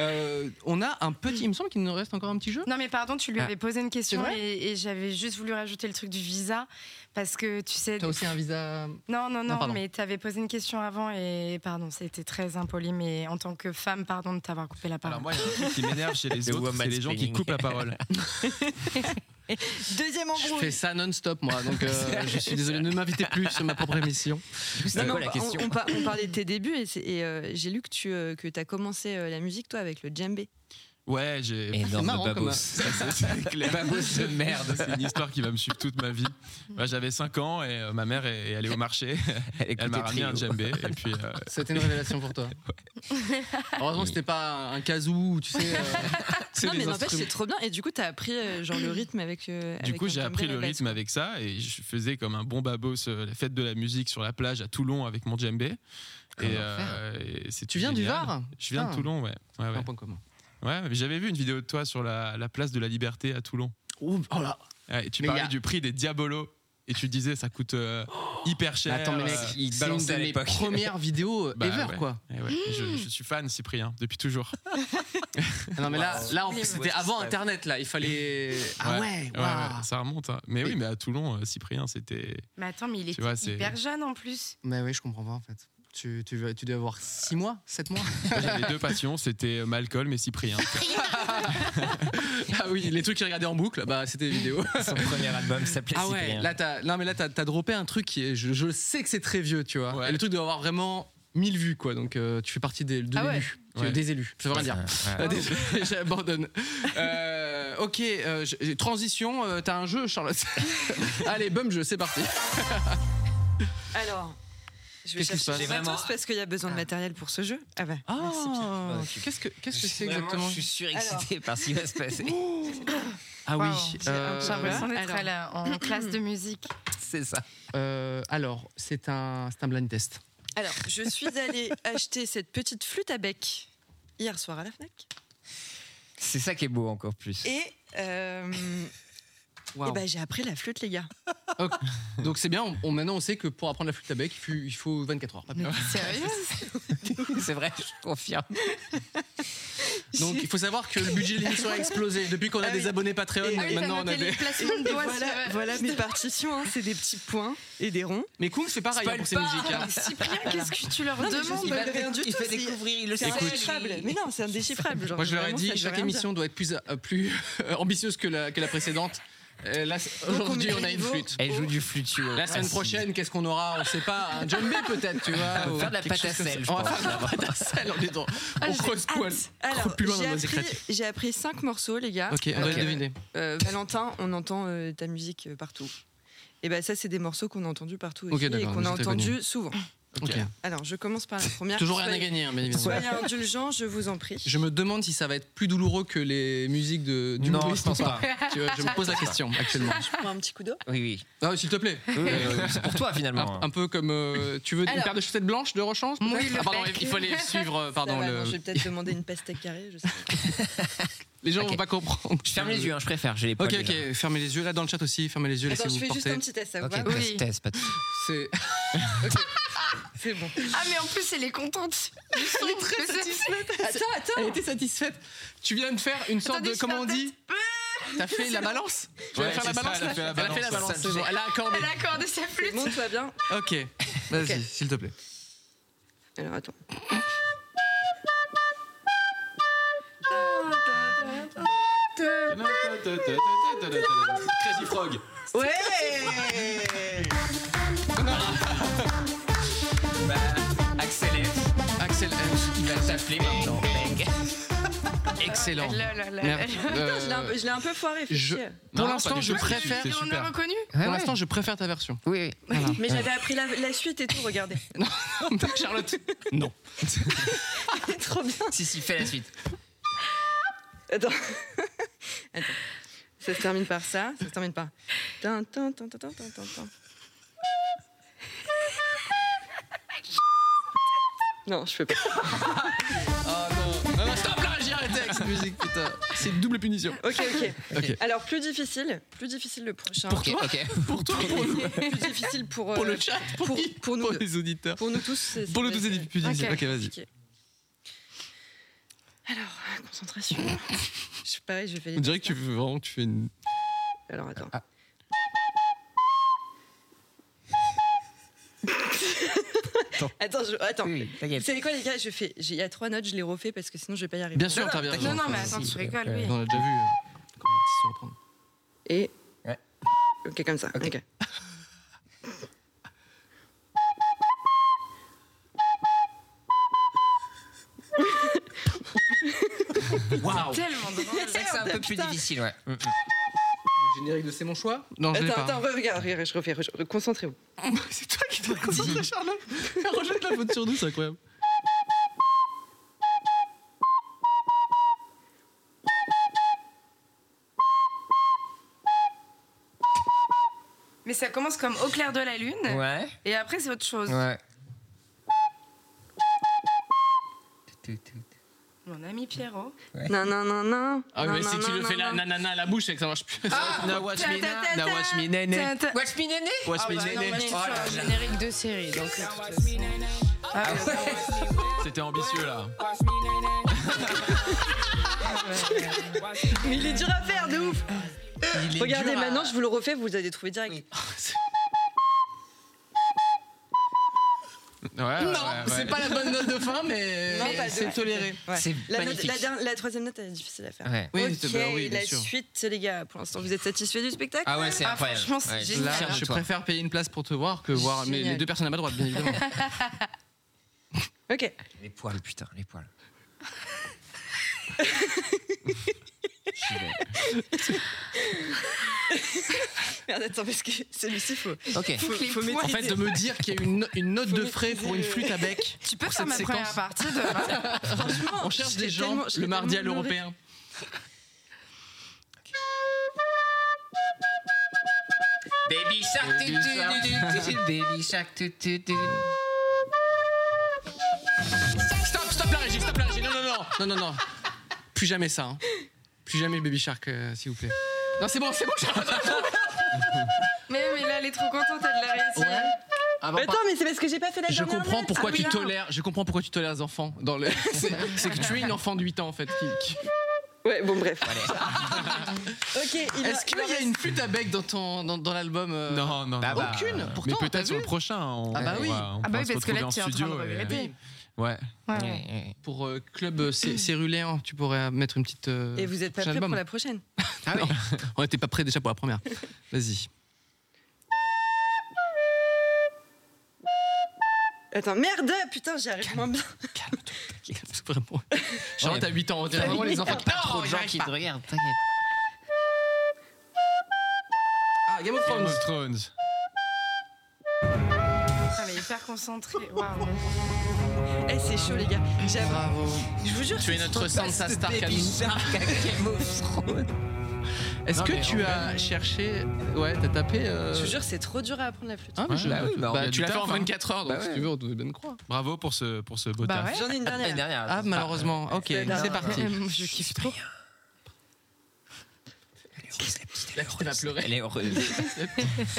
[SPEAKER 2] Euh, on a un petit. Il me semble qu'il nous reste encore un petit jeu.
[SPEAKER 3] Non mais pardon, tu lui
[SPEAKER 2] Ah.
[SPEAKER 3] avais posé une question
[SPEAKER 2] C'est vrai
[SPEAKER 3] et, et j'avais juste voulu rajouter le truc du visa parce que tu sais.
[SPEAKER 2] T'as aussi un visa.
[SPEAKER 3] Non non non,
[SPEAKER 2] pardon.
[SPEAKER 3] mais tu avais posé une question avant et pardon, c'était très impoli, mais en tant que femme, pardon de t'avoir coupé la parole.
[SPEAKER 6] Alors moi, il y a un truc qui m'énerve chez les
[SPEAKER 4] The
[SPEAKER 6] autres, c'est
[SPEAKER 4] woman
[SPEAKER 6] les gens qui
[SPEAKER 4] spinning.
[SPEAKER 6] coupent la parole.
[SPEAKER 5] Deuxième
[SPEAKER 2] Je
[SPEAKER 5] embrouille.
[SPEAKER 2] fais ça non-stop, moi. Donc, euh, je suis désolé, ne m'invitez plus sur ma propre émission.
[SPEAKER 5] Non,
[SPEAKER 4] C'est
[SPEAKER 5] mais
[SPEAKER 4] quoi
[SPEAKER 5] on,
[SPEAKER 4] la
[SPEAKER 5] par- on-
[SPEAKER 4] question
[SPEAKER 5] on par- on parlait de tes débuts et, c'est- et, euh, j'ai lu que tu as commencé euh, la musique, toi, avec le djembé.
[SPEAKER 6] Ouais, j'ai.
[SPEAKER 4] Énorme
[SPEAKER 2] marrant comme
[SPEAKER 4] babos.
[SPEAKER 2] un-
[SPEAKER 4] Ça, c'est- c'est clair. Babos de merde.
[SPEAKER 6] C'est une histoire qui va me suivre toute ma vie. Moi, J'avais 5 ans et euh, ma mère est est allée au marché. Elle m'a ramené un djembé. Et puis, euh,
[SPEAKER 2] C'était une révélation pour toi. Heureusement que c'était pas un kazoo, ou tu sais. euh, tu sais,
[SPEAKER 5] Non,
[SPEAKER 2] les
[SPEAKER 5] mais n'empêche,
[SPEAKER 2] instruments.
[SPEAKER 5] c'est trop bien. Et du coup, tu as appris euh, genre, le rythme avec. euh,
[SPEAKER 6] du
[SPEAKER 5] avec
[SPEAKER 6] coup,
[SPEAKER 5] un
[SPEAKER 6] j'ai
[SPEAKER 5] djembé
[SPEAKER 6] appris
[SPEAKER 5] à la
[SPEAKER 6] le
[SPEAKER 5] base.
[SPEAKER 6] rythme avec ça et je faisais comme un bon babos euh, la fête de la musique sur la plage à Toulon avec mon djembé. Et, euh, et c'était
[SPEAKER 2] Tu viens du
[SPEAKER 6] génial.
[SPEAKER 2] Var
[SPEAKER 6] Je viens
[SPEAKER 2] Putain.
[SPEAKER 6] de Toulon, ouais. Ouais, ouais.
[SPEAKER 2] Un point commun.
[SPEAKER 6] Ouais, mais j'avais vu une vidéo de toi sur la, la place de la Liberté à Toulon.
[SPEAKER 2] Ouh, Oh là
[SPEAKER 6] Ouais, et tu
[SPEAKER 2] Mais
[SPEAKER 6] parlais
[SPEAKER 2] y a-
[SPEAKER 6] du prix des diabolos et tu disais ça coûte euh, hyper cher.
[SPEAKER 2] Attends, mais mec,
[SPEAKER 6] euh,
[SPEAKER 4] il
[SPEAKER 2] c'est une
[SPEAKER 4] balançait
[SPEAKER 2] de
[SPEAKER 4] à
[SPEAKER 2] mes
[SPEAKER 4] l'époque.
[SPEAKER 2] premières vidéos
[SPEAKER 6] Bah
[SPEAKER 2] ever,
[SPEAKER 6] ouais.
[SPEAKER 2] quoi.
[SPEAKER 6] et ouais, je, je suis fan Cyprien depuis toujours.
[SPEAKER 2] Ah Non, mais là, là en plus, c'était
[SPEAKER 4] Ouais,
[SPEAKER 2] avant
[SPEAKER 4] c'est-
[SPEAKER 2] Internet, là. Il fallait. Ah ouais,
[SPEAKER 6] ouais,
[SPEAKER 2] waouh.
[SPEAKER 6] ouais, ça remonte. hein. Mais oui, mais à Toulon, euh, Cyprien, c'était.
[SPEAKER 3] Mais attends, mais il
[SPEAKER 6] Tu
[SPEAKER 3] était
[SPEAKER 6] vois, c'est-
[SPEAKER 3] hyper jeune en plus.
[SPEAKER 2] Mais oui, Bah je comprends pas, en fait. Tu, tu, tu dois avoir 6 mois, 7 mois.
[SPEAKER 6] Moi, J'avais deux passions, c'était euh, Malcolm et Cyprien.
[SPEAKER 2] ah oui, les trucs qu'il regardait en boucle, bah, c'était les vidéos.
[SPEAKER 4] Son premier album s'appelait
[SPEAKER 2] Ah ouais,
[SPEAKER 4] Cyprien.
[SPEAKER 2] là, t'as, non, mais là, t'as, t'as droppé un truc qui est. Je, je sais que c'est très vieux, tu vois.
[SPEAKER 6] Ouais.
[SPEAKER 2] Et le truc doit avoir vraiment 1000 vues, quoi. Donc, euh, tu fais partie des, de
[SPEAKER 5] Ah ouais.
[SPEAKER 2] l'élu. Tu-
[SPEAKER 6] Ouais.
[SPEAKER 2] Des élus, ça veut rien dire.
[SPEAKER 4] Ouais,
[SPEAKER 2] Ah,
[SPEAKER 4] ouais.
[SPEAKER 2] désolé, J'abandonne. Euh, ok, euh, j'ai- transition, euh, t'as un jeu, Charlotte. Allez, bum, jeu, c'est parti.
[SPEAKER 5] Alors, je vais
[SPEAKER 2] Qu'est-ce qui se passe
[SPEAKER 5] chercher du
[SPEAKER 4] J'ai
[SPEAKER 5] matos
[SPEAKER 4] vraiment-
[SPEAKER 5] parce qu'il y a
[SPEAKER 3] Ah.
[SPEAKER 5] besoin de matériel pour ce jeu. Ah ouais.
[SPEAKER 2] Ah,
[SPEAKER 5] Merci, Pierre.
[SPEAKER 2] qu'est-ce que qu'est-ce que c'est
[SPEAKER 4] Vraiment,
[SPEAKER 2] exactement
[SPEAKER 4] Je suis surexcité par ce qui va se passer.
[SPEAKER 2] Ah oui.
[SPEAKER 3] Wow.
[SPEAKER 2] euh,
[SPEAKER 3] J'ai l'impression d'être
[SPEAKER 5] alors.
[SPEAKER 3] à la- en classe de musique.
[SPEAKER 4] C'est ça.
[SPEAKER 2] euh, alors, c'est un c'est un blind test.
[SPEAKER 5] Alors, je suis allée acheter cette petite flûte à bec hier soir à la Fnac.
[SPEAKER 4] C'est ça qui est beau encore plus.
[SPEAKER 5] Et, euh, eh ben, j'ai appris la flûte, les gars.
[SPEAKER 2] ben, Donc c'est bien. On, on- maintenant, on sait que pour apprendre la flûte à bec, il faut, il faut 24 heures. pas plus.
[SPEAKER 3] Sérieux
[SPEAKER 4] C'est vrai, je confirme.
[SPEAKER 2] Donc il faut savoir que le budget de l'émission a explosé depuis qu'on a
[SPEAKER 5] Ah oui.
[SPEAKER 2] des abonnés Patreon.
[SPEAKER 5] Et-
[SPEAKER 3] Ah oui, t'as
[SPEAKER 2] maintenant, on a
[SPEAKER 3] noté
[SPEAKER 2] des.
[SPEAKER 3] les placements de doigts. c'est
[SPEAKER 5] voilà,
[SPEAKER 3] vrai.
[SPEAKER 5] voilà mes partitions, hein, c'est des petits points et des ronds.
[SPEAKER 2] Mais Koum fait pareil hein, pour ses
[SPEAKER 4] Spoil pas.
[SPEAKER 2] musiques. hein.
[SPEAKER 3] Cyprien, qu'est-ce que tu leur
[SPEAKER 5] Non, mais je
[SPEAKER 3] demandes
[SPEAKER 5] sais pas rien du
[SPEAKER 4] il
[SPEAKER 5] tout,
[SPEAKER 4] fait
[SPEAKER 5] c'est-
[SPEAKER 4] découvrir, il le
[SPEAKER 5] C'est
[SPEAKER 4] sait.
[SPEAKER 5] indéchiffrable. Mais non, c'est indéchiffrable. genre,
[SPEAKER 2] Moi, je leur ai
[SPEAKER 5] vraiment,
[SPEAKER 2] dit
[SPEAKER 5] ça veut
[SPEAKER 2] chaque
[SPEAKER 5] rien
[SPEAKER 2] émission doit être plus euh, plus euh, ambitieuse que la que la précédente. Euh, là, c'est-
[SPEAKER 5] Donc, on
[SPEAKER 2] aujourd'hui,
[SPEAKER 5] met
[SPEAKER 2] on a
[SPEAKER 5] les
[SPEAKER 2] une
[SPEAKER 5] niveaux.
[SPEAKER 2] flûte.
[SPEAKER 4] Elle joue du flutio.
[SPEAKER 2] La semaine
[SPEAKER 4] Ah, si.
[SPEAKER 2] prochaine, qu'est-ce qu'on aura On sait pas. Un djembé peut-être, tu vois.
[SPEAKER 4] On
[SPEAKER 2] ou
[SPEAKER 4] va faire de la
[SPEAKER 2] quelque
[SPEAKER 4] pâte à
[SPEAKER 2] chose comme ça.
[SPEAKER 4] sel, je
[SPEAKER 2] On va
[SPEAKER 4] pense.
[SPEAKER 2] faire de la pâte à sel. On est dans. On creuse quoi
[SPEAKER 5] dire. Alors,
[SPEAKER 2] Croule plus loin dans
[SPEAKER 5] j'ai
[SPEAKER 2] nos
[SPEAKER 5] appris,
[SPEAKER 2] écratiques.
[SPEAKER 5] j'ai appris cinq morceaux, les gars.
[SPEAKER 2] Ok, on doit
[SPEAKER 5] Euh,
[SPEAKER 2] deviner.
[SPEAKER 5] euh, Valentin, on entend euh, ta musique euh, partout. Et ben ça, c'est des morceaux qu'on a entendus partout
[SPEAKER 2] Ok,
[SPEAKER 5] aussi et
[SPEAKER 2] d'accord,
[SPEAKER 5] qu'on a
[SPEAKER 2] je t'ai
[SPEAKER 5] entendus souvent.
[SPEAKER 2] Ok.
[SPEAKER 5] Alors, je commence par la première.
[SPEAKER 2] Toujours rien à
[SPEAKER 5] Soyez-
[SPEAKER 2] gagner, hein, bien évidemment.
[SPEAKER 5] Soyez indulgents, je vous en prie.
[SPEAKER 2] Je me demande si ça va être plus douloureux que les musiques de, du
[SPEAKER 4] Non,
[SPEAKER 2] Maurice
[SPEAKER 4] je pense
[SPEAKER 2] ou
[SPEAKER 4] pas.
[SPEAKER 2] Tu vois, je me pose la question actuellement.
[SPEAKER 5] Je prends un petit coup d'eau.
[SPEAKER 4] Oui, oui.
[SPEAKER 2] Ah, s'il te plaît.
[SPEAKER 4] Euh, c'est pour toi finalement.
[SPEAKER 2] Un, un peu comme. euh, tu veux une
[SPEAKER 5] Alors.
[SPEAKER 2] paire de chaussettes blanches de rechange peut-être
[SPEAKER 5] Mouille le
[SPEAKER 2] Ah, Pardon,
[SPEAKER 5] bec.
[SPEAKER 2] il fallait suivre. euh,
[SPEAKER 5] Ça
[SPEAKER 2] Pardon,
[SPEAKER 5] va,
[SPEAKER 2] le-
[SPEAKER 5] non, Bah, je vais peut-être demander une pastèque carrée. Je sais. pas.
[SPEAKER 2] les gens
[SPEAKER 4] Ok.
[SPEAKER 2] vont pas comprendre.
[SPEAKER 4] Je ferme les yeux, hein, je préfère. J'ai les poils
[SPEAKER 2] Ok,
[SPEAKER 4] déjà.
[SPEAKER 2] ok, fermez les yeux. Là, dans le chat aussi, fermez les yeux,
[SPEAKER 5] Attends, je
[SPEAKER 2] laissez-vous
[SPEAKER 5] fais juste un
[SPEAKER 2] porter.
[SPEAKER 5] petit test, ça vous
[SPEAKER 4] Ok,
[SPEAKER 5] va
[SPEAKER 3] Oui.
[SPEAKER 4] test, test, pas de soucis.
[SPEAKER 2] C'est
[SPEAKER 5] C'est bon.
[SPEAKER 3] Ah, mais en plus, elle est contente. Ils sont très
[SPEAKER 5] Attends, attends.
[SPEAKER 2] Elle était satisfaite. Tu viens de faire une sorte
[SPEAKER 3] Attendez,
[SPEAKER 2] de.
[SPEAKER 3] je
[SPEAKER 2] Comment on
[SPEAKER 3] fais un
[SPEAKER 2] dit T'as fait la balance Tu
[SPEAKER 6] Ouais,
[SPEAKER 2] vas faire la
[SPEAKER 6] c'est ça,
[SPEAKER 2] balance
[SPEAKER 6] elle a
[SPEAKER 2] là
[SPEAKER 6] fait la
[SPEAKER 2] Elle a fait la
[SPEAKER 6] balance,
[SPEAKER 2] balance.
[SPEAKER 4] ça,
[SPEAKER 2] c'est bon, Elle a accordé.
[SPEAKER 3] Elle a accordé sa flûte.
[SPEAKER 5] C'est bon, tout va bien.
[SPEAKER 2] Ok. Vas-y, s'il te plaît.
[SPEAKER 5] Alors, attends.
[SPEAKER 6] Crazy Frog.
[SPEAKER 5] Ouais Ah.
[SPEAKER 4] Accélère.
[SPEAKER 2] Axel F, il a
[SPEAKER 4] T'appeler maintenant. Bang.
[SPEAKER 2] excellent.
[SPEAKER 3] Là, là, là,
[SPEAKER 2] Merde.
[SPEAKER 3] là.
[SPEAKER 5] Putain, je l'ai un-
[SPEAKER 2] Euh,
[SPEAKER 5] je l'ai un peu foiré, fais
[SPEAKER 2] je-
[SPEAKER 5] chier.
[SPEAKER 2] Pour
[SPEAKER 6] Non,
[SPEAKER 2] l'instant,
[SPEAKER 6] pas du
[SPEAKER 2] je
[SPEAKER 6] tout, c'est
[SPEAKER 2] préfère.
[SPEAKER 3] Et on a
[SPEAKER 6] super.
[SPEAKER 3] reconnu
[SPEAKER 4] Ouais,
[SPEAKER 2] Pour
[SPEAKER 4] ouais.
[SPEAKER 2] l'instant, je préfère ta version.
[SPEAKER 4] Oui, oui.
[SPEAKER 2] Ah.
[SPEAKER 5] Mais j'avais appris la, la suite et tout, regardez.
[SPEAKER 2] Charlotte. Non.
[SPEAKER 5] Trop bien.
[SPEAKER 4] Si, si, fais la suite.
[SPEAKER 5] Attends. Attends. Ça se termine par ça, ça se termine par. Tin, tin, tin, tin, tin, tin, tin, tin. Non, je peux pas.
[SPEAKER 2] Ah non. non, non, stop là, j'y arrêtais avec cette musique, putain. C'est une double punition.
[SPEAKER 5] Ok, ok.
[SPEAKER 2] Ok.
[SPEAKER 5] Alors plus difficile, plus difficile le prochain.
[SPEAKER 2] Pour toi Ok, ok. Pour toi, pour nous.
[SPEAKER 5] Plus difficile pour
[SPEAKER 2] Pour
[SPEAKER 5] euh,
[SPEAKER 2] le chat, pour,
[SPEAKER 5] pour,
[SPEAKER 2] qui
[SPEAKER 5] pour nous,
[SPEAKER 2] Pour
[SPEAKER 5] deux.
[SPEAKER 2] les auditeurs.
[SPEAKER 5] pour nous tous. c'est-
[SPEAKER 2] Pour nous
[SPEAKER 5] ça
[SPEAKER 2] tous,
[SPEAKER 5] va
[SPEAKER 2] c'est
[SPEAKER 5] être,
[SPEAKER 2] plus difficile.
[SPEAKER 5] euh,
[SPEAKER 2] Ok, vas-y.
[SPEAKER 5] compliqué. Alors concentration. je suis pareil, je fais les.
[SPEAKER 2] On dirait que tu veux vraiment que tu fais une.
[SPEAKER 5] Alors attends. Attends, je- attends. Vous savez quoi les gars, je fais, j'ai- il y a trois notes, je les refais parce que sinon je vais pas y arriver.
[SPEAKER 2] Bien sûr, t'as bien
[SPEAKER 3] Non, non,
[SPEAKER 2] raison.
[SPEAKER 3] mais attends, tu rigoles, oui.
[SPEAKER 2] Non, On l'a déjà vu. euh, Comment ils se reprendre.
[SPEAKER 5] Et.
[SPEAKER 4] Ouais.
[SPEAKER 5] Ok, comme ça. Ok.
[SPEAKER 2] Waouh
[SPEAKER 3] Tellement drôle.
[SPEAKER 4] C'est vrai que c'est un
[SPEAKER 5] Ah,
[SPEAKER 4] peu plus difficile, ouais. Mm, mm.
[SPEAKER 2] Le générique de C'est mon choix Non, je l'ai
[SPEAKER 5] Attends,
[SPEAKER 2] pas.
[SPEAKER 5] attends, regarde, regarde, je refais, je- concentrez-vous.
[SPEAKER 2] C'est toi qui t'es concentré, Charlotte. Elle rejette la faute sur nous, c'est incroyable.
[SPEAKER 3] Mais ça commence comme Au clair de la lune,
[SPEAKER 4] Ouais.
[SPEAKER 3] et après, c'est autre chose.
[SPEAKER 4] Ouais.
[SPEAKER 3] Mon ami Pierrot.
[SPEAKER 5] Non, non, non, non.
[SPEAKER 2] Ah,
[SPEAKER 5] Non,
[SPEAKER 2] mais
[SPEAKER 5] non,
[SPEAKER 2] si tu
[SPEAKER 5] non,
[SPEAKER 2] le fais
[SPEAKER 5] non,
[SPEAKER 2] la
[SPEAKER 5] non.
[SPEAKER 2] nanana à la bouche, c'est que ça marche plus.
[SPEAKER 4] Ah
[SPEAKER 6] Now watch me now, now watch me néné.
[SPEAKER 3] Tintin.
[SPEAKER 4] Watch me néné
[SPEAKER 6] Watch
[SPEAKER 3] Ah
[SPEAKER 6] me
[SPEAKER 3] bah non,
[SPEAKER 6] néné.
[SPEAKER 3] moi,
[SPEAKER 2] Oh
[SPEAKER 3] je suis sur
[SPEAKER 4] là
[SPEAKER 3] un
[SPEAKER 4] là.
[SPEAKER 3] générique de série. Donc, euh, de toute façon.
[SPEAKER 4] Ah
[SPEAKER 3] Ah ouais.
[SPEAKER 4] ouais.
[SPEAKER 6] C'était ambitieux là.
[SPEAKER 5] Mais il est dur à faire, de ouf.
[SPEAKER 4] Il est
[SPEAKER 5] Euh, Regardez,
[SPEAKER 4] dur à-
[SPEAKER 5] maintenant, je vous le refais, vous allez trouver direct.
[SPEAKER 6] Ouais, ouais,
[SPEAKER 2] Non,
[SPEAKER 6] ouais,
[SPEAKER 2] c'est
[SPEAKER 6] ouais.
[SPEAKER 2] pas la bonne note de fin, mais,
[SPEAKER 5] Non, pas
[SPEAKER 2] c'est
[SPEAKER 5] de-
[SPEAKER 2] toléré.
[SPEAKER 5] Ouais.
[SPEAKER 4] C'est
[SPEAKER 5] La, note-
[SPEAKER 4] magnifique.
[SPEAKER 5] la dernière- la troisième note, elle est difficile à faire.
[SPEAKER 4] Ouais.
[SPEAKER 2] Oui,
[SPEAKER 5] ok,
[SPEAKER 2] bah oui, bien
[SPEAKER 5] la
[SPEAKER 2] sûr.
[SPEAKER 5] suite, les gars. Pour l'instant, vous êtes satisfaits du spectacle
[SPEAKER 4] Ah ouais, c'est
[SPEAKER 3] Ah,
[SPEAKER 4] incroyable.
[SPEAKER 3] franchement, c'est
[SPEAKER 4] Ouais,
[SPEAKER 3] génial.
[SPEAKER 2] Là,
[SPEAKER 4] fier de
[SPEAKER 2] je
[SPEAKER 4] toi.
[SPEAKER 2] préfère payer une place pour te voir que voir mes-
[SPEAKER 5] Génial.
[SPEAKER 2] les deux personnes à ma droite, bien évidemment.
[SPEAKER 5] Ok.
[SPEAKER 4] Les poils, putain, les poils. J'y vais.
[SPEAKER 5] Merde, attends, parce que celui-ci, faut.
[SPEAKER 4] Ok.
[SPEAKER 5] Faut, faut
[SPEAKER 2] En fait, de me dire qu'il y a une, une note
[SPEAKER 5] Faut
[SPEAKER 2] de frais
[SPEAKER 5] maîtriser
[SPEAKER 2] pour une
[SPEAKER 5] le-
[SPEAKER 2] flûte à bec.
[SPEAKER 3] Tu peux
[SPEAKER 2] Pour
[SPEAKER 3] faire
[SPEAKER 2] cette
[SPEAKER 3] ma première
[SPEAKER 2] séquence.
[SPEAKER 3] partie de.
[SPEAKER 2] On cherche des gens le mardi à l'européen.
[SPEAKER 4] Baby shark, tu, tu, tu, tu, tu, baby shark, tu, tu, tu.
[SPEAKER 2] Stop, stop la régie, stop la régie. Non, non, non, non, non, non. Plus jamais ça. hein. Plus jamais le baby shark, euh, s'il vous plaît. Non, c'est bon, c'est bon, Charlotte.
[SPEAKER 3] Mais, mais là, elle est trop contente, elle l'a réussi.
[SPEAKER 2] Ah, bah,
[SPEAKER 5] Attends, mais c'est parce que j'ai pas fait la
[SPEAKER 2] Je
[SPEAKER 5] dernière
[SPEAKER 2] comprends
[SPEAKER 5] note.
[SPEAKER 2] pourquoi
[SPEAKER 5] Ah oui,
[SPEAKER 2] tu
[SPEAKER 5] là.
[SPEAKER 2] tolères. Je comprends pourquoi tu tolères les enfants. Dans le, c'est c'est que tu es une enfant de 8 ans en fait. qui- qui-
[SPEAKER 5] Ah. Ouais, bon, bref.
[SPEAKER 4] Allez.
[SPEAKER 5] Ok, il
[SPEAKER 2] Est-ce
[SPEAKER 5] il
[SPEAKER 2] qu'il y a
[SPEAKER 5] reste-
[SPEAKER 2] une flûte à bec dans ton dans, dans l'album euh,
[SPEAKER 6] Non, non,
[SPEAKER 2] bah,
[SPEAKER 6] non.
[SPEAKER 2] aucune, pourtant,
[SPEAKER 6] Mais
[SPEAKER 2] t'as
[SPEAKER 6] peut-être sur
[SPEAKER 2] vu
[SPEAKER 6] le prochain. on-
[SPEAKER 2] Ah bah
[SPEAKER 6] on
[SPEAKER 2] oui.
[SPEAKER 6] va- on
[SPEAKER 3] Ah bah
[SPEAKER 6] pourra
[SPEAKER 3] oui,
[SPEAKER 6] se
[SPEAKER 3] parce que là,
[SPEAKER 6] retrouver en
[SPEAKER 3] tu es en train de
[SPEAKER 6] studio et-
[SPEAKER 3] regretter.
[SPEAKER 6] Ouais.
[SPEAKER 3] Ouais, ouais.
[SPEAKER 4] Ouais.
[SPEAKER 2] Pour euh, club euh, cé- céruléen, tu pourrais mettre une petite. euh,
[SPEAKER 5] Et vous êtes pas
[SPEAKER 2] prochain
[SPEAKER 5] prêts pour
[SPEAKER 2] album.
[SPEAKER 5] la prochaine
[SPEAKER 2] Ah oui. On était pas prêts déjà pour la première. Vas-y.
[SPEAKER 5] Attends, merde, putain, j'y arrive moins bien.
[SPEAKER 2] C'est vraiment. Charlotte à 8 ans, on dirait vraiment les enfants.
[SPEAKER 4] Pas trop de gens qui te regardent, t'inquiète.
[SPEAKER 2] Ah, Game of
[SPEAKER 6] Game
[SPEAKER 2] Thrones.
[SPEAKER 6] of Thrones.
[SPEAKER 3] Ah, mais hyper concentrée. Waouh.
[SPEAKER 5] Eh, c'est chaud, les gars. J'avoue. Je vous jure,
[SPEAKER 2] Tu es
[SPEAKER 5] c'est
[SPEAKER 2] notre
[SPEAKER 5] trop
[SPEAKER 2] Sansa Stark à nous. Est-ce
[SPEAKER 6] Non,
[SPEAKER 2] que
[SPEAKER 6] mais
[SPEAKER 2] tu
[SPEAKER 6] en
[SPEAKER 2] as cherché. Ouais, t'as tapé. euh,
[SPEAKER 5] Je vous jure, c'est trop dur à apprendre la flûte.
[SPEAKER 4] Ah,
[SPEAKER 2] Hein, mais je-
[SPEAKER 6] Bah oui, bah,
[SPEAKER 2] bah,
[SPEAKER 6] on a
[SPEAKER 2] tu
[SPEAKER 6] du
[SPEAKER 2] l'as fait
[SPEAKER 6] taf,
[SPEAKER 2] en
[SPEAKER 6] hein.
[SPEAKER 2] 24 heures, donc
[SPEAKER 4] Bah
[SPEAKER 2] si
[SPEAKER 4] ouais.
[SPEAKER 2] tu veux, on devait bien te croire.
[SPEAKER 6] Bravo pour ce, pour ce beau
[SPEAKER 3] Bah
[SPEAKER 6] taf.
[SPEAKER 3] ouais.
[SPEAKER 5] J'en ai une dernière.
[SPEAKER 2] Ah, malheureusement. Ok,
[SPEAKER 5] dernière.
[SPEAKER 2] c'est parti.
[SPEAKER 5] Euh, Je kiffe trop.
[SPEAKER 2] La petite, elle va pleurer.
[SPEAKER 4] Elle est heureuse.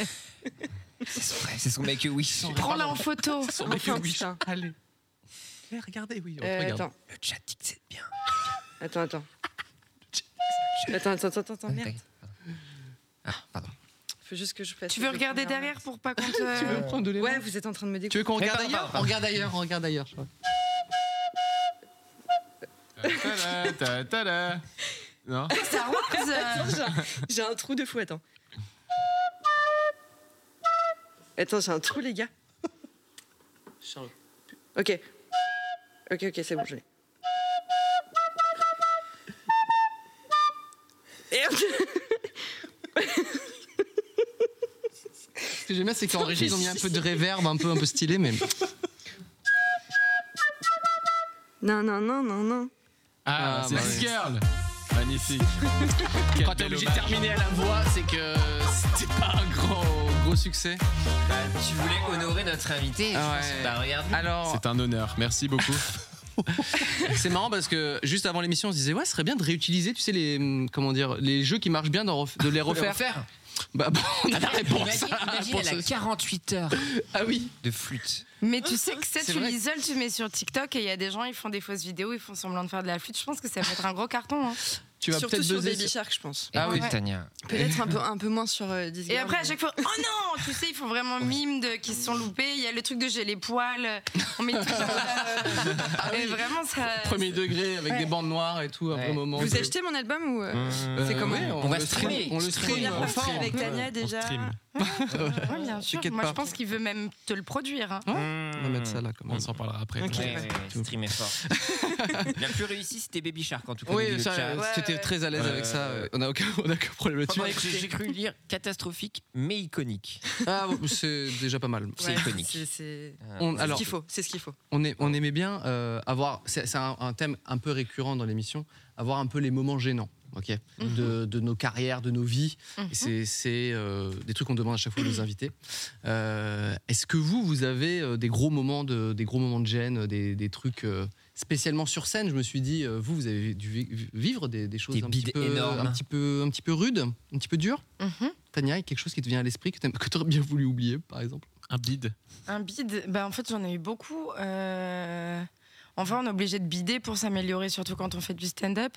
[SPEAKER 4] C'est son, c'est son mec, oui.
[SPEAKER 3] Prends-la en photo.
[SPEAKER 5] Enfin, putain.
[SPEAKER 2] Allez. Mais Eh, regardez, oui, on te
[SPEAKER 5] Euh,
[SPEAKER 2] regarde.
[SPEAKER 5] attends,
[SPEAKER 4] Le chat dit que c'est bien.
[SPEAKER 5] attends, attends. Attends, attends, attends, attends, merde.
[SPEAKER 4] Ah, pardon.
[SPEAKER 5] Faut juste que je fasse.
[SPEAKER 3] Tu veux
[SPEAKER 5] les
[SPEAKER 3] regarder
[SPEAKER 5] premières
[SPEAKER 3] derrière pour pas qu'on
[SPEAKER 2] Tu veux
[SPEAKER 3] te.
[SPEAKER 2] prendre de
[SPEAKER 5] notes.
[SPEAKER 2] l'élan
[SPEAKER 5] Ouais, vous êtes en train de me
[SPEAKER 2] Tu
[SPEAKER 5] découvrir.
[SPEAKER 2] veux qu'on regarde
[SPEAKER 4] Eh, pardon,
[SPEAKER 2] ailleurs On
[SPEAKER 4] pardon.
[SPEAKER 2] regarde ailleurs, on regarde ailleurs. je crois.
[SPEAKER 6] Ta-da, bah, ta-da, ta-da. Non
[SPEAKER 3] Star Wars euh,
[SPEAKER 5] J'ai un trou de fou, attends. Attends, j'ai un trou, les gars. Ok. Ok, ok, c'est bon, je l'ai. Merde.
[SPEAKER 2] Ce que j'aime bien, c'est qu'en régie, ils ont mis un peu de réverb, un peu, un peu stylé, mais.
[SPEAKER 5] Non, non, non, non, non.
[SPEAKER 6] Ah,
[SPEAKER 2] Ah,
[SPEAKER 6] c'est
[SPEAKER 2] bah
[SPEAKER 6] This
[SPEAKER 2] oui.
[SPEAKER 6] Girl Magnifique.
[SPEAKER 2] Quand t'es obligé de terminer à la voix, c'est que c'était pas un grand, gros succès.
[SPEAKER 4] tu voulais honorer notre invité. Bah,
[SPEAKER 2] Alors,
[SPEAKER 6] Oh. C'est un honneur. Merci beaucoup.
[SPEAKER 2] c'est marrant parce que juste avant l'émission, on se disait ouais, ce serait bien de réutiliser, tu sais les hum, comment dire, les jeux qui marchent bien, d'en ref- de les refaire.
[SPEAKER 4] refaire. Ah,
[SPEAKER 2] Bah, bah, on a la réponse.
[SPEAKER 4] Imagine, imagine, elle a 48 heures
[SPEAKER 2] Ah oui.
[SPEAKER 4] de flûte.
[SPEAKER 3] Mais tu sais que ça,
[SPEAKER 2] C'est
[SPEAKER 3] tu
[SPEAKER 2] vrai.
[SPEAKER 3] l'isoles, tu mets sur TikTok et il y a des gens, ils font des fausses vidéos, ils font semblant de faire de la flûte. Je pense que ça va être un gros carton. hein.
[SPEAKER 2] Tu vas
[SPEAKER 5] Surtout
[SPEAKER 2] peut-être
[SPEAKER 5] sur
[SPEAKER 2] buzzer
[SPEAKER 5] Baby
[SPEAKER 2] sur-
[SPEAKER 5] Shark, je pense.
[SPEAKER 2] Ah oui.
[SPEAKER 4] Écoute, Tania.
[SPEAKER 5] Peut-être un peu, un peu moins sur euh, This
[SPEAKER 3] Et
[SPEAKER 5] Girl,
[SPEAKER 3] après, à
[SPEAKER 5] mais-
[SPEAKER 3] chaque fois, oh non Tu sais, ils font vraiment mime de qu'ils se sont loupés. Il y a le truc de j'ai les poils. On met tout dans la- Et vraiment, ça.
[SPEAKER 2] Premier degré avec des bandes noires et tout, un
[SPEAKER 4] Ouais.
[SPEAKER 2] vrai moment.
[SPEAKER 5] Vous
[SPEAKER 2] de-
[SPEAKER 5] achetez mon album ou euh,
[SPEAKER 2] Euh,
[SPEAKER 5] c'est comment
[SPEAKER 2] ouais,
[SPEAKER 4] Mmh. On va
[SPEAKER 2] le
[SPEAKER 4] streamer.
[SPEAKER 2] stream, On le
[SPEAKER 4] Streamer.
[SPEAKER 2] stream.
[SPEAKER 5] Première
[SPEAKER 2] on le
[SPEAKER 5] partie
[SPEAKER 2] stream.
[SPEAKER 5] avec Tania
[SPEAKER 6] On
[SPEAKER 5] déjà.
[SPEAKER 6] stream.
[SPEAKER 3] Ouais, bien sûr.
[SPEAKER 2] T'inquiète
[SPEAKER 3] Moi, je
[SPEAKER 2] pas.
[SPEAKER 3] pense qu'il veut même te le produire. hein.
[SPEAKER 2] On va mettre ça là. Comme
[SPEAKER 6] On s'en parlera après.
[SPEAKER 5] Ok.
[SPEAKER 4] Ouais, ouais, ouais, Mmh. streamer fort. La plus réussie, c'était Baby Shark en tout cas.
[SPEAKER 2] Oui,
[SPEAKER 4] nous dit
[SPEAKER 2] ça,
[SPEAKER 4] le chat.
[SPEAKER 2] euh, tu étais très à l'aise
[SPEAKER 4] Ouais.
[SPEAKER 2] avec ça. euh, On a aucun, on a aucun problème
[SPEAKER 4] Pendant
[SPEAKER 2] là-dessus.
[SPEAKER 4] que J'ai j'ai cru lire catastrophique mais iconique.
[SPEAKER 2] Ah, bon, c'est déjà pas mal.
[SPEAKER 4] C'est
[SPEAKER 5] Ouais,
[SPEAKER 4] iconique.
[SPEAKER 5] c'est- C'est
[SPEAKER 4] Euh,
[SPEAKER 2] On,
[SPEAKER 5] c'est ce
[SPEAKER 2] alors,
[SPEAKER 5] qu'il faut. C'est ce qu'il faut.
[SPEAKER 2] on, est- on aimait bien euh, avoir, c'est c'est un, un thème un peu récurrent dans l'émission, avoir un peu les moments gênants, ok,
[SPEAKER 4] Mhm.
[SPEAKER 2] de, de nos carrières, de nos vies. Et c'est- C'est euh, des trucs qu'on demande à chaque fois aux invités. Euh, Est-ce que vous, vous avez euh, des gros moments de, des gros moments de gêne, des, des trucs euh, spécialement sur scène Je me suis dit, euh, vous, vous avez dû vi- vivre des, des choses
[SPEAKER 4] Des
[SPEAKER 2] un, petit
[SPEAKER 4] bides
[SPEAKER 2] peu,
[SPEAKER 4] énormes.
[SPEAKER 2] un petit peu, un petit peu rudes, un petit peu dures.
[SPEAKER 3] Mhm.
[SPEAKER 2] Tania, il y a quelque chose qui te vient à l'esprit que tu aurais bien voulu oublier, par exemple
[SPEAKER 6] Un bide.
[SPEAKER 3] Un bide, bah en fait j'en ai eu beaucoup. Euh, Enfin, on est obligé de bider pour s'améliorer, surtout quand on fait du stand-up.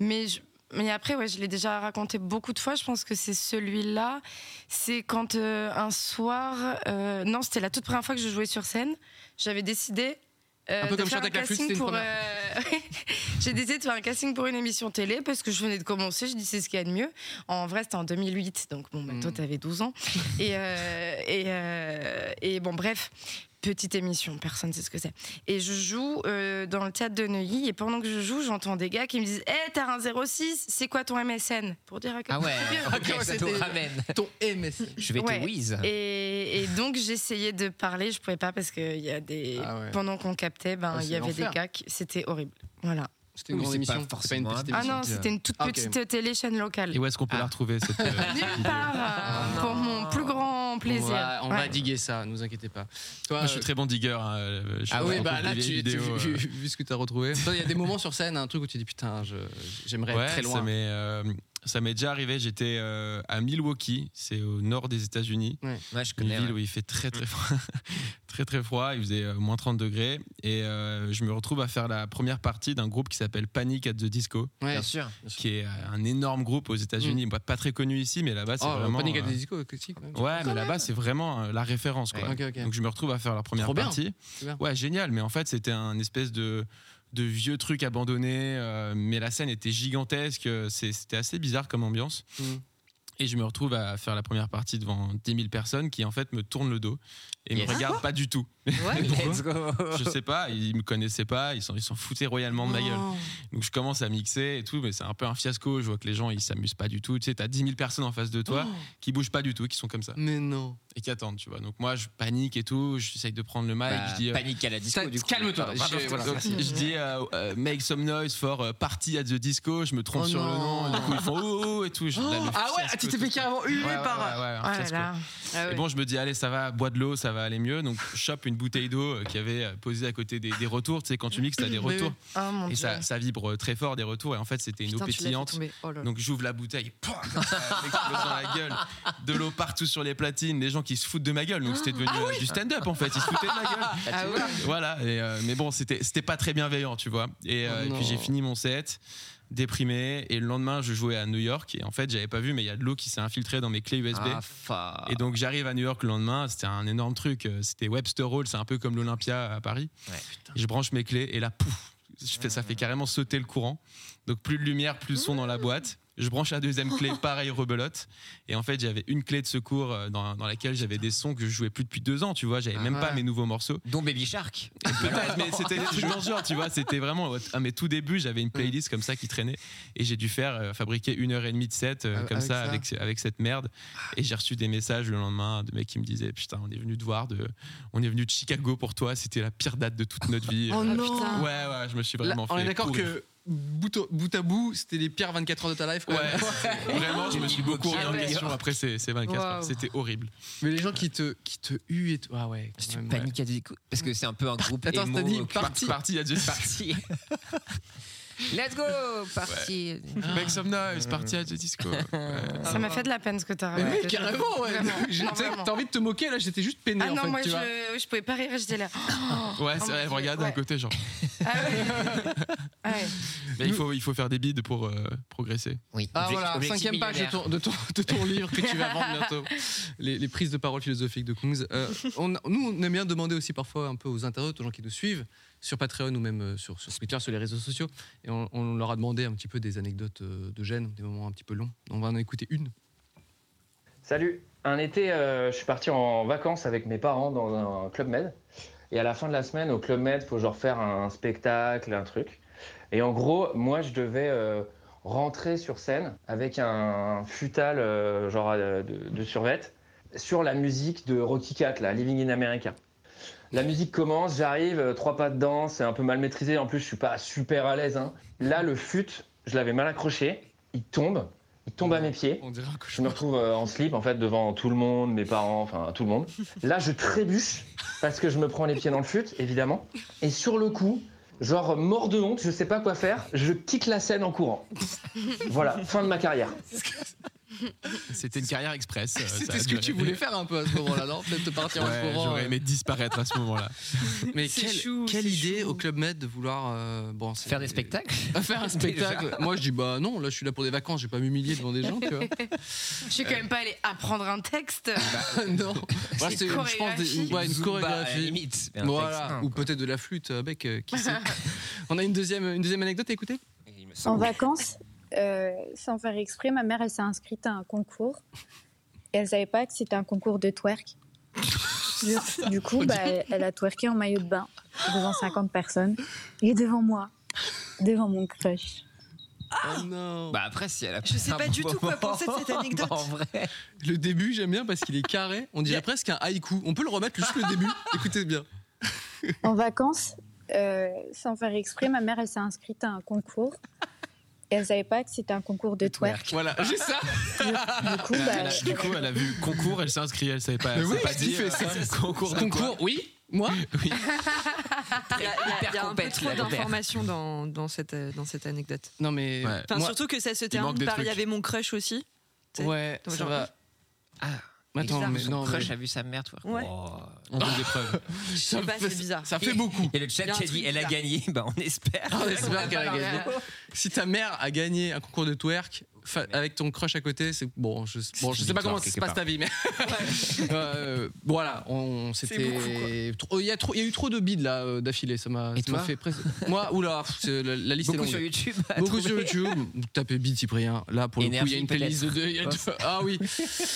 [SPEAKER 3] Mais, je- mais après, ouais, je l'ai déjà raconté beaucoup de fois. Je pense que c'est celui-là. C'est quand euh, un soir, euh, non, c'était la toute première fois que je jouais sur scène. J'avais décidé. euh,
[SPEAKER 2] Un peu
[SPEAKER 3] de
[SPEAKER 2] comme
[SPEAKER 3] faire
[SPEAKER 2] Chantal Lacluse,
[SPEAKER 3] casting
[SPEAKER 2] c'était une
[SPEAKER 3] pour,
[SPEAKER 2] première.
[SPEAKER 3] euh, J'ai décidé de faire un casting pour une émission télé parce que je venais de commencer. Je dis c'est ce qu'il y a de mieux. En vrai, c'était en 2008, donc bon, bah,
[SPEAKER 2] Mhm.
[SPEAKER 3] toi, t'avais 12 ans. Et, euh, et, euh, et bon, bref, petite émission, personne ne sait ce que c'est. Et je joue euh, dans le théâtre de Neuilly, et pendant que je joue, j'entends des gars qui me disent Hé, t'as un 06, c'est quoi ton MSN Pour dire à quel
[SPEAKER 4] Ah ouais,
[SPEAKER 3] point-
[SPEAKER 4] ok, ça nous
[SPEAKER 2] c'était-
[SPEAKER 4] ramène.
[SPEAKER 2] Ton MSN.
[SPEAKER 4] Je vais
[SPEAKER 3] Ouais.
[SPEAKER 4] te whiz.
[SPEAKER 3] Et, et donc j'essayais de parler, je pouvais pas parce que il y a des
[SPEAKER 2] Ah ouais.
[SPEAKER 3] pendant qu'on captait, ben
[SPEAKER 2] Ah,
[SPEAKER 3] il
[SPEAKER 2] c'est
[SPEAKER 3] y avait des
[SPEAKER 2] l'enfer.
[SPEAKER 3] gars, qui- c'était horrible. Voilà.
[SPEAKER 2] C'était une
[SPEAKER 4] Oui,
[SPEAKER 2] grande
[SPEAKER 4] c'est pas
[SPEAKER 2] émission, c'est
[SPEAKER 4] forcément
[SPEAKER 2] pas une petite
[SPEAKER 4] un
[SPEAKER 3] Ah
[SPEAKER 2] émission.
[SPEAKER 3] non, c'était une toute
[SPEAKER 2] Ah, ok.
[SPEAKER 3] petite télé chaîne locale.
[SPEAKER 6] Et où est-ce qu'on peut
[SPEAKER 4] Ah.
[SPEAKER 6] la retrouver cette. euh,
[SPEAKER 3] Nulle
[SPEAKER 6] vidéo
[SPEAKER 3] part
[SPEAKER 5] Ah
[SPEAKER 3] euh, pour mon plus grand plaisir.
[SPEAKER 2] On va, on va
[SPEAKER 3] Ouais.
[SPEAKER 2] diguer ça, ne vous inquiétez pas. Toi,
[SPEAKER 6] Moi, je suis
[SPEAKER 2] euh,
[SPEAKER 6] très bon digger. hein, euh, je
[SPEAKER 2] Ah
[SPEAKER 6] fais
[SPEAKER 2] oui,
[SPEAKER 6] encore
[SPEAKER 2] bah
[SPEAKER 6] des
[SPEAKER 2] là, tu,
[SPEAKER 6] vieilles
[SPEAKER 2] tu-
[SPEAKER 6] vidéos,
[SPEAKER 2] vu,
[SPEAKER 6] euh.
[SPEAKER 2] vu ce que tu as retrouvé. Toi, Il y a des moments sur scène, un truc où tu dis putain, je- j'aimerais
[SPEAKER 6] Ouais,
[SPEAKER 2] être très loin.
[SPEAKER 6] Ça m'est, euh, ça m'est déjà arrivé. J'étais euh, à Milwaukee, c'est au nord des États-Unis.
[SPEAKER 4] Moi, je
[SPEAKER 6] Une
[SPEAKER 4] connais.
[SPEAKER 6] ville
[SPEAKER 4] ouais.
[SPEAKER 6] où il fait très
[SPEAKER 2] Mm.
[SPEAKER 6] très froid, très très froid. Il faisait euh, moins 30 degrés et euh, je me retrouve à faire la première partie d'un groupe qui s'appelle Panic at the Disco,
[SPEAKER 2] Ouais.
[SPEAKER 4] Bien sûr.
[SPEAKER 6] qui est euh, un énorme groupe aux États-Unis, Bah, pas très connu ici, mais là-bas c'est
[SPEAKER 2] Mm. Oh,
[SPEAKER 6] vraiment.
[SPEAKER 2] Panic at the
[SPEAKER 6] euh,
[SPEAKER 2] Disco acoustique, ouais.
[SPEAKER 6] Ouais, mais là-bas c'est vraiment euh, la référence quoi.
[SPEAKER 2] Ok, ok.
[SPEAKER 6] Donc je me retrouve à faire la première
[SPEAKER 2] Trop bien.
[SPEAKER 6] partie.
[SPEAKER 2] C'est bien.
[SPEAKER 6] Ouais, génial. Mais en fait, c'était un espèce de, de vieux truc abandonné. euh, mais la scène était gigantesque. euh, c'est- C'était assez bizarre comme ambiance.
[SPEAKER 2] Mm.
[SPEAKER 6] Et je me retrouve à faire la première partie devant 10 000 personnes qui en fait me tournent le dos et
[SPEAKER 4] Yes.
[SPEAKER 6] me regardent pas du tout.
[SPEAKER 4] Let's go.
[SPEAKER 6] Je sais pas, ils me connaissaient pas, ils s'en ils s'en foutaient royalement de ma gueule.
[SPEAKER 2] Oh.
[SPEAKER 6] Donc je commence à mixer et tout, mais c'est un peu un fiasco. Je vois que les gens ils s'amusent pas du tout. Tu sais, t'as 10 000 personnes en face de toi
[SPEAKER 2] Oh.
[SPEAKER 6] qui bougent pas du tout, qui sont comme ça
[SPEAKER 2] Mais non.
[SPEAKER 6] et qui attendent, tu vois. Donc moi, je panique et tout, j'essaye de prendre le mic,
[SPEAKER 4] Bah,
[SPEAKER 6] je dis... euh,
[SPEAKER 4] panique à la disco
[SPEAKER 2] Ça-
[SPEAKER 4] du coup.
[SPEAKER 2] calme-toi.
[SPEAKER 4] Pardon, pardon,
[SPEAKER 2] Je-
[SPEAKER 4] voilà.
[SPEAKER 6] donc,
[SPEAKER 4] Merci.
[SPEAKER 6] je dis euh, euh, make some noise for euh, party at the disco, je me trompe
[SPEAKER 2] Oh
[SPEAKER 6] sur le
[SPEAKER 2] non.
[SPEAKER 6] nom, et du coup ils font oh, oh, oh et tout. Je- là, le
[SPEAKER 2] ah ouais,
[SPEAKER 6] fiasco
[SPEAKER 2] tu t'es fait
[SPEAKER 6] total.
[SPEAKER 2] carrément huer
[SPEAKER 6] Ouais, ouais,
[SPEAKER 2] par.
[SPEAKER 6] ouais, ouais, un
[SPEAKER 3] Oh là
[SPEAKER 6] hein, fiasco.
[SPEAKER 3] là.
[SPEAKER 5] Ah
[SPEAKER 6] Et
[SPEAKER 5] ouais.
[SPEAKER 6] bon, je me dis, allez, ça va, bois de l'eau, ça va aller mieux. Donc, je chope une bouteille d'eau euh, qui avait euh, posée à côté des, des retours. Tu sais, quand tu mixes, t'as des
[SPEAKER 2] Oui,
[SPEAKER 6] retours.
[SPEAKER 3] Oh mon
[SPEAKER 6] Et
[SPEAKER 3] dieu.
[SPEAKER 6] ça, ça vibre euh, très fort, des retours. Et en fait, c'était une eau
[SPEAKER 5] Putain, tu l'as fait
[SPEAKER 6] pétillante.
[SPEAKER 5] tomber. Oh là là.
[SPEAKER 6] Donc j'ouvre la bouteille, pouah, comme ça, elle m'explose dans la gueule, de l'eau partout sur les platines, les gens qui se foutent de ma gueule. Donc c'était devenu euh, du stand-up en fait, ils se foutaient de ma gueule.
[SPEAKER 5] Ah ouais.
[SPEAKER 6] Voilà, et, euh, mais bon, c'était c'était pas très bienveillant, tu vois. Et, euh,
[SPEAKER 2] Oh
[SPEAKER 6] et
[SPEAKER 2] non.
[SPEAKER 6] puis j'ai fini mon set, déprimé, et le lendemain je jouais à New York, et en fait j'avais pas vu, mais il y a de l'eau qui s'est infiltrée dans mes clés USB.
[SPEAKER 4] Ah, fa-
[SPEAKER 6] Et donc j'arrive à New York le lendemain, c'était un énorme truc, euh, c'était Webster Hall, c'est un peu comme l'Olympia à Paris.
[SPEAKER 4] Ouais.
[SPEAKER 6] Et je branche mes clés et là, pouf, je fais- ça fait carrément sauter le courant. Donc plus de lumière, plus de son dans la boîte. Je branche la deuxième clé, pareil, rebelote. Et en fait, j'avais une clé de secours euh, dans, dans laquelle j'avais des sons que je jouais plus depuis deux ans, tu vois, j'avais même
[SPEAKER 2] Ah
[SPEAKER 6] pas
[SPEAKER 2] ouais.
[SPEAKER 6] mes nouveaux morceaux.
[SPEAKER 4] Dont Baby Shark.
[SPEAKER 6] Peut-être, mais c'était des trucs dans ce genre, tu vois. C'était vraiment à mes tout débuts, j'avais une playlist comme ça qui traînait et j'ai dû faire euh, fabriquer une heure et demie de set euh,
[SPEAKER 2] Ah,
[SPEAKER 6] comme
[SPEAKER 2] avec
[SPEAKER 6] ça,
[SPEAKER 2] ça.
[SPEAKER 6] avec avec cette merde. Et j'ai reçu des messages le lendemain de mecs qui me disaient putain, on est venu te voir, de, on est venu de Chicago pour toi, c'était la pire date de toute notre vie.
[SPEAKER 5] Oh
[SPEAKER 6] Euh,
[SPEAKER 5] non.
[SPEAKER 6] Ouais, ouais, je me suis
[SPEAKER 2] Là,
[SPEAKER 6] vraiment
[SPEAKER 2] on
[SPEAKER 6] fait.
[SPEAKER 2] est d'accord
[SPEAKER 6] pourrir.
[SPEAKER 2] que bout, au- bout à bout, c'était les pires 24 heures de ta life. Quand
[SPEAKER 6] Ouais,
[SPEAKER 2] même.
[SPEAKER 6] c'est- vraiment, je me suis beaucoup remis en question après ces, ces 24 heures.
[SPEAKER 2] Wow.
[SPEAKER 6] C'était horrible.
[SPEAKER 2] Mais les gens qui te, qui te huent et tout. Ah ouais. quand même, ouais.
[SPEAKER 4] Panique à des coups. Parce que c'est un peu un groupe.
[SPEAKER 2] Attends,
[SPEAKER 4] emo,
[SPEAKER 2] t'as dit
[SPEAKER 4] euh, qui-
[SPEAKER 2] parti.
[SPEAKER 6] Parti, adieu.
[SPEAKER 4] Parti. Let's go, parti.
[SPEAKER 6] Make some noise, parti à The Disco.
[SPEAKER 3] Ça m'a fait de la peine ce que t'as
[SPEAKER 2] Ah Mais
[SPEAKER 3] raconté.
[SPEAKER 2] oui, carrément, ouais.
[SPEAKER 3] Ah Vraiment.
[SPEAKER 2] J'ai-
[SPEAKER 3] Non,
[SPEAKER 2] tu sais,
[SPEAKER 3] vraiment.
[SPEAKER 2] T'as envie de te moquer, là, j'étais juste peiné.
[SPEAKER 3] Ah
[SPEAKER 2] en
[SPEAKER 3] non,
[SPEAKER 2] fait,
[SPEAKER 3] moi
[SPEAKER 2] tu vois.
[SPEAKER 3] je, je pouvais pas rire, j'étais là.
[SPEAKER 6] Ouais, c'est
[SPEAKER 3] Oh,
[SPEAKER 6] vrai, elle me regarde à côté, genre.
[SPEAKER 3] Ouais.
[SPEAKER 6] Mais il faut, il faut faire des bides pour euh, progresser.
[SPEAKER 4] Oui.
[SPEAKER 2] Ah voilà, cinquième page de ton, de ton- de ton livre que tu vas vendre bientôt. Les, les prises de parole philosophiques de Kungs. Euh, on, nous, on aime bien demander aussi parfois un peu aux internautes, aux gens qui nous suivent, sur Patreon ou même euh, sur, sur Twitter, sur les réseaux sociaux. Et on, on leur a demandé un petit peu des anecdotes euh, de gêne, des moments un petit peu longs. On va en écouter une.
[SPEAKER 11] Salut. Un été, euh, je suis parti en vacances avec mes parents dans un club med. Et à la fin de la semaine, au club med, faut genre faire un spectacle, un truc. Et en gros, moi, je devais euh, rentrer sur scène avec un futal euh, genre euh, de, de survette sur la musique de Rocky Cat, là, Living in America. La musique commence, j'arrive, euh, trois pas dedans, c'est un peu mal maîtrisé. En plus, je suis pas super à l'aise. hein. Là, le fut, je l'avais mal accroché. Il tombe, il tombe à mes pieds. Je me retrouve euh, en slip, en fait, devant tout le monde, mes parents, enfin tout le monde. Là, je trébuche parce que je me prends les pieds dans le fut, évidemment. Et sur le coup, genre mort de honte, je sais pas quoi faire, je quitte la scène en courant. Voilà, fin de ma carrière.
[SPEAKER 6] C'était une carrière express. euh, ça
[SPEAKER 2] C'était
[SPEAKER 6] a
[SPEAKER 2] ce que
[SPEAKER 6] duré.
[SPEAKER 2] tu voulais faire un peu à ce moment-là, non Peut-être te partir
[SPEAKER 6] Ouais,
[SPEAKER 2] en courant.
[SPEAKER 6] J'aurais
[SPEAKER 2] euh.
[SPEAKER 6] aimé disparaître à ce moment-là.
[SPEAKER 2] Mais
[SPEAKER 6] C'est
[SPEAKER 2] quelle,
[SPEAKER 6] chou,
[SPEAKER 2] quelle
[SPEAKER 6] c'est
[SPEAKER 2] idée au Club Med de vouloir euh, bon, c'est-
[SPEAKER 4] Faire des spectacles
[SPEAKER 2] faire un spectacle.
[SPEAKER 4] Déjà.
[SPEAKER 2] Moi, je dis bah non, là, je suis là pour des vacances, je vais pas m'humilier devant des gens, tu vois.
[SPEAKER 3] Je suis quand même pas allée apprendre un texte.
[SPEAKER 2] non. Voilà, c'est
[SPEAKER 3] C'est une
[SPEAKER 2] une, je pense, des-
[SPEAKER 3] chorégraphie.
[SPEAKER 2] ouais, une
[SPEAKER 4] Zumba, à
[SPEAKER 2] chorégraphie.
[SPEAKER 4] la Bah, limite, mais un
[SPEAKER 2] Voilà.
[SPEAKER 4] texte, non,
[SPEAKER 2] Ou
[SPEAKER 4] quoi.
[SPEAKER 2] peut-être de la flûte, euh, bec, euh, qui sait. On a une deuxième, une deuxième anecdote à écouter
[SPEAKER 12] En vacances, euh, sans faire exprès, ma mère, elle s'est inscrite à un concours. Et elle savait pas que c'était un concours de twerk. Du- Du coup, bah, elle, elle a twerké en maillot de bain devant 50 personnes et devant moi, devant mon crush.
[SPEAKER 5] Ah
[SPEAKER 2] Oh non
[SPEAKER 4] Bah après, si elle a
[SPEAKER 2] Je sais
[SPEAKER 4] un
[SPEAKER 2] pas
[SPEAKER 4] bon
[SPEAKER 2] du tout quoi
[SPEAKER 4] moment.
[SPEAKER 2] penser de cette anecdote.
[SPEAKER 4] Non, en vrai.
[SPEAKER 2] Le début, j'aime bien parce qu'il est carré. On dirait presque un haïku. On peut le remettre juste le début. Écoutez bien.
[SPEAKER 12] En vacances, euh, sans faire exprès, ma mère, elle s'est inscrite à un concours. Et elle savait pas que c'était un concours
[SPEAKER 4] Ah,
[SPEAKER 12] de twerk.
[SPEAKER 2] Voilà, juste ça.
[SPEAKER 12] Du coup, bah,
[SPEAKER 6] Elle a- du coup, elle a vu concours, elle s'est inscrite, elle savait pas.
[SPEAKER 2] Mais
[SPEAKER 6] elle
[SPEAKER 2] oui,
[SPEAKER 6] savait pas
[SPEAKER 2] qu'est-ce qu'il
[SPEAKER 4] hein.
[SPEAKER 6] dire,
[SPEAKER 2] fait,
[SPEAKER 6] euh,
[SPEAKER 2] ça
[SPEAKER 6] Concours, de
[SPEAKER 2] Concours,
[SPEAKER 6] quoi
[SPEAKER 2] oui Moi
[SPEAKER 6] Oui.
[SPEAKER 5] Il y a, il y a- il y a un peu
[SPEAKER 4] compète,
[SPEAKER 5] trop
[SPEAKER 4] la compère.
[SPEAKER 5] d'informations dans, dans cette, euh, dans cette anecdote.
[SPEAKER 2] Non, mais.
[SPEAKER 6] Ouais.
[SPEAKER 5] Enfin, surtout que ça se
[SPEAKER 6] il
[SPEAKER 5] termine
[SPEAKER 6] manque des
[SPEAKER 5] par il y
[SPEAKER 6] trucs.
[SPEAKER 5] avait mon crush aussi. tu sais.
[SPEAKER 2] Ouais,
[SPEAKER 5] Donc,
[SPEAKER 2] ça
[SPEAKER 5] genre,
[SPEAKER 2] va.
[SPEAKER 4] Ah. Bizarre,
[SPEAKER 2] Attends, mais
[SPEAKER 4] son
[SPEAKER 2] non.
[SPEAKER 4] crush
[SPEAKER 2] mais-
[SPEAKER 4] a vu sa mère, toi.
[SPEAKER 5] Ouais.
[SPEAKER 6] On donne des preuves.
[SPEAKER 5] Je sais pas, bah, c'est bizarre.
[SPEAKER 2] Ça fait beaucoup.
[SPEAKER 4] Et le chat
[SPEAKER 5] Il y a un
[SPEAKER 4] qui a
[SPEAKER 5] truc
[SPEAKER 4] dit elle a
[SPEAKER 5] bizarre.
[SPEAKER 4] gagné, bah on espère.
[SPEAKER 2] On espère qu'elle a
[SPEAKER 5] pas
[SPEAKER 2] gagné.
[SPEAKER 3] euh,
[SPEAKER 5] leur-
[SPEAKER 2] Si ta mère a gagné un concours de twerk fa- avec ton crush à côté, c'est bon. Je, bon, je
[SPEAKER 4] une
[SPEAKER 2] sais pas
[SPEAKER 4] victoire
[SPEAKER 2] comment se
[SPEAKER 4] quelque
[SPEAKER 2] passe
[SPEAKER 4] part.
[SPEAKER 2] ta vie, mais Euh, voilà, on c'était. trop- Il y a trop, il y a eu trop de bides là euh, d'affilée. Ça m'a,
[SPEAKER 4] Et
[SPEAKER 2] ça m'a
[SPEAKER 4] toi
[SPEAKER 2] fait presque. Moi, oula, pff, c'est- la, la liste
[SPEAKER 4] Beaucoup
[SPEAKER 2] est
[SPEAKER 4] sur
[SPEAKER 2] longue.
[SPEAKER 4] YouTube. à
[SPEAKER 2] Beaucoup
[SPEAKER 4] trouver.
[SPEAKER 2] sur YouTube. Vous tapez bide Cyprien. Là, pour le coup, il y a
[SPEAKER 4] Énergie,
[SPEAKER 2] une playlist de
[SPEAKER 4] peut-être.
[SPEAKER 2] deux. il y a deux- Ah oui. Ouais,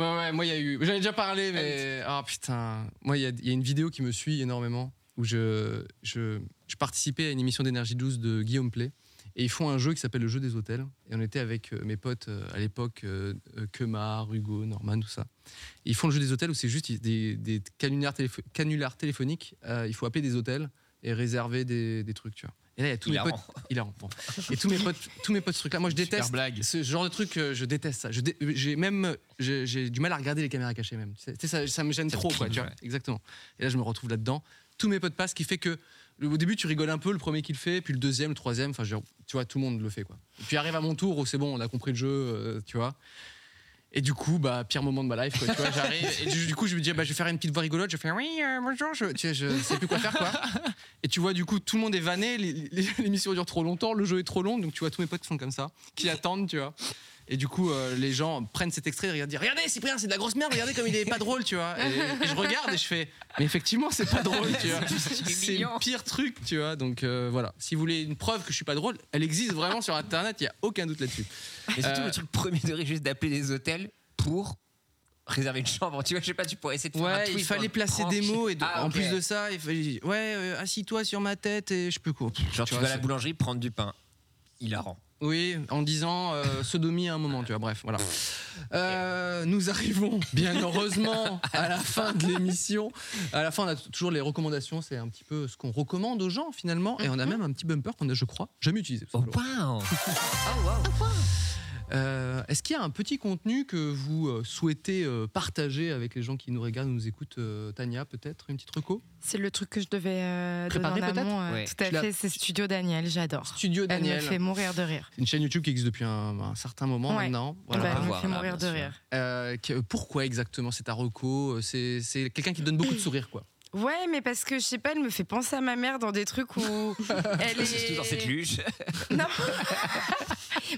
[SPEAKER 2] ouais. Moi, il y a eu. J'en ai déjà parlé, mais ah putain. Moi, il y a- il y, a une vidéo qui me suit énormément où je, je, je participais à une émission d'énergie 12 de Guillaume Play. Et ils font un jeu qui s'appelle le jeu des hôtels. Et on était avec euh, mes potes euh, à l'époque, euh, euh, Kemar, Hugo, Norman, tout ça. Et ils font le jeu des hôtels où c'est juste des, des canulars, télépho- canulars téléphoniques. Euh, il faut appeler des hôtels et réserver des, des trucs, tu vois. Et là, il y a tous mes
[SPEAKER 4] Hilarant.
[SPEAKER 2] potes. Il Et tous mes potes, tous mes potes, ce truc-là. Moi, je
[SPEAKER 6] Super
[SPEAKER 2] déteste
[SPEAKER 6] blague.
[SPEAKER 2] ce genre de truc. euh, Je déteste ça. Je dé- J'ai même, j'ai j'ai du mal à regarder les caméras cachées même. Tu sais, tu sais, ça, ça me gêne
[SPEAKER 4] Ça te
[SPEAKER 2] trop, quoi.
[SPEAKER 4] pique,
[SPEAKER 2] Tu vois.
[SPEAKER 4] ouais.
[SPEAKER 2] Exactement. Et là, je me retrouve là-dedans. Tous mes potes passent, ce qui fait que le- au début, tu rigoles un peu, le premier qu'il fait, puis le deuxième, le troisième. Enfin, genre, tu vois, tout le monde le fait, quoi. Et puis arrive à mon tour où c'est bon, on a compris le jeu, euh, tu vois. Et du coup, bah, pire moment de ma life, quoi. Tu vois, j'arrive. Et du, du coup, je me dis, bah, je vais faire une petite voix rigolote. Je fais, oui, euh, bonjour, je, tu sais, je sais plus quoi faire, quoi. Et tu vois, du coup, tout le monde est vanné, les- les- l'émission dure trop longtemps, le jeu est trop long, donc tu vois, tous mes potes sont comme ça, qui attendent, tu vois. Et du coup, euh, les gens prennent cet extrait et regardent, disent, regardez, Cyprien, c'est de la grosse merde, regardez comme il est pas drôle, tu vois. Et, et je regarde et je fais, mais effectivement, c'est pas drôle, tu vois. C'est le
[SPEAKER 4] humiliant.
[SPEAKER 2] pire truc, tu vois. Donc euh, voilà, si vous voulez une preuve que je suis pas drôle, elle existe vraiment sur Internet, il y a aucun doute là-dessus.
[SPEAKER 4] Et surtout
[SPEAKER 2] Euh,
[SPEAKER 4] le truc premier de juste d'appeler des hôtels pour réserver une chambre. Tu vois, je sais pas, tu pourrais essayer de faire un
[SPEAKER 2] Ouais,
[SPEAKER 4] tweet
[SPEAKER 2] il fallait
[SPEAKER 4] dans-
[SPEAKER 2] placer
[SPEAKER 4] prendre-
[SPEAKER 2] des mots et de-
[SPEAKER 4] Ah,
[SPEAKER 2] en
[SPEAKER 4] ok.
[SPEAKER 2] plus de ça, il fallait, ouais, euh, assis-toi sur ma tête et je peux quoi.
[SPEAKER 4] genre tu,
[SPEAKER 2] vois,
[SPEAKER 4] vas à la
[SPEAKER 2] c'est-
[SPEAKER 4] boulangerie prendre du pain. Hilarant.
[SPEAKER 2] Oui, en disant euh, sodomie à un moment, tu vois, bref, voilà. Euh, nous arrivons bien heureusement à la fin de l'émission. À la fin, on a t- toujours les recommandations. C'est un petit peu ce qu'on recommande aux gens finalement. Et on
[SPEAKER 3] Mhm.
[SPEAKER 2] a même un petit bumper qu'on a, je crois, jamais utilisé. Oh,
[SPEAKER 4] wow. Ah,
[SPEAKER 5] Oh,
[SPEAKER 2] Euh, Est-ce qu'il y a un petit contenu que vous euh, souhaitez euh, partager avec les gens qui nous regardent, nous écoutent Euh, Tania, peut-être une petite reco
[SPEAKER 3] C'est le truc que je devais euh,
[SPEAKER 2] Préparer,
[SPEAKER 3] donner en
[SPEAKER 2] peut-être
[SPEAKER 3] amont, euh,
[SPEAKER 2] Ouais.
[SPEAKER 3] Tout à
[SPEAKER 2] Tu l'as-
[SPEAKER 3] fait, c'est Studio Daniel, j'adore.
[SPEAKER 2] Studio Daniel.
[SPEAKER 3] Elle me fait mourir de rire.
[SPEAKER 2] C'est une chaîne YouTube qui existe depuis un, un certain moment
[SPEAKER 3] Ouais.
[SPEAKER 2] maintenant.
[SPEAKER 3] Bah, elle me fait mourir de rire.
[SPEAKER 2] Euh, que- pourquoi exactement c'est ta reco euh, C'est c'est quelqu'un qui te donne beaucoup de sourires, quoi.
[SPEAKER 3] Ouais, mais parce que je sais pas, elle me fait penser à ma mère dans des trucs où elle est.
[SPEAKER 4] C'est tout dans cette luge.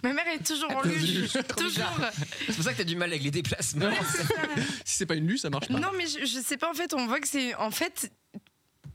[SPEAKER 3] Ma mère est toujours en luge. toujours.
[SPEAKER 4] C'est pour ça que t'as du mal avec les déplacements.
[SPEAKER 2] si c'est pas une luge, ça marche
[SPEAKER 3] Non, mais je, je sais pas. En fait, on voit que c'est. En fait,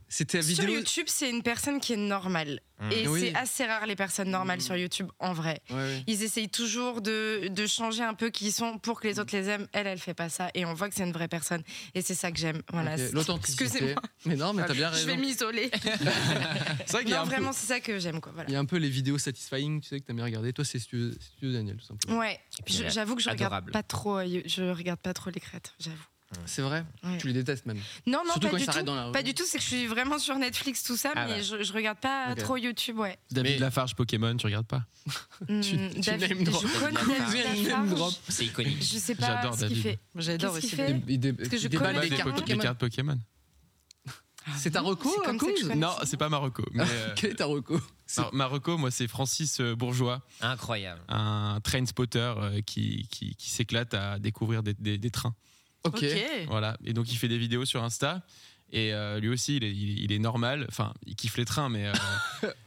[SPEAKER 2] C'était la
[SPEAKER 3] sur
[SPEAKER 2] vidéo.
[SPEAKER 3] YouTube, c'est une personne qui est normale.
[SPEAKER 2] Mm.
[SPEAKER 3] Et
[SPEAKER 2] Oui. Mmh.
[SPEAKER 3] c'est assez rare les personnes normales sur YouTube en vrai.
[SPEAKER 2] Ouais, ouais.
[SPEAKER 3] Ils essayent toujours de, de changer un peu qui ils sont pour que les autres les aiment. Elle, elle fait pas ça. Et on voit que c'est une vraie personne. Et c'est ça que j'aime. Voilà.
[SPEAKER 2] Ok,
[SPEAKER 3] c'est-
[SPEAKER 2] l'authenticité.
[SPEAKER 3] Excusez-moi.
[SPEAKER 2] Mais non, mais t'as bien
[SPEAKER 3] Je
[SPEAKER 2] raison.
[SPEAKER 3] vais m'isoler.
[SPEAKER 2] C'est vrai qu'il y a
[SPEAKER 3] non,
[SPEAKER 2] un peu-
[SPEAKER 3] vraiment, c'est ça que j'aime. Quoi. Voilà.
[SPEAKER 2] Il y a un peu les vidéos satisfying, tu sais, que t'aimes bien regarder. Toi, c'est Studio, Studio Daniel, tout simplement.
[SPEAKER 3] Ouais. Je- J'avoue que je
[SPEAKER 2] Adorable.
[SPEAKER 3] regarde pas trop. euh, Je regarde pas trop les crêtes. J'avoue.
[SPEAKER 2] C'est vrai
[SPEAKER 3] Ouais.
[SPEAKER 2] Tu les détestes même.
[SPEAKER 3] Non, non,
[SPEAKER 2] Surtout
[SPEAKER 3] pas,
[SPEAKER 2] quand
[SPEAKER 3] du
[SPEAKER 2] ils s'arrêtent
[SPEAKER 3] tout.
[SPEAKER 2] dans la rue.
[SPEAKER 3] pas du tout. C'est que je suis vraiment sur Netflix, tout ça,
[SPEAKER 6] Ah
[SPEAKER 3] mais
[SPEAKER 6] ouais.
[SPEAKER 3] je, je regarde pas
[SPEAKER 6] Ok.
[SPEAKER 3] trop YouTube, ouais.
[SPEAKER 6] David Lafarge Pokémon, tu regardes pas
[SPEAKER 3] Mm,
[SPEAKER 6] tu
[SPEAKER 3] David-
[SPEAKER 6] name drop.
[SPEAKER 3] Je connais
[SPEAKER 6] David
[SPEAKER 3] David
[SPEAKER 6] Lafarge.
[SPEAKER 3] Lafarge.
[SPEAKER 6] Name drop. C'est iconique.
[SPEAKER 3] Je sais pas
[SPEAKER 6] J'adore
[SPEAKER 3] ce qu'il
[SPEAKER 6] David.
[SPEAKER 3] fait.
[SPEAKER 5] J'adore
[SPEAKER 3] Qu'est-ce
[SPEAKER 5] aussi
[SPEAKER 3] qu'il fait
[SPEAKER 2] Il dé-
[SPEAKER 3] Parce que je
[SPEAKER 2] il déballe
[SPEAKER 3] connais
[SPEAKER 2] des
[SPEAKER 3] les
[SPEAKER 2] cartes
[SPEAKER 3] cartes
[SPEAKER 6] Les
[SPEAKER 2] Pokémon.
[SPEAKER 6] cartes Pokémon.
[SPEAKER 2] C'est ta reco,
[SPEAKER 3] C'est comme ça que je
[SPEAKER 2] Cause
[SPEAKER 3] connais.
[SPEAKER 6] Non, c'est pas
[SPEAKER 2] Ah,
[SPEAKER 6] Marocco. Mais euh,
[SPEAKER 2] Quelle est ta reco
[SPEAKER 6] Marocco, moi, c'est Francis euh, Bourgeois.
[SPEAKER 4] Incroyable.
[SPEAKER 6] Un train spotter euh, qui, qui, qui s'éclate à découvrir des, des- des trains.
[SPEAKER 2] Ok. Ok.
[SPEAKER 6] Voilà. Et donc, il fait des vidéos sur Insta. Et euh, lui aussi, il est, il- il est normal. Enfin, il kiffe les trains, mais, euh,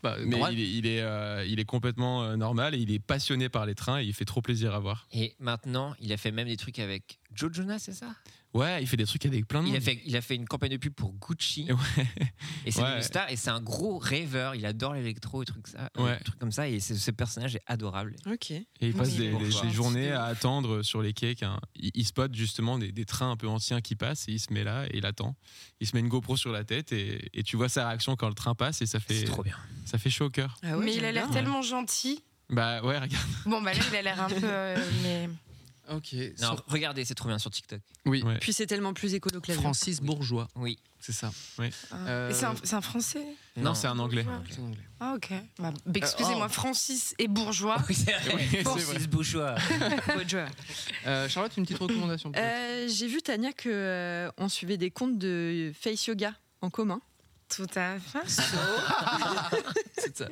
[SPEAKER 2] Bah,
[SPEAKER 6] mais
[SPEAKER 2] normal.
[SPEAKER 6] il, est, il, est, euh, il est complètement euh, normal. Et il est passionné par les trains et il fait trop plaisir à voir.
[SPEAKER 4] Et maintenant, il a fait même des trucs avec Joe Jonas, c'est ça
[SPEAKER 6] Ouais, il fait des trucs avec plein de
[SPEAKER 4] il
[SPEAKER 2] Hmm.
[SPEAKER 4] a,
[SPEAKER 6] monde.
[SPEAKER 4] fait, il a fait une campagne de pub pour Gucci. Et c'est
[SPEAKER 6] Ouais.
[SPEAKER 4] devenu star. Et c'est un gros rêveur. Il adore l'électro et trucs, ça,
[SPEAKER 6] Ouais.
[SPEAKER 4] euh, trucs comme ça. Et c'est- ce personnage est adorable.
[SPEAKER 5] Ok. Et
[SPEAKER 6] Et il passe
[SPEAKER 4] Oui.
[SPEAKER 6] des, des-
[SPEAKER 4] Bourgeois.
[SPEAKER 6] des journées à attendre sur les quais. qu'un- il, il spot justement des, des trains un peu anciens qui passent et il se met là et il attend. Il se met une GoPro sur la tête et, et tu vois sa réaction quand le train passe et ça fait. Ça fait chaud au cœur.
[SPEAKER 5] Ah
[SPEAKER 3] mais il a l'air tellement gentil.
[SPEAKER 6] Bah ouais, regarde.
[SPEAKER 3] Bon, bah là, il a l'air un peu. euh, mais...
[SPEAKER 2] Ok.
[SPEAKER 4] Non, regardez, c'est trop bien sur TikTok.
[SPEAKER 2] Oui.
[SPEAKER 5] Puis c'est tellement plus écolo que la
[SPEAKER 2] Francis Bourgeois.
[SPEAKER 4] Oui.
[SPEAKER 2] C'est ça.
[SPEAKER 6] Euh,
[SPEAKER 3] Et c'est un, c'est un français
[SPEAKER 6] Non, c'est un anglais.
[SPEAKER 3] Ah, ok. Bah,
[SPEAKER 6] Euh,
[SPEAKER 3] bah, excusez-moi,
[SPEAKER 2] oh.
[SPEAKER 3] Francis et bourgeois.
[SPEAKER 4] vrai. Francis Bourgeois.
[SPEAKER 5] Bourgeois.
[SPEAKER 2] Euh, Charlotte, une petite recommandation peut-être
[SPEAKER 5] Euh, J'ai vu, Tania, que euh, on suivait des comptes de face yoga en commun.
[SPEAKER 3] Tout à fait.
[SPEAKER 2] C'est ça.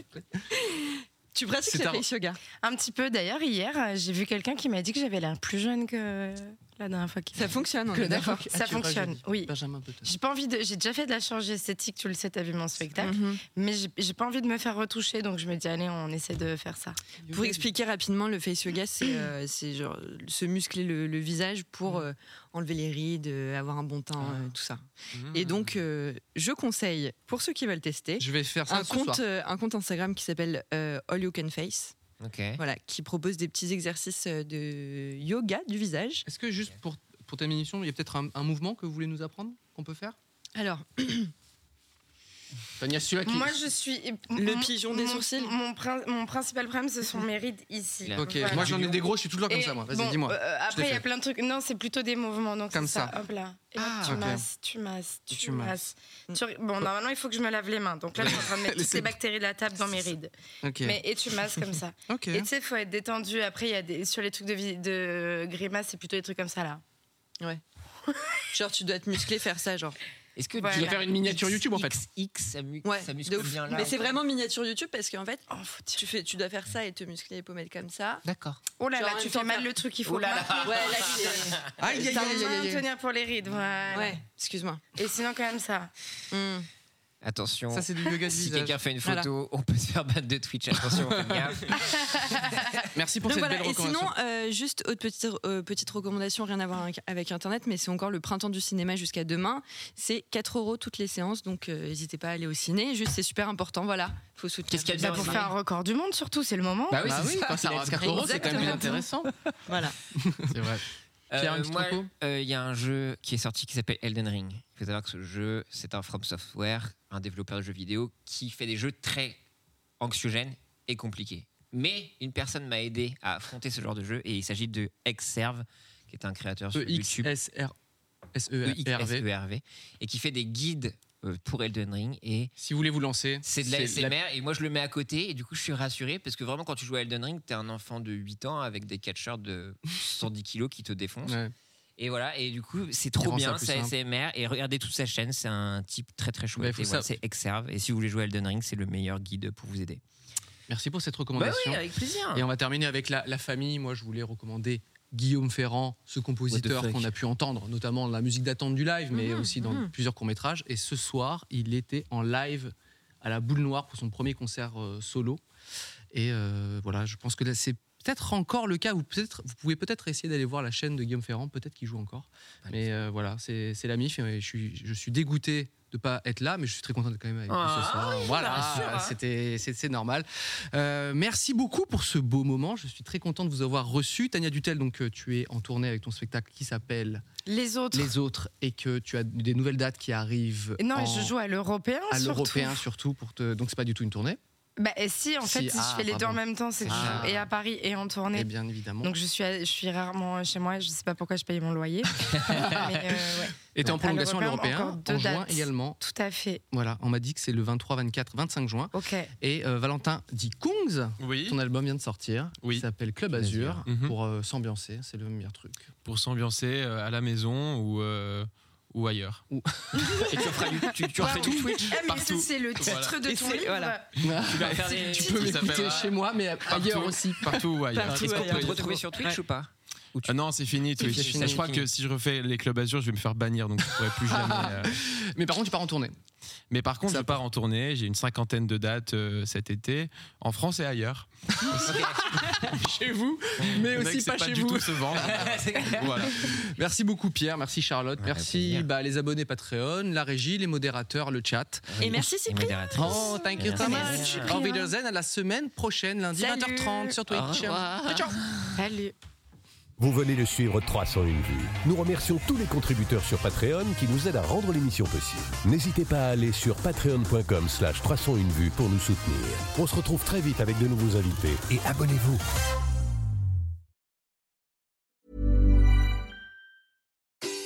[SPEAKER 5] Tu pratiques
[SPEAKER 3] C'est
[SPEAKER 5] la
[SPEAKER 3] un-
[SPEAKER 5] face yoga
[SPEAKER 3] Un petit peu d'ailleurs, hier, euh, j'ai vu quelqu'un qui m'a dit que j'avais l'air plus jeune que la dernière fois. qu'il-
[SPEAKER 5] Ça fonctionne, on
[SPEAKER 3] Que
[SPEAKER 5] est
[SPEAKER 3] la dernière
[SPEAKER 5] d'accord.
[SPEAKER 3] fois
[SPEAKER 2] Ah,
[SPEAKER 3] qu'il- Ça fonctionne, oui.
[SPEAKER 2] Benjamin, peut-être.
[SPEAKER 3] J'ai pas envie de. J'ai déjà fait de la chirurgie esthétique, tu le sais, t'as vu mon
[SPEAKER 6] Mm.
[SPEAKER 3] spectacle. Mais j'ai- j'ai pas envie de me faire retoucher, donc je me dis, allez, on essaie de faire ça.
[SPEAKER 5] Pour expliquer rapidement, le face yoga, c'est euh, c'est genre se muscler le, le visage pour euh, enlever les rides, euh, avoir un bon teint, euh, tout ça. Et donc, euh, je conseille, pour ceux qui veulent tester,
[SPEAKER 2] Je vais faire ça
[SPEAKER 5] un,
[SPEAKER 2] ce
[SPEAKER 5] compte,
[SPEAKER 2] soir.
[SPEAKER 5] euh, un compte Instagram qui s'appelle euh, All You Can Face.
[SPEAKER 4] Ok.
[SPEAKER 5] Voilà, qui propose des petits exercices euh, de yoga du visage.
[SPEAKER 2] Est-ce que juste pour, pour ta émission, il y a peut-être un, un mouvement que vous voulez nous apprendre qu'on peut faire
[SPEAKER 5] Alors,
[SPEAKER 2] Tania, celui-là qui.
[SPEAKER 3] Moi, je suis.
[SPEAKER 5] Le
[SPEAKER 3] mon-
[SPEAKER 5] pigeon des
[SPEAKER 3] mon-
[SPEAKER 5] sourcils.
[SPEAKER 3] mm, Mon, prin- mon principal problème, ce sont mes rides ici.
[SPEAKER 2] Ok, moi j'en ai des gros, je suis toujours comme
[SPEAKER 3] Et
[SPEAKER 2] ça, moi. Vas-y,
[SPEAKER 3] bon,
[SPEAKER 2] dis-moi.
[SPEAKER 3] euh,
[SPEAKER 2] Je l'ai
[SPEAKER 3] après, il y a
[SPEAKER 2] fait.
[SPEAKER 3] plein de trucs. Non, c'est plutôt des mouvements. Donc
[SPEAKER 2] Comme
[SPEAKER 3] c'est ça.
[SPEAKER 2] ça.
[SPEAKER 3] Hop là. Et hop,
[SPEAKER 2] Ah,
[SPEAKER 3] tu
[SPEAKER 2] ok.
[SPEAKER 3] masses, tu masses,
[SPEAKER 2] Et
[SPEAKER 3] tu,
[SPEAKER 2] tu Mm. Oh.
[SPEAKER 3] masses. Tu- Bon, normalement, il faut que je me lave les mains. Donc là, je suis en train de mettre toutes les bactéries de la table dans mes rides.
[SPEAKER 5] euh,
[SPEAKER 2] Ok.
[SPEAKER 3] Mais, et tu masses comme ça.
[SPEAKER 2] Ok.
[SPEAKER 3] Et tu sais, il faut être détendu. Après, il y a des, sur les trucs de, vi- de grimaces, c'est plutôt des trucs comme ça là.
[SPEAKER 5] ouais. genre, tu dois te muscler, faire ça, genre.
[SPEAKER 4] Est-ce que
[SPEAKER 2] Tu vas faire une miniature YouTube en fait.
[SPEAKER 4] X, ça, mu-
[SPEAKER 5] Ouais,
[SPEAKER 4] ça
[SPEAKER 5] de
[SPEAKER 4] muscle
[SPEAKER 5] ouf.
[SPEAKER 4] bien là.
[SPEAKER 5] Mais c'est vraiment miniature YouTube parce qu'en fait, tu, fais, tu dois faire ça et te muscler les pommettes comme ça.
[SPEAKER 4] D'accord.
[SPEAKER 3] Oh là
[SPEAKER 5] Genre,
[SPEAKER 3] là,
[SPEAKER 5] en
[SPEAKER 3] tu
[SPEAKER 5] même
[SPEAKER 3] fais
[SPEAKER 5] temps,
[SPEAKER 3] mal
[SPEAKER 5] faire-
[SPEAKER 3] le truc, il faut
[SPEAKER 5] Oh là
[SPEAKER 3] là.
[SPEAKER 5] là. Ouais, là, c'est-
[SPEAKER 2] Aïe, aïe,
[SPEAKER 3] Ta
[SPEAKER 2] aïe, aïe,
[SPEAKER 3] main
[SPEAKER 2] aïe, aïe.
[SPEAKER 3] tenir pour les rides, voilà.
[SPEAKER 5] Ouais, excuse-moi. Mm.
[SPEAKER 3] Et sinon, quand même ça.
[SPEAKER 4] Attention.
[SPEAKER 2] Ça, c'est du yoga du
[SPEAKER 4] Si
[SPEAKER 2] visage.
[SPEAKER 4] quelqu'un fait une photo, on peut se faire battre de Twitch. Attention, faites gaffe.
[SPEAKER 2] Merci pour
[SPEAKER 5] Donc
[SPEAKER 2] cette
[SPEAKER 5] voilà,
[SPEAKER 2] belle
[SPEAKER 5] et sinon,
[SPEAKER 2] recommandation.
[SPEAKER 5] euh, juste autre petite, euh, petite recommandation, rien à voir avec- avec Internet, mais c'est encore le printemps du cinéma jusqu'à demain. C'est 4 euros toutes les séances, donc euh, n'hésitez pas à aller au ciné. Juste, c'est super important, voilà. faut soutenir.
[SPEAKER 4] Qu'est-ce qu'il y a de
[SPEAKER 5] les
[SPEAKER 4] bien
[SPEAKER 5] artistes.
[SPEAKER 3] Pour faire un record du monde, surtout, c'est le moment.
[SPEAKER 4] Bah oui, c'est ça.
[SPEAKER 2] quand ça
[SPEAKER 4] Il a
[SPEAKER 2] à 4 euros, c'est quand même plus
[SPEAKER 4] Exactement.
[SPEAKER 2] intéressant. E,
[SPEAKER 5] Voilà.
[SPEAKER 2] C'est vrai. Pierre, une petite
[SPEAKER 4] moi,
[SPEAKER 2] reco
[SPEAKER 4] euh, il y a un jeu qui est sorti qui s'appelle Elden Ring. Il faut savoir que ce jeu, c'est un From Software, un développeur de jeux vidéo qui fait des jeux très anxiogènes et compliqués. Mais une personne m'a aidé à affronter ce genre de jeu et il s'agit de Xserve, qui est un créateur
[SPEAKER 2] E
[SPEAKER 4] sur YouTube. E, E-X-S-E-R-V. Et qui fait des guides euh, pour Elden Ring. Et
[SPEAKER 2] si vous voulez vous lancer,
[SPEAKER 4] c'est de
[SPEAKER 2] c'est
[SPEAKER 4] l'ASMR
[SPEAKER 2] la-
[SPEAKER 4] et moi je le mets à côté et du coup je suis rassuré parce que vraiment quand tu joues à Elden Ring, t'es un enfant de 8 ans avec des catcheurs de 110 kilos qui te défoncent.
[SPEAKER 2] Ouais.
[SPEAKER 4] Et voilà, et du coup, c'est
[SPEAKER 2] Il
[SPEAKER 4] trop
[SPEAKER 2] rend ça
[SPEAKER 4] bien,
[SPEAKER 2] plus
[SPEAKER 4] c'est
[SPEAKER 2] simple.
[SPEAKER 4] ASMR. Et regardez toute sa chaîne, c'est un type très très
[SPEAKER 2] Bah, il
[SPEAKER 4] chouette.
[SPEAKER 2] faut
[SPEAKER 4] et voilà,
[SPEAKER 2] ça-
[SPEAKER 4] c'est Exerve. Et si vous voulez jouer à Elden Ring, c'est le meilleur guide pour vous aider.
[SPEAKER 2] Merci pour cette recommandation.
[SPEAKER 4] Bah oui, avec plaisir.
[SPEAKER 2] Et on va terminer avec la, la famille. Moi, je voulais recommander Guillaume Ferrand, ce compositeur
[SPEAKER 4] fuck.
[SPEAKER 2] qu'on a pu entendre, notamment dans la musique d'attente du live, mais
[SPEAKER 4] Mhm,
[SPEAKER 2] aussi dans
[SPEAKER 4] mhm.
[SPEAKER 2] plusieurs courts-métrages. Et ce soir, il était en live à la Boule Noire pour son premier concert euh, solo. Et euh, voilà, je pense que là, c'est peut-être encore le cas. Vous, peut-être, vous pouvez peut-être essayer d'aller voir la chaîne de Guillaume Ferrand, peut-être qu'il joue encore. Mais euh, voilà, c'est, c'est la MIF. Et je, suis, je suis dégoûté de pas être là, mais je suis très content d'être quand même avec vous ce
[SPEAKER 4] Ah,
[SPEAKER 2] soir.
[SPEAKER 4] oui,
[SPEAKER 2] voilà,
[SPEAKER 4] bien sûr, hein.
[SPEAKER 2] c'était, c'est, c'est normal. Euh, merci beaucoup pour ce beau moment. Je suis très content de vous avoir reçu. Tania Dutel, donc, euh, tu es en tournée avec ton spectacle qui s'appelle
[SPEAKER 3] Les autres.
[SPEAKER 2] Les Autres et que tu as des nouvelles dates qui arrivent.
[SPEAKER 3] Non,
[SPEAKER 2] en-
[SPEAKER 3] je joue à l'européen.
[SPEAKER 2] à
[SPEAKER 3] surtout.
[SPEAKER 2] l'européen surtout. Pour te... Donc, c'est pas du tout une tournée.
[SPEAKER 3] Bah, et si, en
[SPEAKER 2] Si,
[SPEAKER 3] fait, si,
[SPEAKER 2] ah,
[SPEAKER 3] je fais les deux
[SPEAKER 2] pardon.
[SPEAKER 3] en même temps, c'est que
[SPEAKER 2] Ah.
[SPEAKER 3] je joue et à Paris et en tournée.
[SPEAKER 2] Et bien évidemment.
[SPEAKER 3] Donc je suis, à- je suis rarement chez moi, je sais pas pourquoi je paye mon loyer. Mais, euh, ouais.
[SPEAKER 2] Et t'es en
[SPEAKER 3] À
[SPEAKER 2] prolongation à l'européen,
[SPEAKER 3] encore deux
[SPEAKER 2] en juin
[SPEAKER 3] dates.
[SPEAKER 2] également.
[SPEAKER 3] Tout à fait.
[SPEAKER 2] Voilà, on m'a dit que c'est le 23, 24, 25 juin.
[SPEAKER 3] Ok.
[SPEAKER 2] Et euh, Valentin dit Kongs, ton album vient de sortir, qui s'appelle Club Azur, pour euh, s'ambiancer, c'est le meilleur truc.
[SPEAKER 6] Pour s'ambiancer euh, à la maison ou, euh, ou ailleurs.
[SPEAKER 4] Et tu refais, tu, tu refais
[SPEAKER 6] tout
[SPEAKER 4] Twitch
[SPEAKER 3] Ah, mais ça, c'est le titre
[SPEAKER 6] Voilà.
[SPEAKER 3] de
[SPEAKER 6] Et
[SPEAKER 3] ton
[SPEAKER 6] c'est-
[SPEAKER 3] livre.
[SPEAKER 6] voilà.
[SPEAKER 2] Tu
[SPEAKER 4] vas faire des-
[SPEAKER 2] Tu peux
[SPEAKER 6] Ça
[SPEAKER 2] m'écouter
[SPEAKER 6] s'appellera
[SPEAKER 2] chez moi, mais ailleurs
[SPEAKER 6] partout-
[SPEAKER 2] aussi.
[SPEAKER 6] Partout ou ailleurs.
[SPEAKER 2] Partout
[SPEAKER 4] Est-ce qu'on peut
[SPEAKER 2] ailleurs.
[SPEAKER 4] te retrouver sur Twitch
[SPEAKER 2] Ouais.
[SPEAKER 4] ou pas
[SPEAKER 6] Ah non, c'est fini
[SPEAKER 2] C'est
[SPEAKER 6] Twitch.
[SPEAKER 2] fini,
[SPEAKER 6] je crois
[SPEAKER 2] fini.
[SPEAKER 6] que si je refais les clubs Azur, je vais me faire bannir, donc je pourrai plus jamais. euh.
[SPEAKER 2] Mais par contre, tu pars en tournée.
[SPEAKER 6] Mais par contre, je pars en tournée. J'ai une cinquantaine de dates euh, cet été, en France et ailleurs.
[SPEAKER 2] chez vous, mais
[SPEAKER 6] Le mec
[SPEAKER 2] aussi
[SPEAKER 6] sait
[SPEAKER 2] pas,
[SPEAKER 6] pas
[SPEAKER 2] chez
[SPEAKER 6] du
[SPEAKER 2] vous.
[SPEAKER 6] tout se vendre. Voilà.
[SPEAKER 2] Merci beaucoup Pierre, merci Charlotte, merci bah, les abonnés Patreon, la régie, les modérateurs, le chat.
[SPEAKER 5] Et merci, Cyprien.
[SPEAKER 2] Oh, thank you so
[SPEAKER 5] Merci,
[SPEAKER 2] much.
[SPEAKER 5] Cyprien.
[SPEAKER 2] Au Wiedersehen, à la semaine prochaine, lundi
[SPEAKER 5] Salut.
[SPEAKER 2] 20h30 sur Twitch.
[SPEAKER 5] Au revoir.
[SPEAKER 2] Ciao.
[SPEAKER 3] Salut.
[SPEAKER 7] Vous venez de suivre 301 vues. Nous remercions tous les contributeurs sur Patreon qui nous aident à rendre l'émission possible. N'hésitez pas à aller sur patreon.com slash 301 vues pour nous soutenir. On se retrouve très vite avec de nouveaux invités et abonnez-vous.